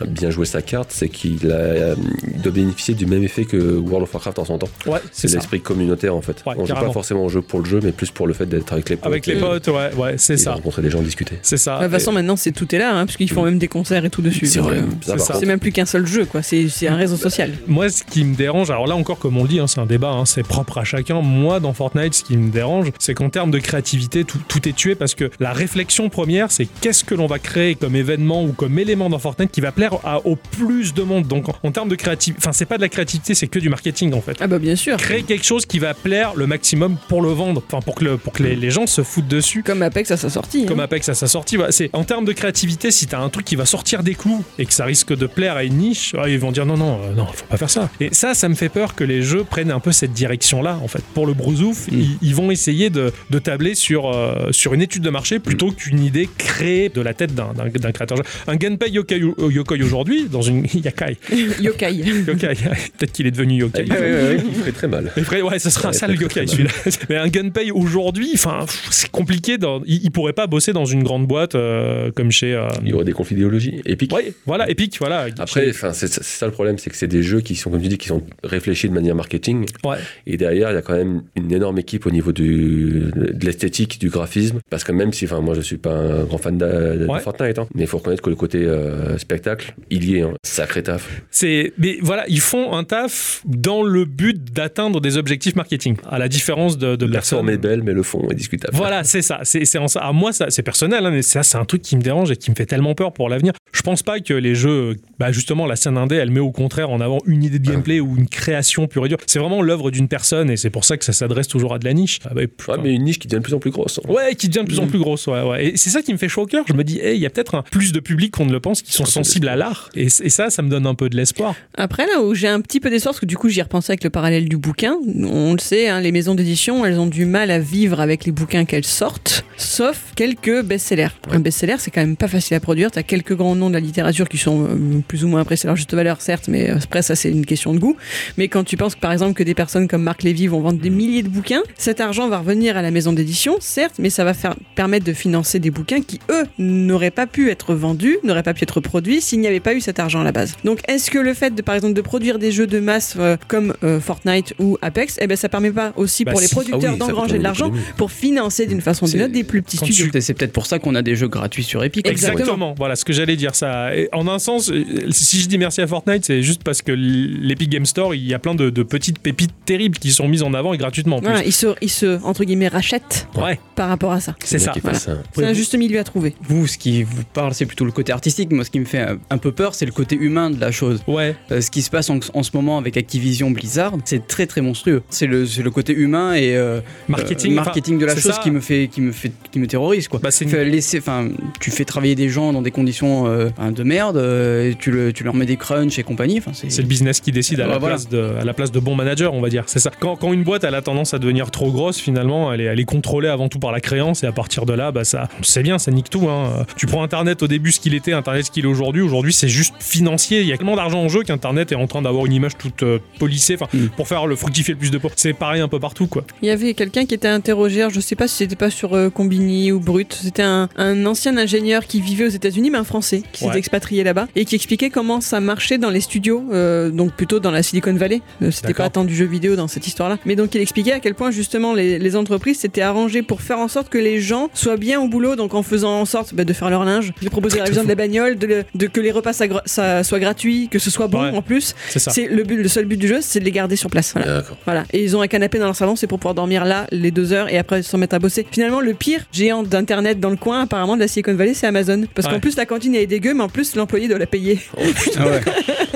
Speaker 4: a bien joué sa carte, c'est qu'il a, euh, il doit bénéficier du même effet que World of Warcraft en son temps.
Speaker 8: Ouais, c'est
Speaker 4: c'est
Speaker 8: ça.
Speaker 4: l'esprit communautaire en fait.
Speaker 8: Ouais,
Speaker 4: on joue
Speaker 8: carrément.
Speaker 4: pas forcément au jeu pour le jeu, mais plus pour le fait d'être avec les potes.
Speaker 8: Avec les
Speaker 4: et-
Speaker 8: potes, ouais, ouais, c'est
Speaker 4: et
Speaker 8: ça.
Speaker 4: rencontrer des gens, discuter.
Speaker 8: C'est ça.
Speaker 10: De toute façon, Bah, maintenant, c'est tout est là, hein, parce qu'ils font même des concerts et tout dessus.
Speaker 4: C'est vrai,
Speaker 10: Donc,
Speaker 4: ça, par
Speaker 10: c'est
Speaker 4: contre.
Speaker 10: C'est même plus qu'un seul jeu, quoi. C'est c'est un réseau social.
Speaker 8: Moi, ce qui me dérange, alors là encore, comme on le dit, hein, c'est un débat, hein, c'est propre à chacun. Moi, dans Fortnite, ce qui me dérange, c'est qu'en termes de créativité, tout, tout est tué parce que la réflexion première, c'est qu'est-ce que l'on va créer comme événement ou comme élément dans Fortnite qui va plaire à- au plus de monde. Donc, en, en termes de créativité, enfin, c'est pas de la créativité, c'est que du marketing en fait.
Speaker 10: Ah bah bien sûr.
Speaker 8: Créer quelque chose qui va plaire le maximum pour le vendre, enfin, pour que, le- pour que les, les gens se foutent dessus.
Speaker 10: Comme Apex à sa sortie. hein.
Speaker 8: Comme Apex à sa sortie, voilà. c'est en termes de créativité, si t'as un truc qui va sortir des clous et que ça risque de plaire à une niche, ah, ils vont dire non, non, euh, non, faut pas faire ça. Et ça, ça me fait peur que les jeux prennent un peu cette direction-là. En fait, pour le brousouf, ils, ils vont essayer de, de tabler sur euh, sur une étude de marché plutôt qu'une idée créée de la tête d'un d'un- d'un créateur. Un Gunpei Yokai- euh, Yokoi aujourd'hui, dans une Yakai.
Speaker 10: Yokai.
Speaker 8: Yokai. Peut-être qu'il est devenu yokai.
Speaker 4: Ah oui, oui, oui, il ferait très mal.
Speaker 8: Il ferait- ouais, ça serait un
Speaker 4: Ouais,
Speaker 8: sale
Speaker 4: très, très,
Speaker 8: yokai
Speaker 4: très
Speaker 8: celui-là. Mais un Gunpei aujourd'hui, enfin, pff, c'est compliqué. dans- il, il pourrait pas bosser dans une grande boîte euh, comme chez. euh,
Speaker 4: Il y aurait des conflits d'idéologie. Épique.
Speaker 8: voilà, épique, voilà.
Speaker 4: Après, enfin, c'est c'est ça le problème, c'est que c'est des jeux qui sont, comme tu dis, qui sont réfléchis de manière marketing.
Speaker 8: Ouais.
Speaker 4: Et derrière, il y a quand même une énorme équipe au niveau du, de l'esthétique, du graphisme. Parce que même si, enfin, moi, je suis pas un grand fan de, de
Speaker 8: Ouais.
Speaker 4: Fortnite, hein, mais il faut reconnaître que le côté euh, spectacle, il y est. Hein. Sacré taf.
Speaker 8: C'est, mais voilà, ils font un taf dans le but d'atteindre des objectifs marketing. À la différence de, de
Speaker 4: La
Speaker 8: personnes.
Speaker 4: forme est belle, mais le fond est discutable.
Speaker 8: Voilà, c'est ça. C'est, c'est en ça. Ah, moi, ça, c'est personnel, hein, mais ça, c'est un truc qui me dérange et qui me fait tellement peur pour l'avenir. Je pense pas que les jeux, bah, justement, la scène indé, elle met au contraire en avant une idée de gameplay ou une création pure et dure. C'est vraiment l'œuvre d'une personne et c'est pour ça que ça s'adresse toujours à de la niche. Ah, bah, putain.
Speaker 4: Ouais, mais une niche qui devient de plus en plus grosse. hein.
Speaker 8: Ouais, qui devient de plus en plus grosse. Ouais, ouais. Et c'est ça qui me fait chaud au cœur. Je me dis, hey, il y a peut-être un- plus de public qu'on ne le pense qui sont sensibles à l'art. Et, c- et ça, ça me donne un peu de l'espoir.
Speaker 10: Après, là où j'ai un petit peu d'espoir, parce que du coup, j'y repensais avec le parallèle du bouquin. On le sait, hein, les maisons d'édition, elles ont du mal à vivre avec les bouquins qu'elles sortent, sauf quelques best-sellers. Un best-seller, c'est quand même pas facile à produire. T'as quelques grands noms de la littérature qui sont euh, plus ou moins appréciés à leur juste valeur, certes, mais euh, après, ça, c'est une question de goût. Mais quand tu penses, par exemple, que des personnes comme Marc Lévy vont vendre des
Speaker 12: Mmh.
Speaker 10: milliers de bouquins, cet argent va revenir à la maison d'édition, certes, mais ça va faire, permettre de financer des bouquins qui, eux, n'auraient pas pu être vendus, n'auraient pas pu être produits s'il n'y avait pas eu cet argent à la base. Donc, est-ce que le fait, de, par exemple, de produire des jeux de masse euh, comme euh, Fortnite ou Apex, eh ben, ça permet pas aussi
Speaker 12: Bah
Speaker 10: pour les
Speaker 12: si.
Speaker 10: producteurs
Speaker 12: Ah oui, ça
Speaker 10: d'engranger
Speaker 12: permet
Speaker 10: de l'argent
Speaker 12: d'économiser.
Speaker 10: pour financer d'une façon ou d'une autre des plus petits
Speaker 12: Quand
Speaker 10: studios
Speaker 12: tu- C'est peut-être pour ça qu'on a des jeux gratuits sur Epic.
Speaker 8: Exactement. Voilà ce que j'allais dire. Ça, Et en un sens, euh, si je dis merci à Fortnite, c'est juste parce que l- l'Epic Game Store, il y a plein de, de petites pépites terribles qui sont mises en avant et gratuitement. En plus.
Speaker 10: Voilà, ils se, ils se, entre guillemets, rachètent
Speaker 8: Ouais.
Speaker 10: par rapport à ça.
Speaker 8: C'est ça.
Speaker 10: Voilà. C'est un juste milieu à trouver.
Speaker 12: Vous, ce qui vous parle, c'est plutôt le côté artistique. Moi, ce qui me fait un- un peu peur, c'est le côté humain de la chose.
Speaker 8: Ouais.
Speaker 12: Euh, ce qui se passe en, en ce moment avec Activision Blizzard, c'est très très monstrueux. C'est le, c'est le côté humain et euh,
Speaker 8: Marketing,
Speaker 12: euh, marketing de la
Speaker 8: enfin,
Speaker 12: chose
Speaker 8: c'est ça. Bah,
Speaker 12: qui me fait qui me fait qui me terrorise quoi. Fait laisser- enfin, tu fais travailler des gens dans des conditions euh, enfin, de merde, euh, et tu, le- tu leur mets des crunchs et compagnie. Enfin,
Speaker 8: C'est le business qui décide à,
Speaker 12: Ouais,
Speaker 8: la
Speaker 12: voilà.
Speaker 8: place de, à la place de bons managers, on va dire. C'est ça. Quand, quand une boîte elle a tendance à devenir trop grosse, finalement, elle est, elle est contrôlée avant tout par la créance et à partir de là, bah ça, c'est bien, ça nique tout. hein. Euh, Tu prends Internet au début ce qu'il était, Internet ce qu'il est aujourd'hui. Aujourd'hui, c'est juste financier. Il y a tellement d'argent en jeu qu'Internet est en train d'avoir une image toute euh, polissée, enfin, pour faire le fructifier le plus de poids. C'est pareil un peu partout, quoi.
Speaker 10: Il y avait quelqu'un qui était interrogé, alors je sais pas si c'était pas sur euh, Combini ou Brut, c'était un, un ancien ingénieur qui vivait aux États-Unis, mais un Français, qui s'était
Speaker 14: Ouais.
Speaker 10: expatrié là-bas, et qui expliquait comment ça marchait dans les studios, euh, donc plutôt dans la Silicon Valley. Euh, c'était
Speaker 14: D'accord.
Speaker 10: pas tant du jeu vidéo dans cette histoire-là. Mais donc il expliquait à quel point justement les, les entreprises s'étaient arrangées pour faire en sorte que les gens soient bien au boulot, donc en faisant en sorte bah, de faire leur linge, de proposer la révision de la bagnole, de, le- de que les repas ça, gra- ça soit gratuit, que ce soit bon en plus.
Speaker 8: C'est ça.
Speaker 10: le, but, le seul but du jeu, c'est de les garder sur place. Voilà.
Speaker 4: D'accord.
Speaker 10: Voilà. Et ils ont un canapé dans leur salon, c'est pour pouvoir dormir là les deux heures et après se mettre à bosser. Finalement, le pire, pire géant d'internet dans le coin, apparemment de la Silicon Valley, c'est Amazon. Parce
Speaker 8: Ouais.
Speaker 10: qu'en plus, la cantine elle est dégueu, mais en plus, l'employé doit la payer.
Speaker 8: Ah ouais.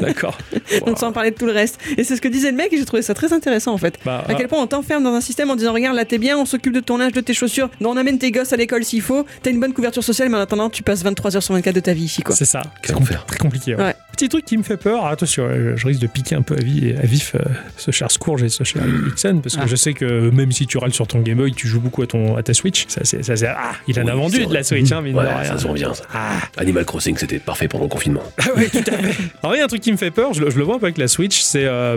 Speaker 8: D'accord.
Speaker 10: Donc sans parler de tout le reste. Et c'est ce que disait le mec et j'ai trouvé ça très intéressant en fait.
Speaker 8: Bah,
Speaker 10: à quel point on t'enferme dans un système en disant regarde là t'es bien, on s'occupe de ton linge, de tes chaussures, on amène tes gosses à l'école s'il faut, t'as une bonne couverture sociale, mais en attendant tu passes 23 h sur 24 de ta vie ici quoi.
Speaker 8: C'est ça. C'est compli- très compliqué. ouais.
Speaker 10: Ouais.
Speaker 8: Petit truc qui me fait peur, attention, euh, je risque de piquer un peu à, vie, à vif euh, ce cher Scourge et ce cher Nixon, parce que
Speaker 12: Ah.
Speaker 8: je sais que même si tu râles sur ton Game Boy, tu joues beaucoup à, ton, à ta Switch. Ça, c'est, ça, c'est- ah, il en
Speaker 4: Oui,
Speaker 8: a vendu
Speaker 4: c'est
Speaker 8: de
Speaker 4: vrai.
Speaker 8: la Switch, hein, mine
Speaker 4: Ouais,
Speaker 8: de rien.
Speaker 4: ça se vend bien, ça.
Speaker 8: Ah.
Speaker 4: Animal Crossing, c'était parfait pendant le confinement.
Speaker 8: Alors, il y a un truc qui me fait peur, je, le- je le vois un peu avec la Switch, c'est euh,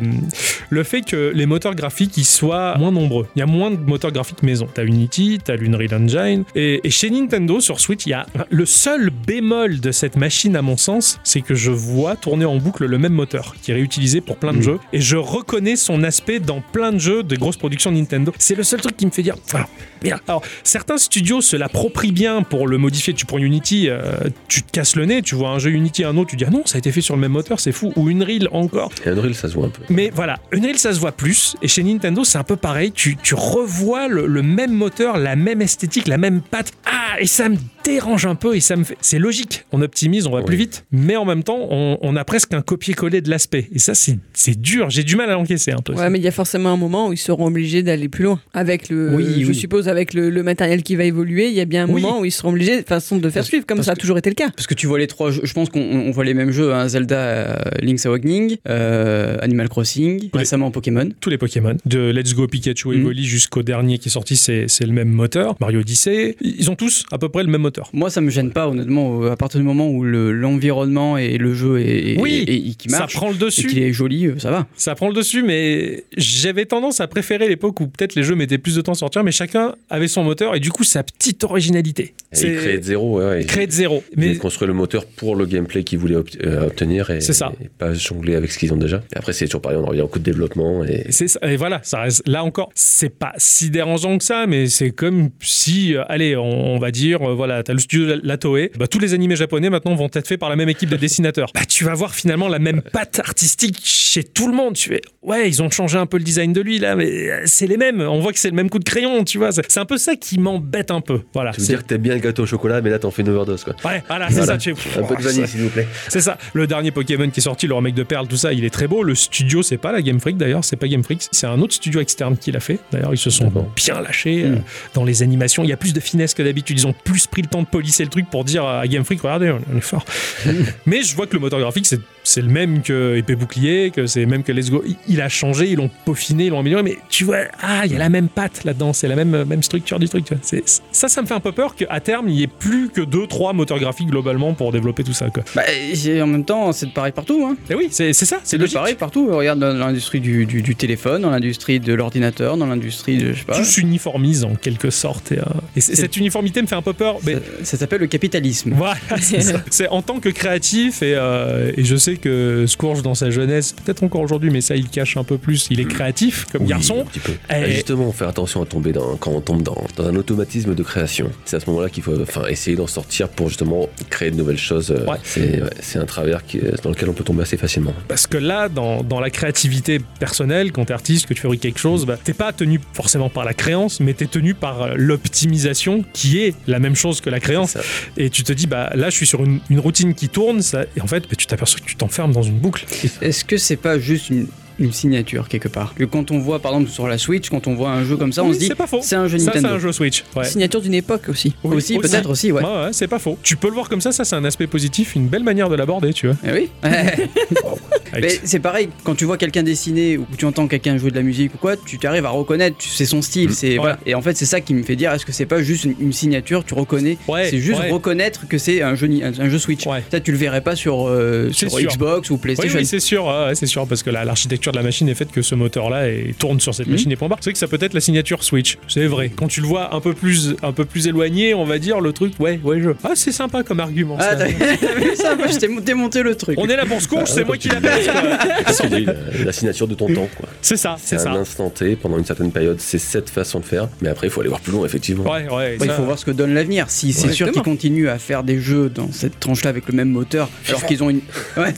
Speaker 8: le fait que les moteurs graphiques ils soient moins nombreux. Il y a moins de moteurs graphiques maison. T'as Unity, t'as l'Unreal Engine. Et, et chez Nintendo, sur Switch, il y a le seul bémol de cette machine, à mon sens, c'est que je vois tourner en boucle le même moteur qui est réutilisé pour plein de jeux. Et je reconnais son aspect dans plein de jeux de grosses productions Nintendo. C'est le seul truc qui me fait dire. Ah, merde. Alors, certains studios se l'approprient bien pour le modifier. Tu prends Unity, euh, tu te casses le nez, tu vois un jeu Unity, un autre, tu dis ah non, ça a été fait sur le même moteur, c'est fou. Ou Unreal encore.
Speaker 4: Et Unreal, ça se voit un peu.
Speaker 8: Mais voilà, Unreal ça se voit plus, et chez Nintendo c'est un peu pareil, tu, tu revois le, le même moteur, la même esthétique, la même patte. Ah, et ça me dérange un peu, et ça me fait... C'est logique, on optimise, on va plus vite, mais en même temps on, on a presque un copier-coller de l'aspect, et ça c'est c'est dur, j'ai du mal à l'encaisser un peu.
Speaker 10: Ouais mais il y a forcément un moment où ils seront obligés d'aller plus loin. Avec le,
Speaker 8: Oui,
Speaker 10: je
Speaker 8: oui.
Speaker 10: suppose avec le, le matériel qui va évoluer, il y a bien un
Speaker 12: Oui.
Speaker 10: moment où ils seront obligés de façon de faire suivre, comme ça a toujours été le cas.
Speaker 12: Parce que tu vois les trois jeux, je pense qu'on on voit les mêmes jeux, hein, Zelda, euh, Link's Awakening, euh, Animal Crossing, récemment Pokémon.
Speaker 8: Tous les Pokémon, de Let's Go Pikachu
Speaker 12: Mm.
Speaker 8: et Evoli jusqu'au dernier qui est sorti, c'est c'est le même moteur, Mario Odyssey, ils ont tous à peu près le même moteur.
Speaker 12: Moi, ça me gêne pas, honnêtement, euh, à partir du moment où le- l'environnement et le jeu est, est-
Speaker 8: Oui,
Speaker 12: est- est- qui
Speaker 8: ça
Speaker 12: marche,
Speaker 8: prend le dessus.
Speaker 12: et qu'il est joli, euh, ça va.
Speaker 8: Ça prend le dessus, mais j'avais tendance à préférer l'époque où peut-être les jeux mettaient plus de temps à sortir, mais chacun avait son moteur et du coup sa petite originalité.
Speaker 4: Et créer de zéro, ouais. ouais.
Speaker 8: créer de zéro.
Speaker 4: Mais...
Speaker 8: Mais
Speaker 4: construire le moteur pour le gameplay qu'ils voulaient obt- euh, obtenir et,
Speaker 8: C'est ça.
Speaker 4: et pas jongler avec ce qu'ils ont déjà. Et après, c'est toujours pareil, on en revient au coût de développement. Et...
Speaker 8: c'est ça- et voilà, ça reste, là encore, c'est pas si dérangeant que ça, mais c'est comme si, euh, allez, on, on va dire, euh, voilà, t'as le studio La- La Toei, bah, tous les animés japonais maintenant vont être faits par la même équipe de dessinateurs. Bah, tu vas voir finalement la même patte artistique chez tout le monde. Tu fais, ouais, ils ont changé un peu le design de lui là, mais euh, c'est les mêmes. On voit que c'est le même coup de crayon, tu vois. C'est c'est un peu ça qui m'embête un peu. Voilà.
Speaker 4: Tu veux
Speaker 8: C'est-
Speaker 4: dire que t'aimes bien le gâteau au chocolat, mais là, t'en fais une overdose, quoi.
Speaker 8: Ouais, voilà, c'est ça, tu
Speaker 4: Un peu de vanille, s'il vous plaît.
Speaker 8: C'est ça. Le dernier Pokémon qui est sorti, le remake de Perle, tout ça, il est très beau. Le studio, c'est pas la Game Freak d'ailleurs, c'est pas Game Freak, c'est un autre studio externe qui l'a fait. D'ailleurs, ils se sont bien lâchés euh, dans les animations. Il y a plus de finesse que d'habitude. Ils ont plus pris le temps de polisser le truc pour dire à Game Freak, regardez, on est fort. Mais je vois que le moteur graphique, c'est c'est le même que Épée Bouclier, que c'est même que Let's Go. Il- Il a changé, ils l'ont peaufiné, ils l'ont amélioré, mais tu vois, ah, il y a la même patte là-dedans, c'est la même, euh, même structure du truc. tu vois. C'est- Ça, ça me fait un peu peur qu'à terme, il n'y ait plus que 2-3 moteurs graphiques globalement pour développer tout ça. Quoi.
Speaker 12: Bah, et en même temps, c'est de pareil partout. Hein.
Speaker 8: Et Eh oui, c'est ça,
Speaker 12: c'est de pareil partout. Regarde dans l'industrie du, du- du téléphone, dans l'industrie de l'ordinateur, dans l'industrie de. Je sais pas.
Speaker 8: Tous uniformisés en quelque sorte. Et, euh, Bah et c'est-
Speaker 12: C'est-
Speaker 8: cette uniformité me fait un peu peur. Mais...
Speaker 12: Ça s'appelle le capitalisme.
Speaker 8: Voilà, c'est ça. C'est en tant que créatif, et, euh, et je sais que Scourge dans sa jeunesse, peut-être encore aujourd'hui, mais ça il cache un peu plus, il est créatif comme
Speaker 4: Oui,
Speaker 8: garçon.
Speaker 4: un petit peu.
Speaker 8: Et-
Speaker 4: Ah, Justement, faire attention à tomber dans, quand on tombe dans, dans un automatisme de création. C'est à ce moment-là qu'il faut enfin, essayer d'en sortir pour justement créer de nouvelles choses. Euh, C'est ouais, c'est un travers qui, euh, dans lequel on peut tomber assez facilement.
Speaker 8: Parce que là, dans, dans la créativité personnelle, quand t'es artiste, que tu fabriques quelque chose, bah, t'es pas tenu forcément par la créance, mais t'es tenu par euh, l'optimisation qui est la même chose que la créance. Et tu te dis, bah là, je suis sur une, une routine qui tourne, ça, et en fait, bah, tu t'aperçois que tu t'enfermes dans une boucle. Et-
Speaker 12: Est-ce que c'est pas juste une, une signature quelque part Que quand on voit, par exemple, sur la Switch, quand on voit un jeu comme ça, on
Speaker 8: Oui,
Speaker 12: se dit
Speaker 8: c'est pas faux.
Speaker 12: un jeu
Speaker 8: Ça,
Speaker 12: Nintendo.
Speaker 8: c'est un jeu Switch. ouais.
Speaker 10: Signature d'une époque aussi.
Speaker 8: Oui,
Speaker 12: aussi, peut-être aussi, ouais.
Speaker 8: ouais, c'est pas faux. Tu peux le voir comme ça, ça c'est un aspect positif, une belle manière de l'aborder, tu vois.
Speaker 12: Eh oui. Mais c'est pareil, quand tu vois quelqu'un dessiner ou tu entends quelqu'un jouer de la musique ou quoi, tu t'arrives à reconnaître, tu- c'est son
Speaker 8: Mm.
Speaker 12: style, c'est voilà. Et en fait, c'est ça qui me fait dire, est-ce que c'est pas juste une, une signature, tu reconnais
Speaker 8: Ouais,
Speaker 12: C'est juste
Speaker 8: ouais.
Speaker 12: reconnaître que c'est un jeu, ni- un, un jeu Switch. Ça, tu le verrais pas sur, euh,
Speaker 8: C'est
Speaker 12: sur
Speaker 8: sûr.
Speaker 12: Xbox ou PlayStation.
Speaker 8: Oui, oui, c'est sûr, ouais, ouais, c'est sûr, parce que la- l'architecture de la machine est faite que ce moteur-là et tourne sur cette
Speaker 12: Mhm.
Speaker 8: machine et point barre. C'est vrai que ça peut être la signature Switch, c'est vrai. Quand tu le vois un peu plus, un peu plus éloigné, on va dire le truc, ouais, ouais, je. Ah, c'est sympa comme argument.
Speaker 12: Ah,
Speaker 8: ça.
Speaker 12: t'as t'as vu ça, moi, je t'ai mon- démonté le truc.
Speaker 8: On est là pour se coucher, c'est moi qui l'appelle.
Speaker 4: Ah, Parce que il y a eu la, la signature de ton temps, quoi.
Speaker 8: C'est ça, c'est ça.
Speaker 4: un instant T, pendant une certaine période, c'est cette façon de faire. Mais après, il faut aller voir plus loin, effectivement.
Speaker 8: ouais.
Speaker 12: il faut voir ce que donne l'avenir. Si c'est
Speaker 4: Ouais.
Speaker 12: sûr qu'ils continuent à faire des jeux dans cette tranche-là avec le même moteur, alors qu'ils ont une. Ouais.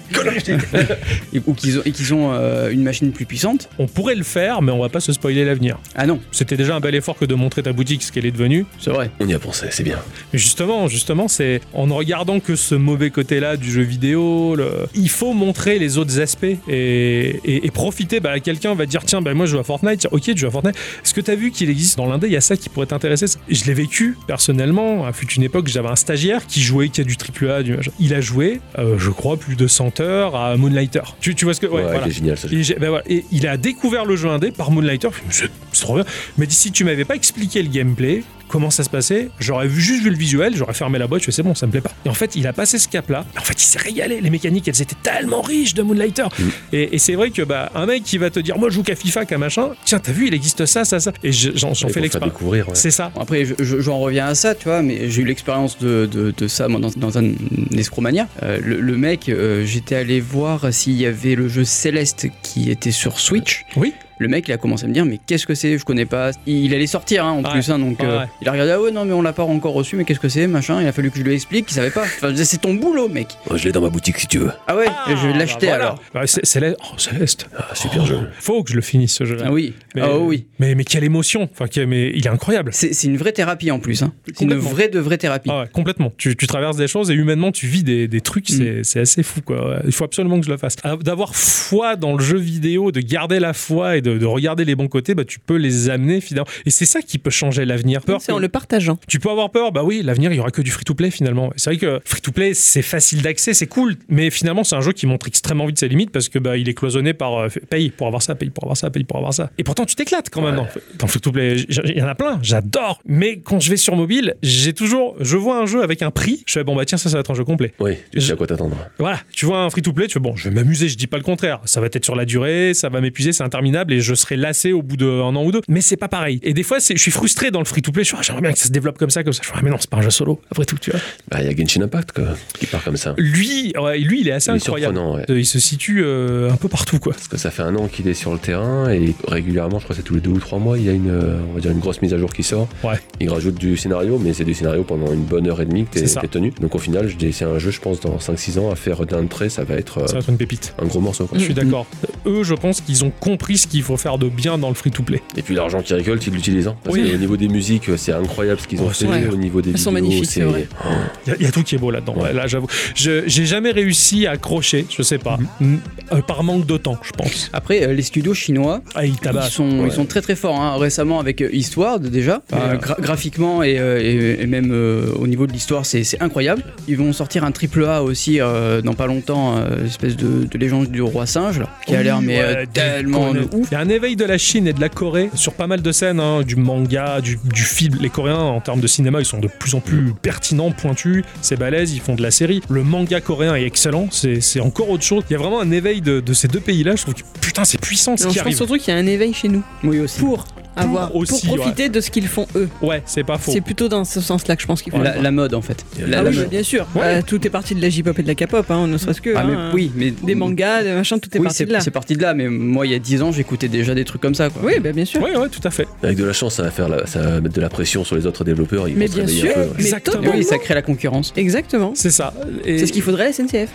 Speaker 12: Et- ou qu'ils ont, et qu'ils ont euh, une machine plus puissante.
Speaker 8: On pourrait le faire, mais on va pas se spoiler l'avenir.
Speaker 12: Ah non.
Speaker 8: C'était déjà un bel effort que de montrer ta boutique, ce qu'elle est devenue.
Speaker 12: C'est vrai.
Speaker 4: On y a pensé, c'est bien.
Speaker 8: Mais Justement, justement, c'est en ne regardant que ce mauvais côté-là du jeu vidéo, le- il faut montrer les autres aspects et, et- et profiter. Bah, quelqu'un va dire tiens, bah, moi je joue à Fortnite. Tiens, ok, tu joues à Fortnite. Est-ce que t'as vu qu'il existe dans l'indé Il y a ça qui pourrait t'intéresser. Je l'ai vécu personnellement. À fut une époque, j'avais un stagiaire qui jouait, qui a du triple A, du machin. Il a joué, euh, je crois, plus de 100 heures à Moonlighter. Tu, tu vois ce que
Speaker 4: Ouais, il
Speaker 8: voilà.
Speaker 4: est génial, ce jeu.
Speaker 8: Et, j'ai- ben voilà. Et il a découvert le jeu indé par Moonlighter. Je me suis dit, C'est trop bien. Mais si tu m'avais pas expliqué le gameplay, comment ça se passait, j'aurais vu- juste vu le visuel, j'aurais fermé la boîte, je fais c'est bon, ça me plaît pas. Et en fait, il a passé ce cap-là. En fait, il s'est régalé. Les mécaniques, elles étaient tellement riches de Moonlighter. Et, et c'est vrai que bah un mec qui va te dire moi je joue qu'à FIFA qu'à machin, tiens t'as vu il existe ça ça ça. Et je- j'en j'en
Speaker 12: Ouais,
Speaker 8: fais
Speaker 12: pour faire
Speaker 8: l'expérience.
Speaker 4: découvrir, ouais.
Speaker 8: C'est ça.
Speaker 12: Bon, Après, je- je- j'en reviens à ça, tu vois, mais j'ai eu l'expérience de, de- de ça moi, dans, dans un escromania. Euh, le, le mec, euh, j'étais allé voir s'il y avait le jeu Céleste qui était sur Switch.
Speaker 8: Euh, Oui.
Speaker 12: Le mec, il a commencé à me dire, mais qu'est-ce que c'est Je connais pas. Il, allait sortir, hein, en
Speaker 8: Ouais.
Speaker 12: plus, hein, donc
Speaker 8: Ouais,
Speaker 12: euh,
Speaker 8: ouais.
Speaker 12: il a regardé, ah ouais, non, mais on l'a pas encore reçu, mais qu'est-ce que c'est, machin. Il a fallu que je lui explique, il savait pas. Enfin, je disais, c'est ton boulot, mec.
Speaker 4: Moi, Oh, je l'ai dans ma boutique si tu veux.
Speaker 12: Ah ouais, je vais l'acheter
Speaker 8: Bah, voilà.
Speaker 12: alors.
Speaker 8: Bah, c'est- Céleste. Oh, Céleste.
Speaker 4: Ah, super
Speaker 8: Oh,
Speaker 4: jeu.
Speaker 8: Faut que je le finisse ce jeu-là.
Speaker 12: Ah oui.
Speaker 8: Mais,
Speaker 12: Ah oui.
Speaker 8: Mais, mais quelle émotion. Enfin, que- mais il est incroyable.
Speaker 12: C'est c'est une vraie thérapie en plus. hein. C'est une
Speaker 8: Complètement.
Speaker 12: vraie de vraie thérapie.
Speaker 8: Ah ouais, complètement. Tu, tu traverses des choses et humainement tu vis des, des trucs, c'est- c'est assez fou quoi. Ouais, Il faut absolument que je le fasse. Ah, D'avoir foi dans le jeu vidéo, de garder la foi et de, de regarder les bons côtés, bah, tu peux les amener finalement. Et c'est ça qui peut changer l'avenir. Peur
Speaker 10: C'est
Speaker 8: que-
Speaker 10: en le partageant.
Speaker 8: Tu peux avoir peur, bah oui, l'avenir il y aura que du free-to-play finalement. C'est vrai que free-to-play c'est facile d'accès, c'est cool, mais finalement c'est un jeu qui montre extrêmement vite ses limites parce que bah il est cloisonné par euh, paye pour avoir ça, paye pour avoir ça, paye pour avoir ça. Et pourtant tu t'éclates quand même. non Dans free-to-play, j- il y en a plein, j'adore. Mais quand je vais sur mobile, j'ai toujours, je vois un jeu avec un prix, je fais bon bah tiens ça ça va être un jeu complet.
Speaker 4: Oui, tu sais à quoi t'attendre.
Speaker 8: Voilà, tu vois un free-to-play, tu fais bon je vais m'amuser, je dis pas le contraire. Ça va être sur la durée, ça va m'épuiser, c'est interminable et je serai lassé au bout d'un an ou deux. Mais c'est pas pareil. Et des fois c'est- je suis frustré dans le free-to-play, je suis ah, j'aimerais bien que ça se développe comme ça, comme ça. Je fais, ah, mais non c'est pas un jeu solo. Après tout tu vois.
Speaker 4: Bah, il y a Genshin Impact, quoi, qui part comme ça.
Speaker 8: Lui, ouais, lui, il est assez
Speaker 4: Il est
Speaker 8: incroyable.
Speaker 4: surprenant, ouais.
Speaker 8: Euh, Il se situe euh, un peu partout, quoi.
Speaker 4: Parce que ça fait un an qu'il est sur le terrain et régulièrement, je crois que c'est tous les deux ou trois mois, il y a une, euh, on va dire une grosse mise à jour qui sort.
Speaker 8: Ouais.
Speaker 4: Il rajoute du scénario, mais c'est du scénario pendant une bonne heure et demie que t'es
Speaker 8: C'est ça.
Speaker 4: t'es tenu. Donc au final, je dis, c'est un jeu, je pense, dans 5-6 ans à faire d'un trait, ça va être, euh,
Speaker 8: Ça va être une pépite.
Speaker 4: un gros morceau. Quoi.
Speaker 8: Je suis d'accord. Euh, Eux, je pense qu'ils ont compris ce qu'il faut faire de bien dans le free-to-play.
Speaker 4: Et puis l'argent qu'ils récoltent, ils l'utilisent. hein. Parce
Speaker 8: Oui.
Speaker 4: qu'au niveau des musiques, euh, c'est incroyable ce qu'ils ont
Speaker 8: Oh,
Speaker 4: fait.
Speaker 8: c'est vrai.
Speaker 4: Au niveau des
Speaker 8: Elles sont
Speaker 4: vidéos,
Speaker 8: magnifiques, c'est vrai.
Speaker 4: Oh,
Speaker 8: Il y, a tout qui est beau là-dedans. ouais, là, j'avoue. Je- J'ai jamais réussi à accrocher, je sais pas,
Speaker 4: Mm-hmm.
Speaker 8: Mm, euh, par manque de temps, je pense. Ah,
Speaker 12: Après, euh, les studios chinois,
Speaker 8: ils,
Speaker 12: ils,
Speaker 8: tabassent.
Speaker 12: sont,
Speaker 8: Ouais.
Speaker 12: ils sont très très forts. hein. Récemment avec euh, Eastward déjà, Enfin,
Speaker 8: Ouais.
Speaker 12: gra- graphiquement et, euh, et- et même euh, au niveau de l'histoire, c'est c'est incroyable. Ils vont sortir un triple A aussi euh, dans pas longtemps, euh, espèce de, de légende du roi singe, là, qui a l'air
Speaker 8: Oui,
Speaker 12: mais
Speaker 8: ouais,
Speaker 12: euh,
Speaker 8: du
Speaker 12: tellement
Speaker 8: conne-
Speaker 12: ouf.
Speaker 8: Il y a un éveil de la Chine et de la Corée sur pas mal de scènes, hein, du manga, du, du film. Les Coréens, en termes de cinéma, ils sont de plus en plus pertinents, pointus, c'est balèze, ils font de la série. Le manga coréen est excellent, c'est c'est encore autre chose. Il y a vraiment un éveil de, de ces deux pays-là. Je trouve que putain, c'est puissant ce
Speaker 10: Non,
Speaker 8: qui
Speaker 10: je pense
Speaker 8: arrive.
Speaker 10: surtout qu'il y a un éveil chez nous.
Speaker 12: Oui aussi.
Speaker 10: Pour avoir, pour
Speaker 8: aussi,
Speaker 10: profiter de ce qu'ils font eux.
Speaker 8: Ouais, c'est pas faux.
Speaker 10: C'est plutôt dans ce sens-là que je pense qu'il faut. le
Speaker 12: La,
Speaker 10: voir.
Speaker 12: la mode en fait. La-
Speaker 10: ah
Speaker 12: la
Speaker 10: oui,
Speaker 12: mode.
Speaker 10: bah, bien sûr. Euh, tout est parti de la J-pop et de la K-pop, hein, ne serait-ce que.
Speaker 12: Ah, mais
Speaker 10: hein,
Speaker 12: oui, mais-
Speaker 10: Des mangas, des machins, tout est
Speaker 12: Oui,
Speaker 10: parti
Speaker 12: c'est
Speaker 10: de là.
Speaker 12: c'est parti de là, mais moi il y a 10 ans j'écoutais déjà des trucs comme ça. Quoi.
Speaker 10: Oui, bah, bien sûr.
Speaker 8: Ouais, ouais, tout à fait.
Speaker 4: Avec de la chance, ça va, faire la- ça va mettre de la pression sur les autres développeurs. Ils
Speaker 10: Mais
Speaker 4: vont se
Speaker 10: bien
Speaker 4: réveiller
Speaker 10: sûr,
Speaker 4: un peu, ouais.
Speaker 10: mais
Speaker 12: Et
Speaker 10: totalement.
Speaker 12: oui, ça crée la concurrence.
Speaker 10: Exactement.
Speaker 8: C'est ça. Et-
Speaker 10: C'est ce qu'il faudrait à la SNCF.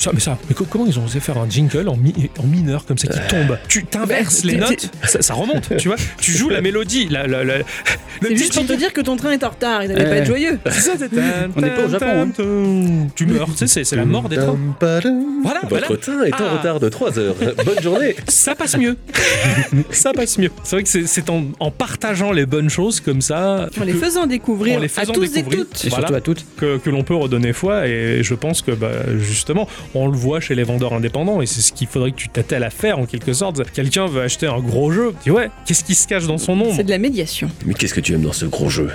Speaker 8: Ça, mais ça, mais co- comment ils ont osé faire un jingle en, mi- en mineur comme ça qui tombe Tu t'inverses
Speaker 10: Euh. Bah,
Speaker 8: les
Speaker 10: t'es-
Speaker 8: notes, ça, ça remonte, tu vois. Tu joues la mélodie, la, la, la- le
Speaker 10: C'est
Speaker 8: petit
Speaker 10: juste pour te dire que ton train est en retard, il n'allait
Speaker 8: Ouais.
Speaker 10: pas être joyeux.
Speaker 8: C'est ça, c'est- On n'est pas au Japon, hein. Tu meurs, tu sais, c'est- c'est la mort des trains. Voilà,
Speaker 4: Votre
Speaker 8: voilà.
Speaker 4: train est en
Speaker 8: Ah.
Speaker 4: retard de 3 heures. Bonne journée.
Speaker 8: Ça passe mieux. ça passe mieux. C'est vrai que c'est- c'est en, en partageant les bonnes choses comme ça.
Speaker 10: En les
Speaker 8: que-
Speaker 10: faisant découvrir
Speaker 8: en les
Speaker 10: à
Speaker 8: faisant
Speaker 10: tous
Speaker 8: découvrir,
Speaker 10: et toutes.
Speaker 8: voilà, Que, que l'on peut redonner foi. Et je pense que bah, justement, on le voit chez les vendeurs indépendants et c'est ce qu'il faudrait que tu t'attelles à faire en quelque sorte. Quelqu'un veut acheter un gros jeu. Tu dis ouais, qu'est-ce qui se cache dans son ombre
Speaker 10: C'est de la médiation.
Speaker 8: Hmm.
Speaker 4: Mais qu'est-ce que tu aimes dans ce gros jeu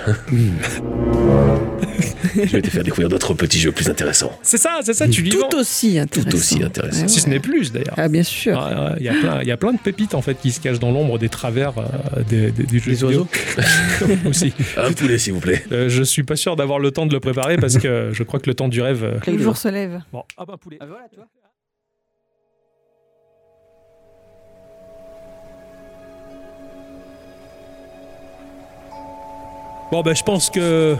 Speaker 4: je vais te faire découvrir d'autres petits jeux plus intéressants.
Speaker 8: C'est ça, c'est ça, tu lis.
Speaker 10: Tout aussi intéressant.
Speaker 4: Tout aussi intéressant.
Speaker 8: Si ce n'est plus d'ailleurs.
Speaker 10: Ah, bien sûr.
Speaker 8: Ah, ouais, Il y, a plein- il y a plein de pépites en fait qui se cachent dans l'ombre des travers euh, des, des- du jeu
Speaker 4: Des
Speaker 8: vidéo. aussi.
Speaker 4: Un poulet, s'il vous plaît.
Speaker 8: Euh, je suis pas sûr d'avoir le temps de le préparer parce que je crois que le temps du rêve. euh,
Speaker 14: Le jour se lève.
Speaker 8: Bon, ah bah poulet.
Speaker 14: voilà, toi.
Speaker 8: Bon, bah, je pense que.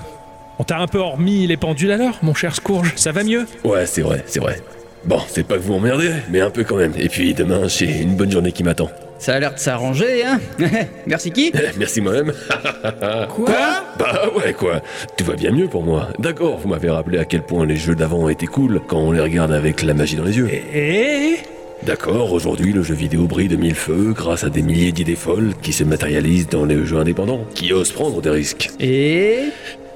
Speaker 8: On t'a un peu hormis les pendules à l'heure, mon cher Scourge. Ça va mieux
Speaker 4: Ouais, c'est vrai, c'est vrai. Bon, c'est pas que vous m'emmerdez, mais un peu quand même. Et puis demain, j'ai une bonne journée qui m'attend.
Speaker 12: Ça a l'air de s'arranger, hein Merci qui
Speaker 4: Merci moi-même.
Speaker 12: Quoi
Speaker 4: Bah ouais quoi, tout va bien mieux pour moi. D'accord, vous m'avez rappelé à quel point les jeux d'avant étaient cool quand on les regarde avec la magie dans les yeux.
Speaker 8: Eh. Et
Speaker 4: D'accord, aujourd'hui le jeu vidéo brille de mille feux grâce à des milliers d'idées folles qui se matérialisent dans les jeux indépendants, qui osent prendre des risques.
Speaker 12: Et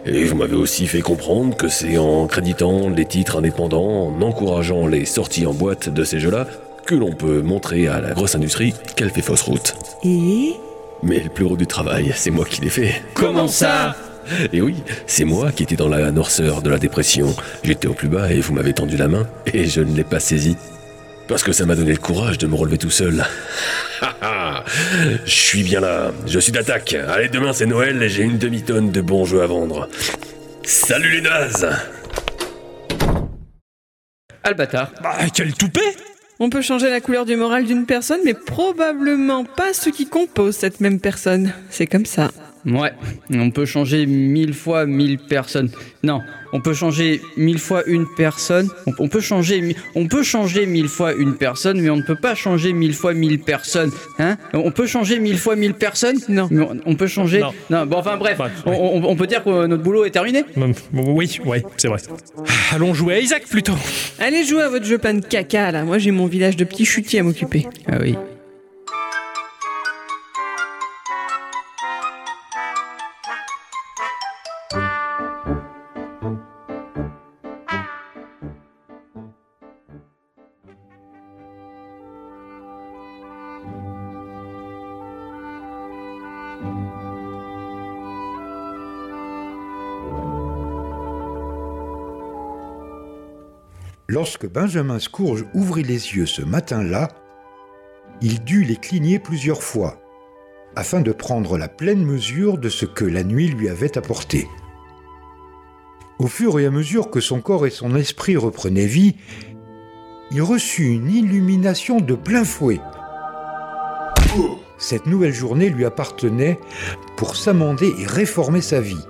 Speaker 4: Et vous m'avez aussi fait comprendre que c'est en créditant les titres indépendants, en encourageant les sorties en boîte de ces jeux-là, que l'on peut montrer à la grosse industrie qu'elle fait fausse route.
Speaker 10: Et
Speaker 4: Mais le plus gros du travail, c'est moi qui l'ai fait.
Speaker 12: Comment ça
Speaker 4: Et oui, c'est moi qui étais dans la noirceur de la dépression. J'étais au plus bas et vous m'avez tendu la main, et je ne l'ai pas saisie. Parce que ça m'a donné le courage de me relever tout seul. Ha, ha. je suis bien là, je suis d'attaque. Allez, demain c'est Noël et j'ai une demi-tonne de bons jeux à vendre. Salut les nazes
Speaker 12: Ah le bâtard.
Speaker 8: Bah, quel toupet
Speaker 10: On peut changer la couleur du moral d'une personne, mais probablement pas ce qui compose cette même personne. C'est comme ça.
Speaker 12: Ouais, on peut changer mille fois mille personnes. Non, on peut changer mille fois une personne. On, on peut changer, mi- on peut changer mille fois une personne, mais on ne peut pas changer mille fois mille personnes. Hein On peut changer mille fois mille personnes Non. Mais on, on peut changer. Non. Bon, enfin bref, on, on- on peut dire que notre boulot est terminé.
Speaker 8: Hum, Oui, ouais, c'est vrai. Allons jouer à Isaac plutôt.
Speaker 10: Allez jouer à votre jeu plein de caca là. Moi j'ai mon village de petits chutis à m'occuper.
Speaker 12: Ah oui.
Speaker 1: Lorsque Benjamin Scourge ouvrit les yeux ce matin-là, il dut les cligner plusieurs fois, afin de prendre la pleine mesure de ce que la nuit lui avait apporté. Au fur et à mesure que son corps et son esprit reprenaient vie, il reçut une illumination de plein fouet. Cette nouvelle journée lui appartenait pour s'amender et réformer sa vie.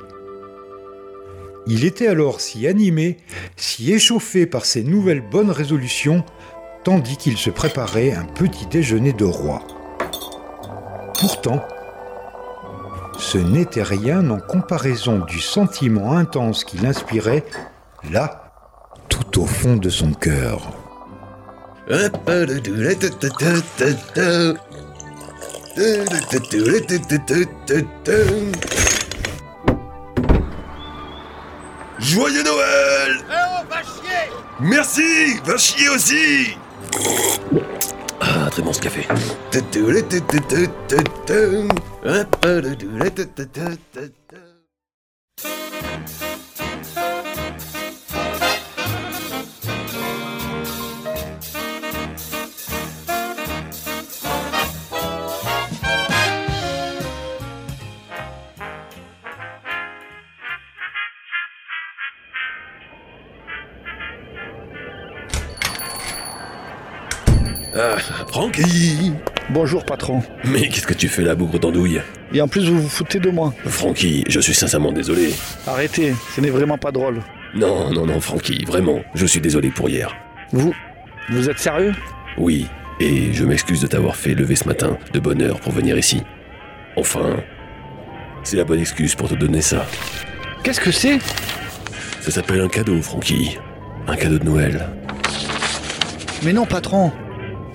Speaker 1: Il était alors si animé, si échauffé par ses nouvelles bonnes résolutions, tandis qu'il se préparait un petit déjeuner de roi. Pourtant, ce n'était rien en comparaison du sentiment intense qu'il inspirait, là, tout au fond de son cœur.
Speaker 7: Joyeux Noël Merci Va chier aussi
Speaker 4: Ah, très bon ce café. Ah, Francky
Speaker 3: Bonjour patron.
Speaker 4: Mais qu'est-ce que tu fais là, bougre d'andouille
Speaker 3: Et en plus vous vous foutez de moi.
Speaker 4: Francky, je suis sincèrement désolé.
Speaker 3: Arrêtez, ce n'est vraiment pas drôle.
Speaker 4: Non, non, non, Francky, vraiment, je suis désolé pour hier.
Speaker 3: Vous vous êtes sérieux
Speaker 4: Oui, et je m'excuse de t'avoir fait lever ce matin de bonne heure pour venir ici. Enfin, c'est la bonne excuse pour te donner ça.
Speaker 3: Qu'est-ce que c'est
Speaker 4: Ça s'appelle un cadeau, Francky. Un cadeau de Noël.
Speaker 3: Mais non patron.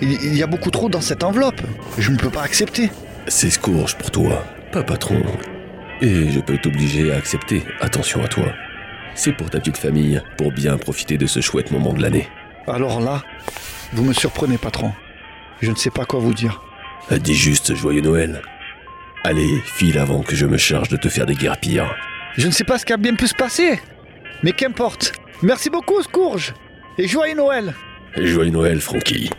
Speaker 3: Il, il y a beaucoup trop dans cette enveloppe. Je ne peux pas accepter.
Speaker 4: C'est scourge pour toi, pas patron. Et je peux t'obliger à accepter. Attention à toi. C'est pour ta petite famille, pour bien profiter de ce chouette moment de l'année.
Speaker 3: Alors là, vous me surprenez patron. Je ne sais pas quoi vous dire.
Speaker 4: Dis juste joyeux Noël. Allez, file avant que je me charge de te faire des guerres pires.
Speaker 3: Je ne sais pas ce qui a bien pu se passer, mais qu'importe. Merci beaucoup, Scourge, et joyeux Noël.
Speaker 4: Et joyeux Noël, Francky.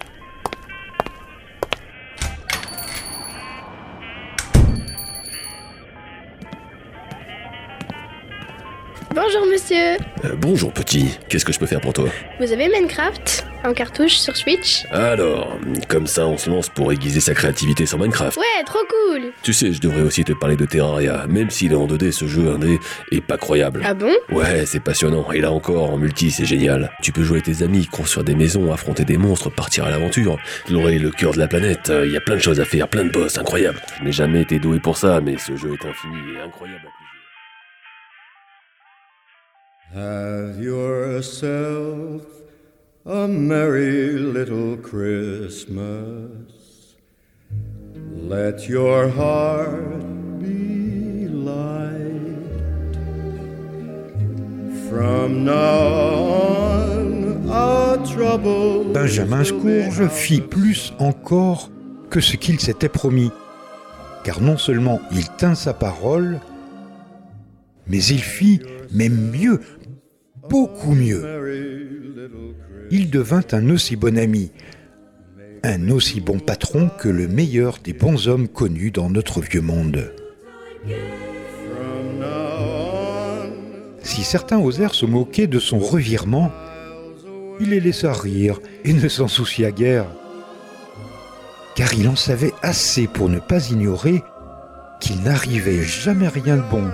Speaker 5: Bonjour monsieur
Speaker 4: Euh, bonjour petit, qu'est-ce que je peux faire pour toi
Speaker 5: Vous avez Minecraft en cartouche sur Switch
Speaker 4: Alors, comme ça on se lance pour aiguiser sa créativité sur Minecraft.
Speaker 5: Ouais, trop cool
Speaker 4: Tu sais, je devrais aussi te parler de Terraria, même s'il est en 2D, ce jeu indé est pas croyable.
Speaker 5: Ah bon
Speaker 4: Ouais, c'est passionnant, et là encore, en multi, c'est génial. Tu peux jouer avec tes amis, construire des maisons, affronter des monstres, partir à l'aventure, explorer le cœur de la planète, euh, il y a plein de choses à faire, plein de boss, incroyable. Je n'ai jamais été doué pour ça, mais ce jeu est infini et incroyable.
Speaker 14: Have yourself a merry little Christmas. Let your heart be light. From now on, our troubles.
Speaker 1: Benjamin Scourge fit plus encore que ce qu'il s'était promis, car non seulement il tint sa parole, mais il fit même mieux, beaucoup mieux. Il devint un aussi bon ami, un aussi bon patron que le meilleur des bons hommes connus dans notre vieux monde. Si certains osèrent se moquer de son revirement, il les laissa rire et ne s'en soucia guère, car il en savait assez pour ne pas ignorer qu'il n'arrivait jamais rien de bon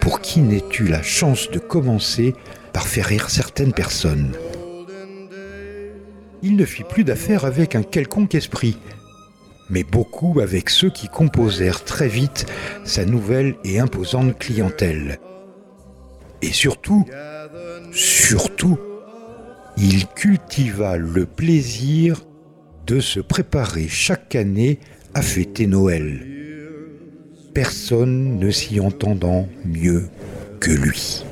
Speaker 1: pour qui n'ait eu la chance de commencer par faire rire certaines personnes. Il ne fit plus d'affaires avec un quelconque esprit, mais beaucoup avec ceux qui composèrent très vite sa nouvelle et imposante clientèle. Et surtout, surtout, il cultiva le plaisir de se préparer chaque année à fêter Noël. Personne ne s'y entendant mieux que lui.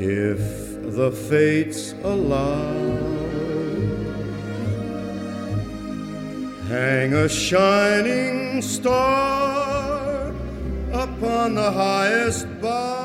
Speaker 14: If the fates allow, hang a shining star upon the highest bough.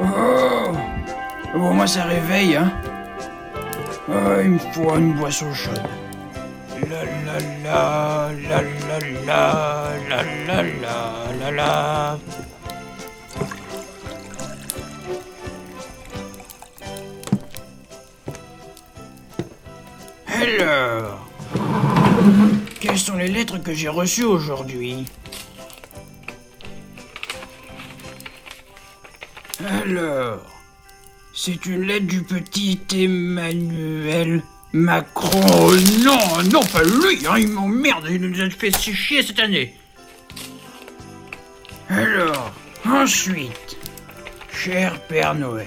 Speaker 9: Oh Bon, moi ça réveille, hein. Ah, il me faut une boisson chaude. La la la la la la la la la la la. Alors, quelles sont les lettres que j'ai reçues aujourd'hui Alors, c'est une lettre du petit Emmanuel Macron. Oh non, non, pas lui, hein, il m'emmerde, il nous a fait si chier cette année. Alors, ensuite, cher Père Noël,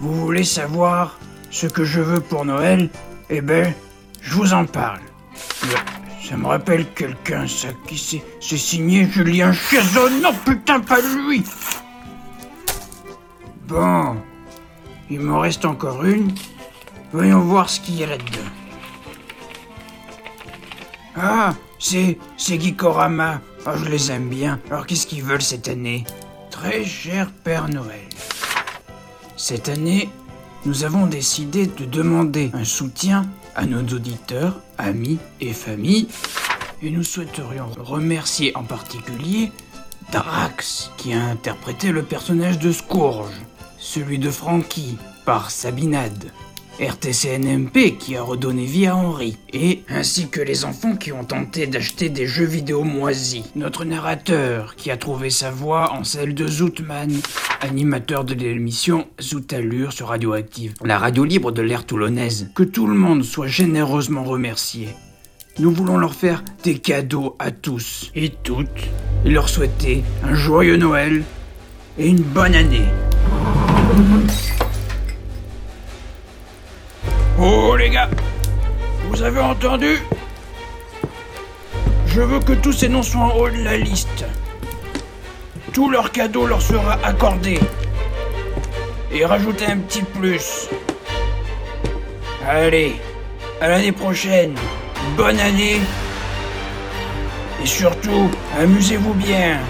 Speaker 9: vous voulez savoir ce que je veux pour Noël Eh ben, je vous en parle. Le- Ça me rappelle quelqu'un, ça, qui c'est C'est signé Julien Chazon. Non, putain, pas lui Bon, il m'en reste encore une. Voyons voir ce qu'il y a là-dedans. Ah, c'est c'est Gikorama. Ah, je les aime bien. Alors qu'est-ce qu'ils veulent cette année Très cher Père Noël. Cette année, nous avons décidé de demander un soutien à nos auditeurs, amis et familles. Et nous souhaiterions remercier en particulier Drax, qui a interprété le personnage de Scourge, celui de Frankie par Sabinade, RTCNMP qui a redonné vie à Henri, et ainsi que les enfants qui ont tenté d'acheter des jeux vidéo moisis. Notre narrateur qui a trouvé sa voix en celle de Zootman, animateur de l'émission Zoutalure sur Radioactive, la radio libre de l'ère toulonnaise. Que tout le monde soit généreusement remercié. Nous voulons leur faire des cadeaux à tous et toutes et leur souhaiter un joyeux Noël et une bonne année. Oh les gars, vous avez entendu Je veux que tous ces noms soient en haut de la liste. Tout leur cadeau leur sera accordé. Et rajoutez un petit plus. Allez, à l'année prochaine. Bonne année. Et surtout, amusez-vous bien.